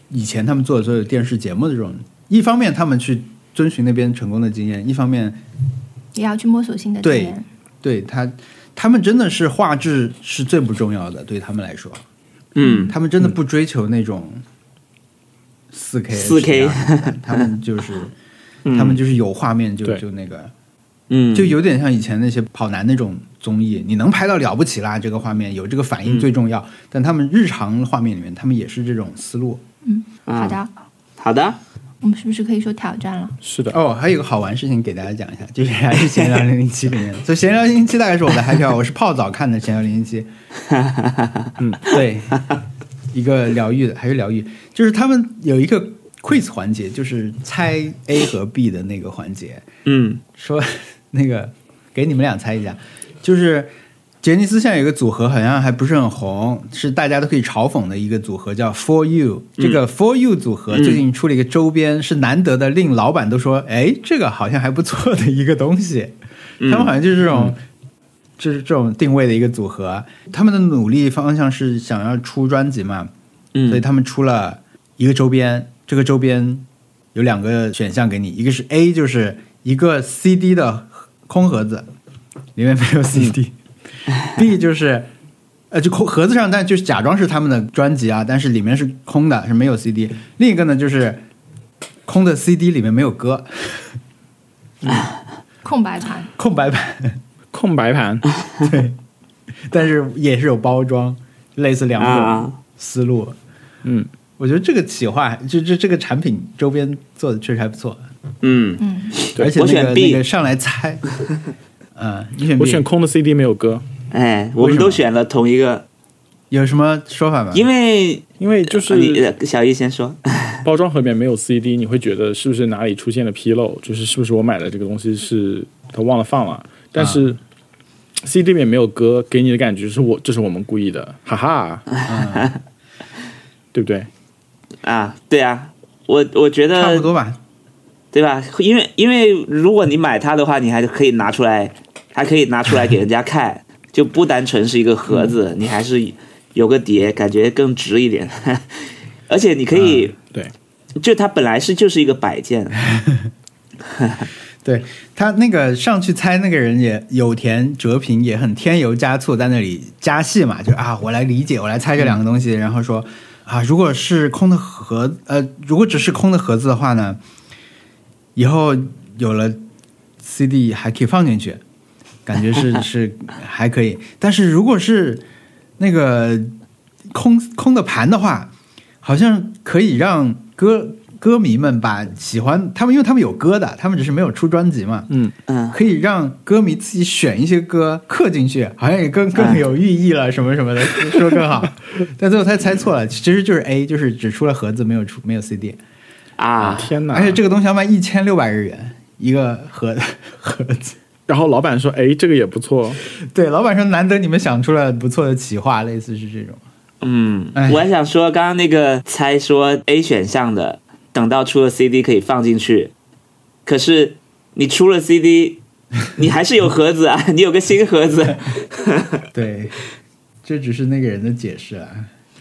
Speaker 3: 以前他们做的所有电视节目的这种，一方面他们去遵循那边成功的经验，一方面
Speaker 2: 也要去摸索新的
Speaker 3: 对
Speaker 2: 经验。
Speaker 3: 对他，他们真的是画质是最不重要的，对他们来说，
Speaker 1: 嗯，
Speaker 3: 他们真的不追求那种四 K、啊
Speaker 1: 4K
Speaker 3: 他们就是
Speaker 1: 嗯
Speaker 3: 他们就是有画面就
Speaker 4: 对
Speaker 3: 就那个，
Speaker 1: 嗯
Speaker 3: 就有点像以前那些跑男那种综艺，你能拍到了不起啦，这个画面有这个反应最重
Speaker 1: 嗯
Speaker 3: 要。但他们日常画面里面，他们也是这种思路。
Speaker 2: 好
Speaker 1: 啊
Speaker 2: 的，
Speaker 1: 好的，
Speaker 2: 我们是不是可以说挑战了？
Speaker 4: 是的，
Speaker 3: 哦，还有一个好玩事情给大家讲一下，就是还是闲聊零零七 里面的，所以闲聊零零七大概是我的 happy hour，我是泡澡看的闲聊零 零七，嗯，对，一个疗愈的，还是疗愈，就是他们有一个 quiz 环节，就是猜 A 和 B 的那个环节，
Speaker 1: 嗯
Speaker 3: 说 那个给你们俩猜一下，就是杰尼斯现在有一个组合好像还不是很红，是大家都可以嘲讽的一个组合，叫 For You。这个 For You 组合
Speaker 1: 嗯
Speaker 3: 最近出了一个周边，是难得的令老板都说，哎，这个好像还不错的一个东西。
Speaker 1: 嗯
Speaker 3: 他们好像就是这种。就是这种定位的一个组合，他们的努力方向是想要出专辑嘛，所以
Speaker 1: 嗯
Speaker 3: 他们出了一个周边，这个周边有两个选项给你，一个是 A，就是一个 CD 的空盒子，里面没有 CD；B 就是呃，就空盒子上，但就是假装是他们的专辑啊，但是里面是空的，是没有 CD。另一个呢，就是空的 CD 里面没有歌，
Speaker 2: 空白盘，
Speaker 3: 空白版，
Speaker 4: 空白盘，
Speaker 3: 嗯对，但是也是有包装，类似两种
Speaker 1: 啊，
Speaker 3: 思路。
Speaker 4: 嗯，
Speaker 3: 我觉得这个企划，就这这个产品周边做的确实还不错，
Speaker 1: 嗯
Speaker 2: 嗯，
Speaker 4: 对
Speaker 3: 而且
Speaker 1: 我
Speaker 3: 那
Speaker 1: 选
Speaker 3: 个
Speaker 1: B
Speaker 3: 那个上 来猜，嗯，你选 B，
Speaker 4: 我选空的 CD 没有歌，
Speaker 1: 哎，我们
Speaker 3: 为什么
Speaker 1: 都选了同一个，
Speaker 3: 有什么说法吗？
Speaker 1: 因为
Speaker 4: 因为就
Speaker 1: 啊你
Speaker 4: 是
Speaker 1: 呃小易先说，
Speaker 4: 包装盒里面没有 CD，你会觉得是不是哪里出现了纰漏，就是是不是我买的这个东西是他忘了放了，但是。CD 里面没有歌，给你的感觉是我这是我们故意的，哈哈，
Speaker 3: 啊
Speaker 4: 对不对？
Speaker 1: 啊，对啊，我我觉
Speaker 3: 差不
Speaker 1: 得
Speaker 3: 多吧，
Speaker 1: 对吧？因为因为如果你买它的话，你还可以拿出来，还可以拿出来给人家看，就不单纯是一个盒子，你还是有个碟，感觉更值一点。 而且你可以，
Speaker 4: 对，
Speaker 1: 就它本来是就是一个摆件，
Speaker 3: 对他那个上去猜那个人也有田哲平也很添油加醋，在那里加戏嘛，就是啊，我来理解，我来猜这两个东西，然后说啊，如果是空的盒，呃，如果只是空的盒子的话呢，以后有了 CD 还可以放进去，感觉是是还可以，但是如果是那个空空的盘的话，好像可以让歌歌迷们把喜欢他们，因为他们有歌的，他们只是没有出专辑嘛，
Speaker 4: 嗯，
Speaker 1: 嗯
Speaker 3: 可以让歌迷自己选一些歌刻进去，好像也更更有寓意了，什么 什么的，说更好。但最后他猜错了，其实就是 A，就是只出了盒子，没有出没有 CD，
Speaker 1: 啊，
Speaker 4: 天哪！
Speaker 3: 而且这个东西要卖一千六百日元一个盒盒子。
Speaker 4: 然后老板说：“哎，这个也不错。
Speaker 3: 对，老板说难得你们想出了不错的企划，类似是这种。
Speaker 1: 嗯
Speaker 3: 哎，
Speaker 1: 我还想说，刚刚那个猜说 A 选项的，等到出了 CD 可以放进去，可是你出了 CD，你还是有盒子啊，你有个新盒子，
Speaker 3: 对，这只是那个人的解释啊。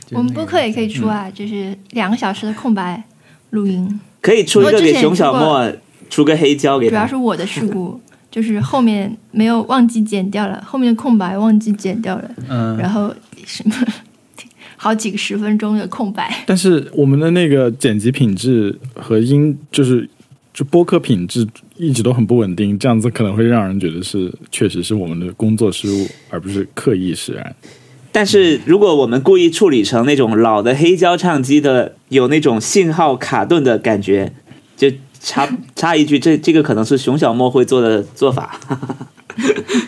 Speaker 3: 就是
Speaker 2: 我们
Speaker 3: 那个嗯
Speaker 2: 播客
Speaker 3: 人
Speaker 2: 也可以出啊，就是两个小时的空白录音，
Speaker 1: 可以出一个
Speaker 2: 我之前
Speaker 1: 给熊小莫，出个黑胶给
Speaker 3: 啊
Speaker 2: 主要
Speaker 1: 他
Speaker 2: 是。我的事故， 就是后面没有忘记剪掉了，后面的空白忘记剪掉了，
Speaker 3: 嗯，
Speaker 2: 然后什么好几个十分钟的空 白，
Speaker 4: 但是我们的那个剪辑品质和音，就是就播客品质一直都很不稳定，这样子可能会让人觉得是确实是我们的工作失误，而不是刻意使然。
Speaker 1: 但是如果我们故意处理成那种老的黑胶唱机的，有那种信号卡顿的感觉，就插插一句，这这个可能是熊小莫会做的做法。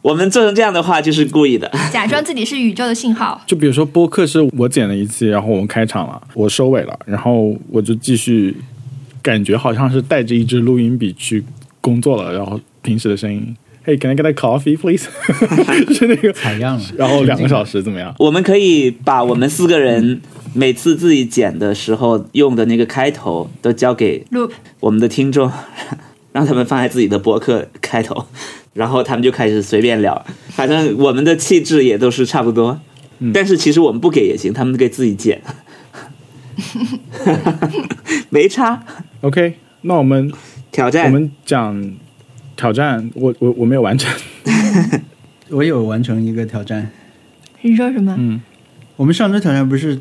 Speaker 1: 我们做成这样的话，就是故意的。
Speaker 2: 假装自己是宇宙的信号，
Speaker 4: 就比如说播客是我剪了一期，然后我们开场了，我收尾了，然后我就继续，感觉好像是带着一支录音笔去工作了，然后平时的声音，Hey, can I get a coffee, please？是 那个，
Speaker 3: 采样了。
Speaker 4: 然后两个小时怎么样？
Speaker 1: 我们可以把我们四个人每次自己剪的时候用的那个开头都交给
Speaker 2: loop
Speaker 1: 我们的听众， 让他们放在自己的博客开头，然后他们就开始随便聊。反正我们的气质也都是差不多，
Speaker 4: 嗯
Speaker 1: 但是其实我们不给也行，他们给自己剪， 没差。
Speaker 4: OK，那我们
Speaker 1: 挑
Speaker 4: 我
Speaker 1: 战
Speaker 4: 们讲挑战，我我我没有完成，
Speaker 3: 我有完成一个挑战。
Speaker 2: 你说什么？
Speaker 4: 嗯
Speaker 3: 我们上周挑战不是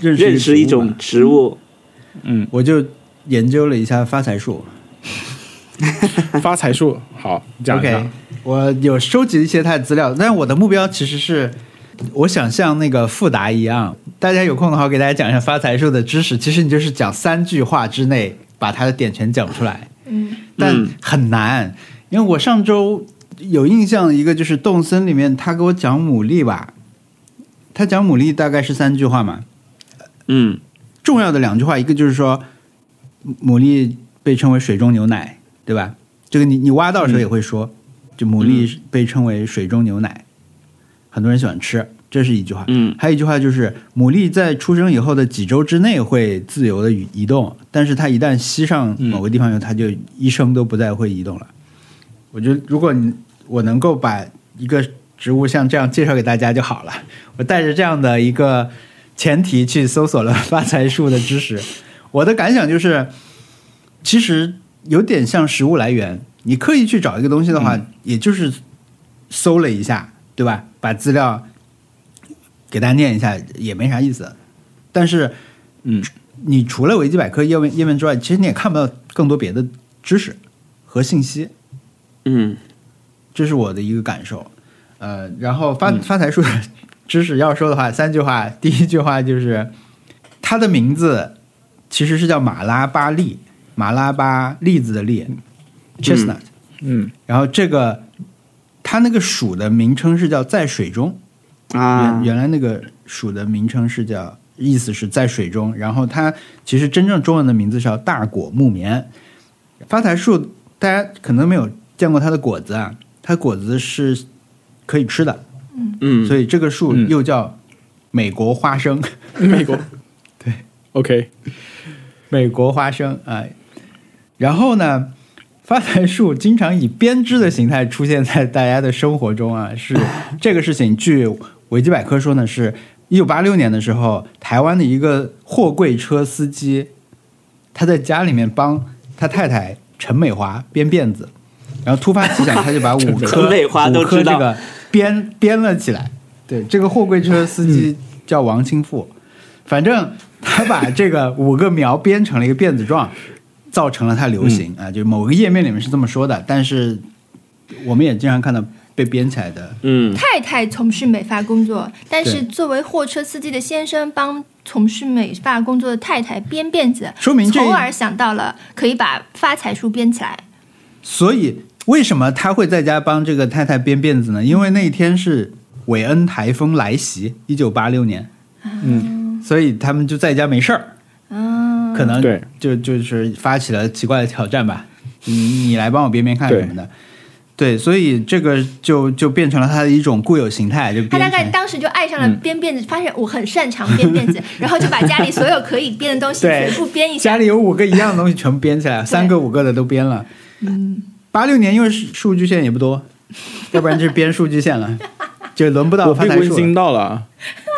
Speaker 3: 认识
Speaker 1: 认识一
Speaker 3: 植物吗
Speaker 1: 种植物，
Speaker 4: 嗯，
Speaker 3: 我就研究了一下发财树。
Speaker 4: 发财树好讲一
Speaker 3: OK，
Speaker 4: 下，
Speaker 3: 我有收集一些它的资料，但我的目标其实是，我想像那个富达一样，大家有空的话，我给大家讲一下发财树的知识。其实你就是讲三句话之内把它的点全讲出来，
Speaker 2: 嗯
Speaker 3: 但
Speaker 1: 嗯
Speaker 3: 很难，因为我上周有印象一个就是《动森》里面他给我讲牡蛎吧，他讲牡蛎大概是三句话嘛，
Speaker 1: 嗯
Speaker 3: 重要的两句话，一个就是说，牡蛎被称为水中牛奶，对吧？这个你你挖到的时候也会说，就牡蛎被称为水中牛奶，很多人喜欢吃，这是一句话。
Speaker 1: 嗯
Speaker 3: 还有一句话就是，牡蛎在出生以后的几周之内会自由的移动，但是它一旦吸上某个地方以后，它就一生都不再会移动了。我觉得，如果你我能够把一个植物像这样介绍给大家就好了。我带着这样的一个前提去搜索了发财树的知识，我的感想就是，其实有点像食物来源。你刻意去找一个东西的话，也就是搜了一下，对吧？把资料给大家念一下也没啥意思。但是
Speaker 4: 嗯，
Speaker 3: 你除了维基百科页面页面之外，其实你也看不到更多别的知识和信息。
Speaker 1: 嗯
Speaker 3: 这是我的一个感受。呃，然后发
Speaker 4: 嗯
Speaker 3: 发财树的知识要说的话，三句话，第一句话就是它的名字其实是叫马拉巴栗，马拉巴栗子的栗，chestnut。
Speaker 4: 嗯
Speaker 3: 然后这个它那个属的名称是叫在水中，
Speaker 1: 啊
Speaker 3: 原，原来那个属的名称是叫，意思是在水中。然后它其实真正中文的名字是叫大果木棉。发财树大家可能没有见过它的果子啊，它果子是可以吃的，
Speaker 1: 嗯，
Speaker 3: 所
Speaker 1: 以
Speaker 3: 以这个树
Speaker 4: 嗯
Speaker 3: 又叫美国花生。
Speaker 4: 美国
Speaker 3: 对
Speaker 4: OK
Speaker 3: 美国花生啊、哎然后呢，发财树经常以编织的形态出现在大家的生活中啊， 是这个事情。据维基百科说呢，是一九八六年的时候，台湾的一个货柜车司机，他在家里面帮他太太陈美华编辫子，然后突发奇想，他就把五颗
Speaker 1: 陈美华都
Speaker 3: 五颗
Speaker 1: 知道
Speaker 3: 这个编编了起来。对，这个货柜车司
Speaker 1: 嗯
Speaker 3: 机叫王清富，反正他把这个五个苗编成了一个辫子状，造成了它流行、啊，就某个页面里面是这么说的，但是我们也经常看到被编起来的，
Speaker 1: 嗯
Speaker 2: 太太从事美发工作，但是
Speaker 3: 对
Speaker 2: 作为货车司机的先生帮从事美发工作的太太编辫子，
Speaker 3: 说明这
Speaker 2: 从而想到了可以把发财树编起来。
Speaker 3: 所以为什么他会在家帮这个太太编辫子呢？因为那一天是韦恩台风来袭，一九八六年，嗯，所以他们就在家没事儿，
Speaker 2: 嗯，
Speaker 3: 可能
Speaker 4: 对
Speaker 3: 就就是发起了奇怪的挑战吧，你你来帮我编编看
Speaker 4: 对
Speaker 3: 什么的。对，所以这个就就变成了它的一种固有形态，就
Speaker 2: 他大
Speaker 3: 编嗯成
Speaker 2: 概当时就爱上了编辫子，发现我很擅长编 辫子，然后就把家里所有可以编的东西
Speaker 3: 对
Speaker 2: 全部编一下
Speaker 3: 家。里有五个一样的东西全部编起来，三个五个的都编了。嗯，八六年因为数据线也不多，要不然就是编数据线了，就轮不到
Speaker 4: 我
Speaker 3: 发
Speaker 4: 被
Speaker 3: 财
Speaker 4: 温
Speaker 3: 树
Speaker 4: 馨
Speaker 3: 了。
Speaker 4: 到了，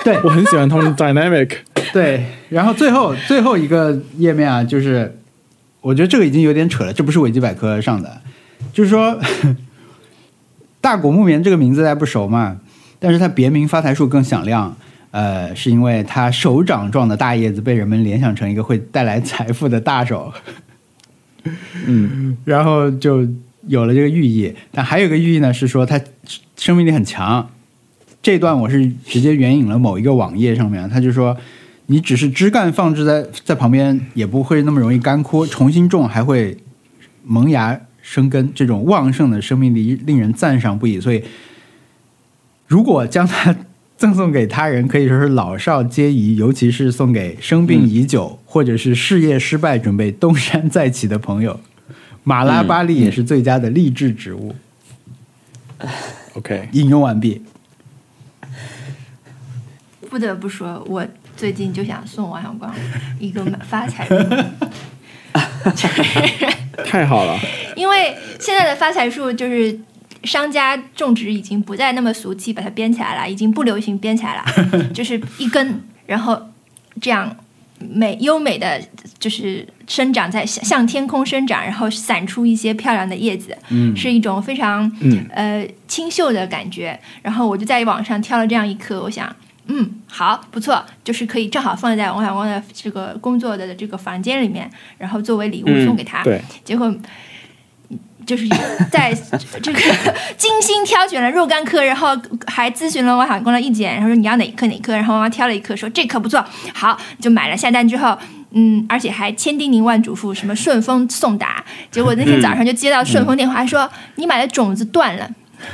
Speaker 3: 对
Speaker 4: 我很喜欢他们的 dynamic，
Speaker 3: 对，然后最后最后一个页面啊，就是我觉得这个已经有点扯了，这不是维基百科上的，就是说大果木棉这个名字大家不熟嘛，但是它别名发财树更响亮。呃，是因为它手掌状的大叶子被人们联想成一个会带来财富的大手，
Speaker 4: 嗯
Speaker 3: 然后就有了这个寓意。但还有一个寓意呢，是说它生命力很强。这段我是直接援引了某一个网页上面，他啊就说，你只是枝干放置在在旁边，也不会那么容易干枯，重新种还会萌芽生根，这种旺盛的生命力令人赞赏不已。所以，如果将它赠送给他人，可以说是老少皆宜，尤其是送给生病已久、或者是事业失败、准备东山再起的朋友。马拉巴栗也是最佳的励志植物。
Speaker 4: OK
Speaker 3: 引用完毕。
Speaker 2: 不得不说，我最近就想送王小光一个发财树，
Speaker 4: 太好了，
Speaker 2: 因为现在的发财树就是商家种植已经不再那么俗气，把它编起来了，已经不流行编起来 了，就是一根，然后这样美优美的就是生长在向向天空生长，然后散出一些漂亮的叶子，
Speaker 3: 嗯
Speaker 2: 是一种非常
Speaker 4: 嗯
Speaker 2: 呃清秀的感觉。然后我就在网上挑了这样一棵，我想，嗯，好，不错，就是可以正好放在王小光的这个工作的这个房间里面，然后作为礼物
Speaker 4: 嗯
Speaker 2: 送给他。
Speaker 4: 对，
Speaker 2: 结果。就是在 这个 精心挑选了若干棵，然后还咨询了王小光的意见，然后说你要哪一棵哪一棵，然后妈妈挑了一棵，说这棵不错，好就买了。下单之后，嗯，而且还千叮咛万嘱咐，什么顺丰送达。结果那天早上就接到顺丰电话说，
Speaker 4: 嗯
Speaker 2: 你买的种子断了。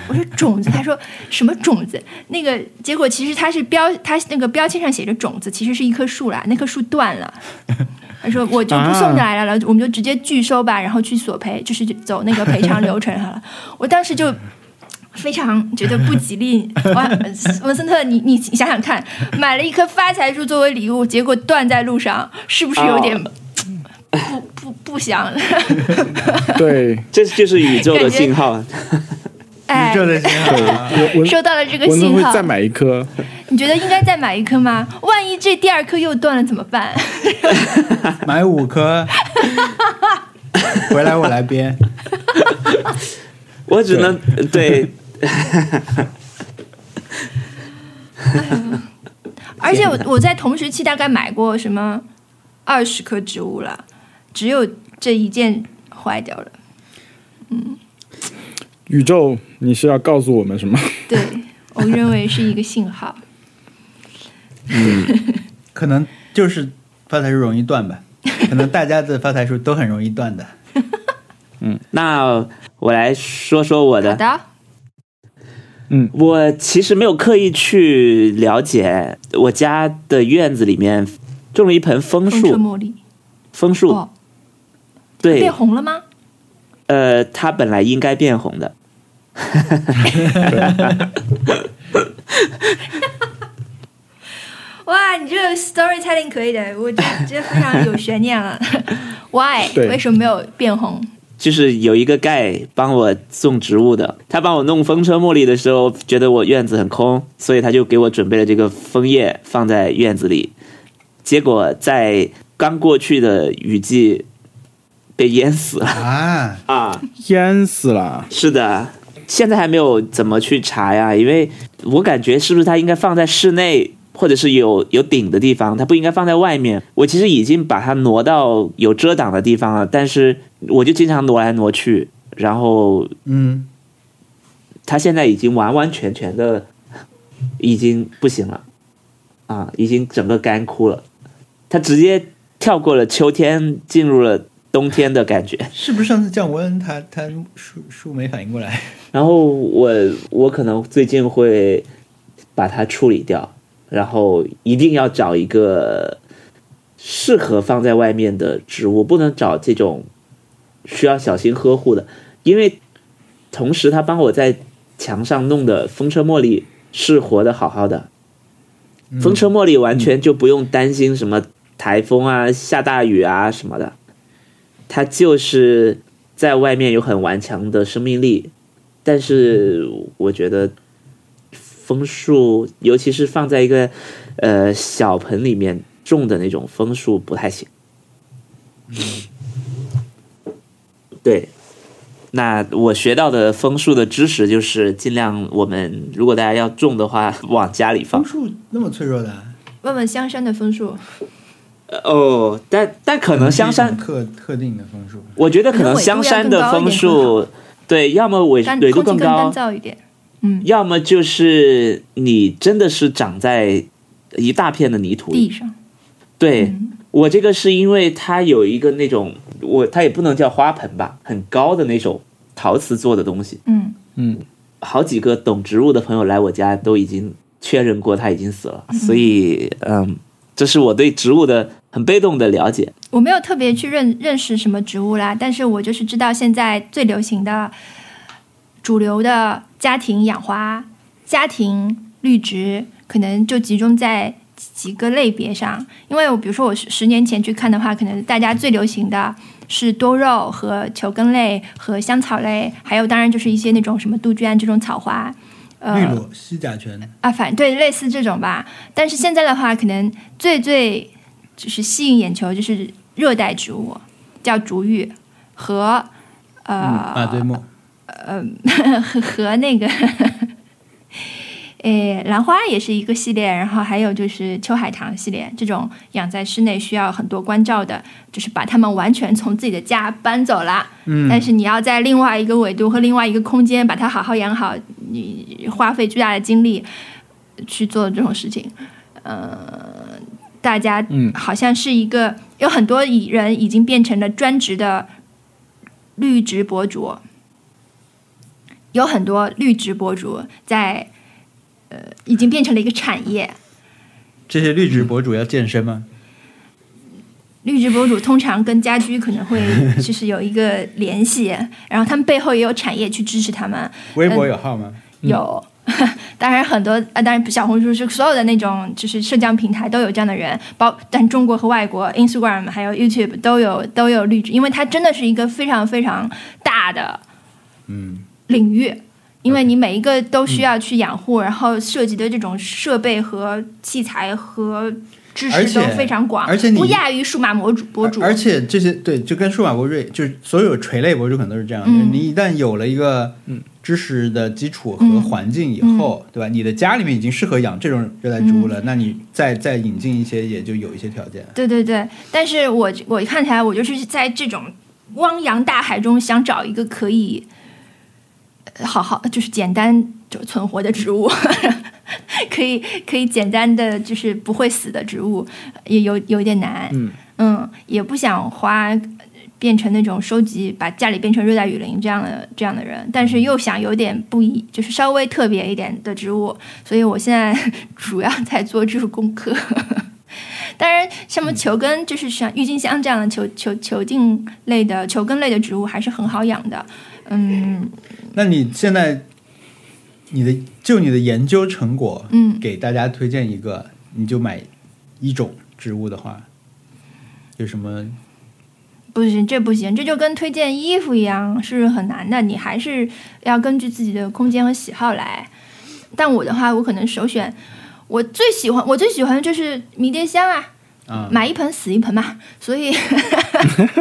Speaker 2: 我说种子，他说什么种子？那个结果其实它是标，它那个标签上写着种子，其实是一棵树啦，那棵树断了。他说我就不
Speaker 4: 啊
Speaker 2: 送来了，然后我们就直接拒收吧，然后去索赔，就是走那个赔偿流程好了。我当时就非常觉得不吉利。哇，文森特，你你想想看，买了一棵发财树作为礼物，结果断在路上，是不是有点
Speaker 4: 啊
Speaker 1: 哦
Speaker 2: 不不不 祥？
Speaker 4: 对，
Speaker 1: 这就是宇宙的信号。
Speaker 2: 哎
Speaker 3: 宇，宙的信号啊，
Speaker 4: 我
Speaker 2: 收到了 这个
Speaker 4: 我能
Speaker 2: 信
Speaker 4: 会
Speaker 2: 号
Speaker 4: 再，买一颗，
Speaker 2: 你觉得应该再买一棵吗？万一这第二棵又断了怎么办？
Speaker 3: 买五颗，回来我来编。
Speaker 1: 我只能对，
Speaker 2: 而且我我在同时期大概买过什么二十棵植物了，只有这一件坏掉了。
Speaker 4: 宇宙，你是要告诉我们什么？
Speaker 2: 对我认为是一个信号。
Speaker 3: 可能就是发财树容易 断吧，可能大家的发财树都很容易断的。
Speaker 1: 那我来说说我的
Speaker 2: 好。的，
Speaker 1: 我其实没有刻意去了解，我家的院子里面种了一盆
Speaker 2: 风
Speaker 1: 枫
Speaker 2: 车
Speaker 1: 树，
Speaker 2: 茉莉
Speaker 1: 枫树
Speaker 2: 哦，
Speaker 1: 对
Speaker 2: 变，红了吗？
Speaker 1: 呃，它本来应该变红的，
Speaker 2: 哇，你这个 storytelling 可以的，我这这非常有悬念 了。Why？
Speaker 4: 对
Speaker 2: 为什么没有变红？
Speaker 1: 就是有一个盖帮我种植物的，他帮我弄风车茉莉的时候，觉得我院子很空，所以他就给我准备了这个枫叶放在院子里。结果在刚过去的雨季被淹死了
Speaker 3: 啊，
Speaker 1: 啊！
Speaker 4: 淹死了，
Speaker 1: 是的，现在还没有怎么去查呀，因为我感觉是不是它应该放在室内，或者是有有顶的地方，它不应该放在外面。我其实已经把它挪到有遮挡的地方了，但是我就经常挪来挪去，然后
Speaker 3: 嗯，
Speaker 1: 它现在已经完完全全的已经不行了啊，已经整个干枯了，它直接跳过了秋天，进入了冬天的感觉。
Speaker 3: 是不是上次降温，它它树树没反应过来？
Speaker 1: 然后我我可能最近会把它处理掉，然后一定要找一个适合放在外面的植物，不能找这种需要小心呵护的，因为同时他帮我在墙上弄的风车茉莉是活得好好的，
Speaker 3: 嗯
Speaker 1: 风车茉莉完全就不用担心什么台风啊、下大雨啊什么的，它就是在外面有很顽强的生命力。但是我觉得枫树，尤其是放在一个呃小盆里面种的那种枫树不太行。对，那我学到的枫树的知识就是尽量我们如果大家要种的话，往家里放
Speaker 3: 枫。树那么脆弱的啊，
Speaker 2: 问问香山的枫树，
Speaker 1: 哦，但但可
Speaker 2: 嗯
Speaker 1: 能香
Speaker 3: 是
Speaker 1: 山
Speaker 3: 一，种特特定的枫树，
Speaker 1: 我觉得可能香山的枫树，对，要么纬
Speaker 2: 干
Speaker 1: 纬度
Speaker 2: 空气
Speaker 1: 更
Speaker 2: 更干
Speaker 1: 高，
Speaker 2: 燥一点。
Speaker 1: 要么就是你真的是长在一大片的泥土
Speaker 2: 地
Speaker 1: 里。
Speaker 2: 上，
Speaker 1: 对
Speaker 2: 嗯
Speaker 1: 我这个是因为它有一个那种，我它也不能叫花盆吧，很高的那种陶瓷做的东西。
Speaker 2: 嗯，
Speaker 4: 嗯，
Speaker 1: 好几个懂植物的朋友来我家都已经确认过它已经死了，所以嗯，这是我对植物的很被动的了解。
Speaker 2: 我没有特别去认认识什么植物啦，但是我就是知道现在最流行的主流的家庭养花、家庭绿植，可能就集中在几个类别上。因为我比如说我十十年前去看的话，可能大家最流行的是多肉和球根类和香草类，还有当然就是一些那种什么杜鹃这种草花。呃，
Speaker 3: 绿萝、西甲醛，
Speaker 2: 啊，反对类似这种吧。但是现在的话，可能最最就是吸引眼球，就是热带植物，叫竹芋，和呃、
Speaker 3: 啊，对木
Speaker 2: 和那个，诶，兰花也是一个系列，然后还有就是秋海棠系列，这种养在室内需要很多关照的，就是把它们完全从自己的家搬走了，嗯，但是你要在另外一个纬度和另外一个空间把它好好养好，你花费巨大的精力去做这种事情，呃，大家
Speaker 4: 嗯
Speaker 2: 好像是一个、有很多以人已经变成了专职的绿植博主，有很多绿植博主在，呃，已经变成了一个产业。
Speaker 3: 这些绿植博主要健身吗？
Speaker 1: 嗯
Speaker 2: 绿植博主通常跟家居可能会就是有一个联系，然后他们背后也有产业去支持他们。
Speaker 3: 微博有号吗？
Speaker 2: 有， 当然很多啊，当然小红书是所有的那种就是社交平台都有这样的人，包但中国和外国 Instagram 还有 YouTube 都有都有绿植，因为它真的是一个非常非常大的
Speaker 3: 嗯，
Speaker 2: 领域，因为你每一个都需要去养
Speaker 3: 嗯
Speaker 2: 护，然后涉及的这种设备和器材和知识
Speaker 3: 而且
Speaker 2: 都非常广，
Speaker 3: 而且你
Speaker 2: 不亚于数码博主博主。
Speaker 3: 而而且这些对，就跟数码博主也，就是所有垂类博主可能都是这样，
Speaker 2: 嗯
Speaker 3: 就是你一旦有了一个知识的基础
Speaker 2: 嗯
Speaker 3: 和环境以后，对吧？你的家里面已经适合养这种热带植物
Speaker 2: 嗯
Speaker 3: 了，那你再再引进一些，也就有一些条件。
Speaker 2: 对对对，但是我我看起来，我就是在这种汪洋大海中想找一个可以呃好好就是简单就存活的植物， 可以可以简单的就是不会死的植物，也有有点难。
Speaker 4: 嗯
Speaker 2: 也不想花呃变成那种收集把家里变成热带雨林这样的这样的人，但是又想有点不一，就是稍微特别一点的植物，所以我现在 主要在做这个功课。当然，什么球根，就是像郁金香这样的球球球茎类的球根类的植物，还是很好养的。嗯
Speaker 3: 那你现在你的就你的研究成果，
Speaker 2: 嗯，
Speaker 3: 给大家推荐一个，你就买一种植物的话，有什么？
Speaker 2: 不行，这不行，这就跟推荐衣服一样，是很难的。你还是要根据自己的空间和喜好来。但我的话，我可能首选我最喜欢，我最喜欢的就是迷迭香啊，
Speaker 3: 啊、
Speaker 2: 买一盆死一盆嘛。所以，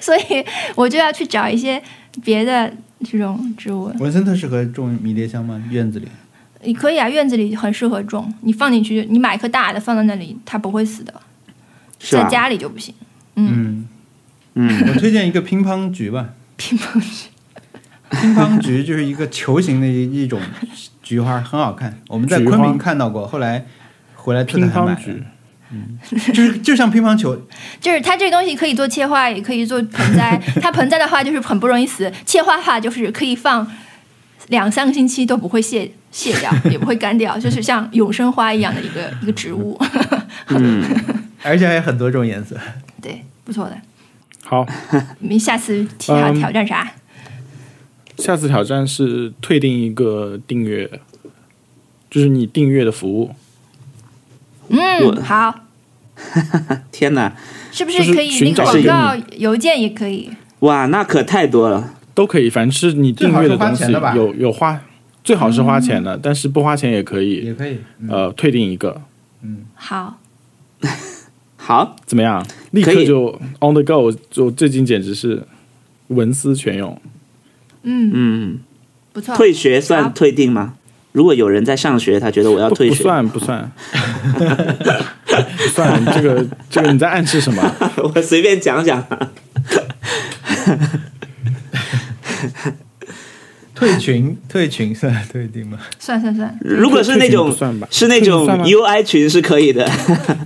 Speaker 2: 所以我就要去找一些别的这种植物。
Speaker 3: 文森特适合种迷迭香吗？院子里？
Speaker 2: 你可以啊，院子里很适合种，你放进去，你买一棵大的放在那里，它不会死的。
Speaker 1: 是
Speaker 2: 在
Speaker 1: 吧？
Speaker 2: 家里就不行，
Speaker 3: 嗯，
Speaker 1: 嗯，
Speaker 3: 我推荐一个乒乓菊吧。
Speaker 2: 乒乓球。
Speaker 3: 乒乓菊就是一个球形的一一种菊花，很好看。我们在
Speaker 4: 菊花
Speaker 3: 昆明看到过，后来回来特地
Speaker 4: 乒
Speaker 3: 还买了
Speaker 4: 乓局，
Speaker 3: 就是就像乒乓球，
Speaker 2: 就是它这个东西可以做切花，也可以做盆栽。它盆栽的话就是很不容易死，切花的话就是可以放两三个星期都不会谢谢掉，也不会干掉，就是像永生花一样的一个一个植物。嗯
Speaker 3: 而且还有很多种颜色。
Speaker 2: 对，不错的。
Speaker 4: 好，
Speaker 2: 你们下次提下
Speaker 4: 嗯
Speaker 2: 挑战啥？
Speaker 4: 下次挑战是退订一个订阅，就是你订阅的服务，
Speaker 1: 我
Speaker 2: 嗯，好，
Speaker 1: 天哪，
Speaker 2: 是不是
Speaker 4: 就是
Speaker 2: 可以那
Speaker 4: 寻
Speaker 2: 个
Speaker 4: 找
Speaker 2: 广
Speaker 1: 一个
Speaker 2: 告邮件也可以？
Speaker 1: 哇，那可太多了。
Speaker 4: 都可以，凡是你订
Speaker 3: 最
Speaker 4: 阅
Speaker 3: 好是花
Speaker 4: 东西
Speaker 3: 钱的吧
Speaker 4: 有有花，最好是花钱的，但是不花钱也可以，
Speaker 3: 可以，
Speaker 4: 呃，退订一个，
Speaker 2: 好，
Speaker 1: 好，
Speaker 4: 怎么样？立
Speaker 1: 可
Speaker 4: 刻
Speaker 1: 以
Speaker 4: 就 on the go，就最近简直是文思泉涌。
Speaker 2: 嗯，
Speaker 1: 嗯，
Speaker 2: 不错。
Speaker 1: 退学算
Speaker 2: 好
Speaker 1: 退订吗？如果有人在上学，他觉得我要
Speaker 4: 不
Speaker 1: 退
Speaker 4: 不
Speaker 1: 学，
Speaker 4: 算不算， 不算这个这个你在暗示什么？
Speaker 1: 我随便讲讲。
Speaker 3: 退群退群 算退订吗？
Speaker 2: 算算算，
Speaker 1: 如果是那
Speaker 4: 退群
Speaker 1: 种
Speaker 4: 不算吧
Speaker 1: 是那种
Speaker 4: 退群算啊吗
Speaker 1: UI 群是可以的，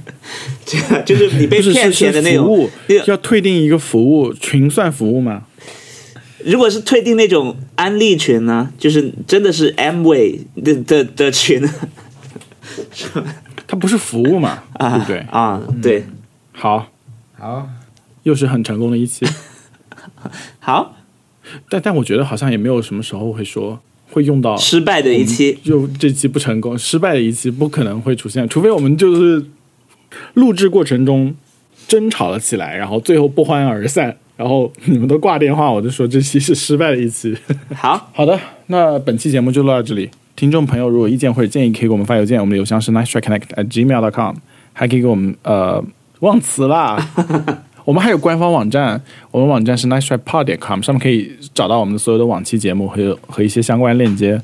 Speaker 1: 这个就是你被
Speaker 4: 不是
Speaker 1: 骗
Speaker 4: 是
Speaker 1: 钱
Speaker 4: 是
Speaker 1: 的那
Speaker 4: 服
Speaker 1: 种
Speaker 4: 务。
Speaker 1: 那个
Speaker 4: 要退订一个服务群算服务吗？
Speaker 1: 如果是退订那种安利群呢，就是真的是 M 位的的的群，是吧？
Speaker 4: 它不是服务嘛，对
Speaker 1: 啊
Speaker 4: 不对？嗯
Speaker 1: 啊，对，
Speaker 4: 好，
Speaker 3: 好，
Speaker 4: 又是很成功的一 期，
Speaker 1: 好，
Speaker 4: 但但我觉得好像也没有什么时候会说会用到
Speaker 1: 失败的一期，
Speaker 4: 就这期不成功，失败的一期不可能会出现，除非我们就是录制过程中争吵了起来，然后最后不欢而散，然后你们都挂电话，我就说这期是失败的一期。
Speaker 1: 好，
Speaker 4: 好的，那本期节目就录到这里。听众朋友如有意见或者建议，可以给我们发邮件，我们的邮箱是 nice try connect at gmail dot com，还可以给我们呃忘词啦。 我们还有官方网站，我们网站是 nice try pod com，上面可以找到我们的所有的往期节目和和一些相关链接。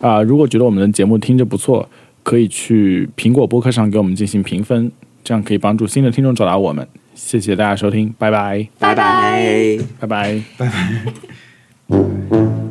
Speaker 4: 啊、如果觉得我们的节目听着不错，可以去苹果播客上给我们进行评分，这样可以帮助新的听众找到我们。谢谢大家收听，拜拜，
Speaker 2: 拜
Speaker 1: 拜拜
Speaker 4: 拜拜。
Speaker 3: 拜拜。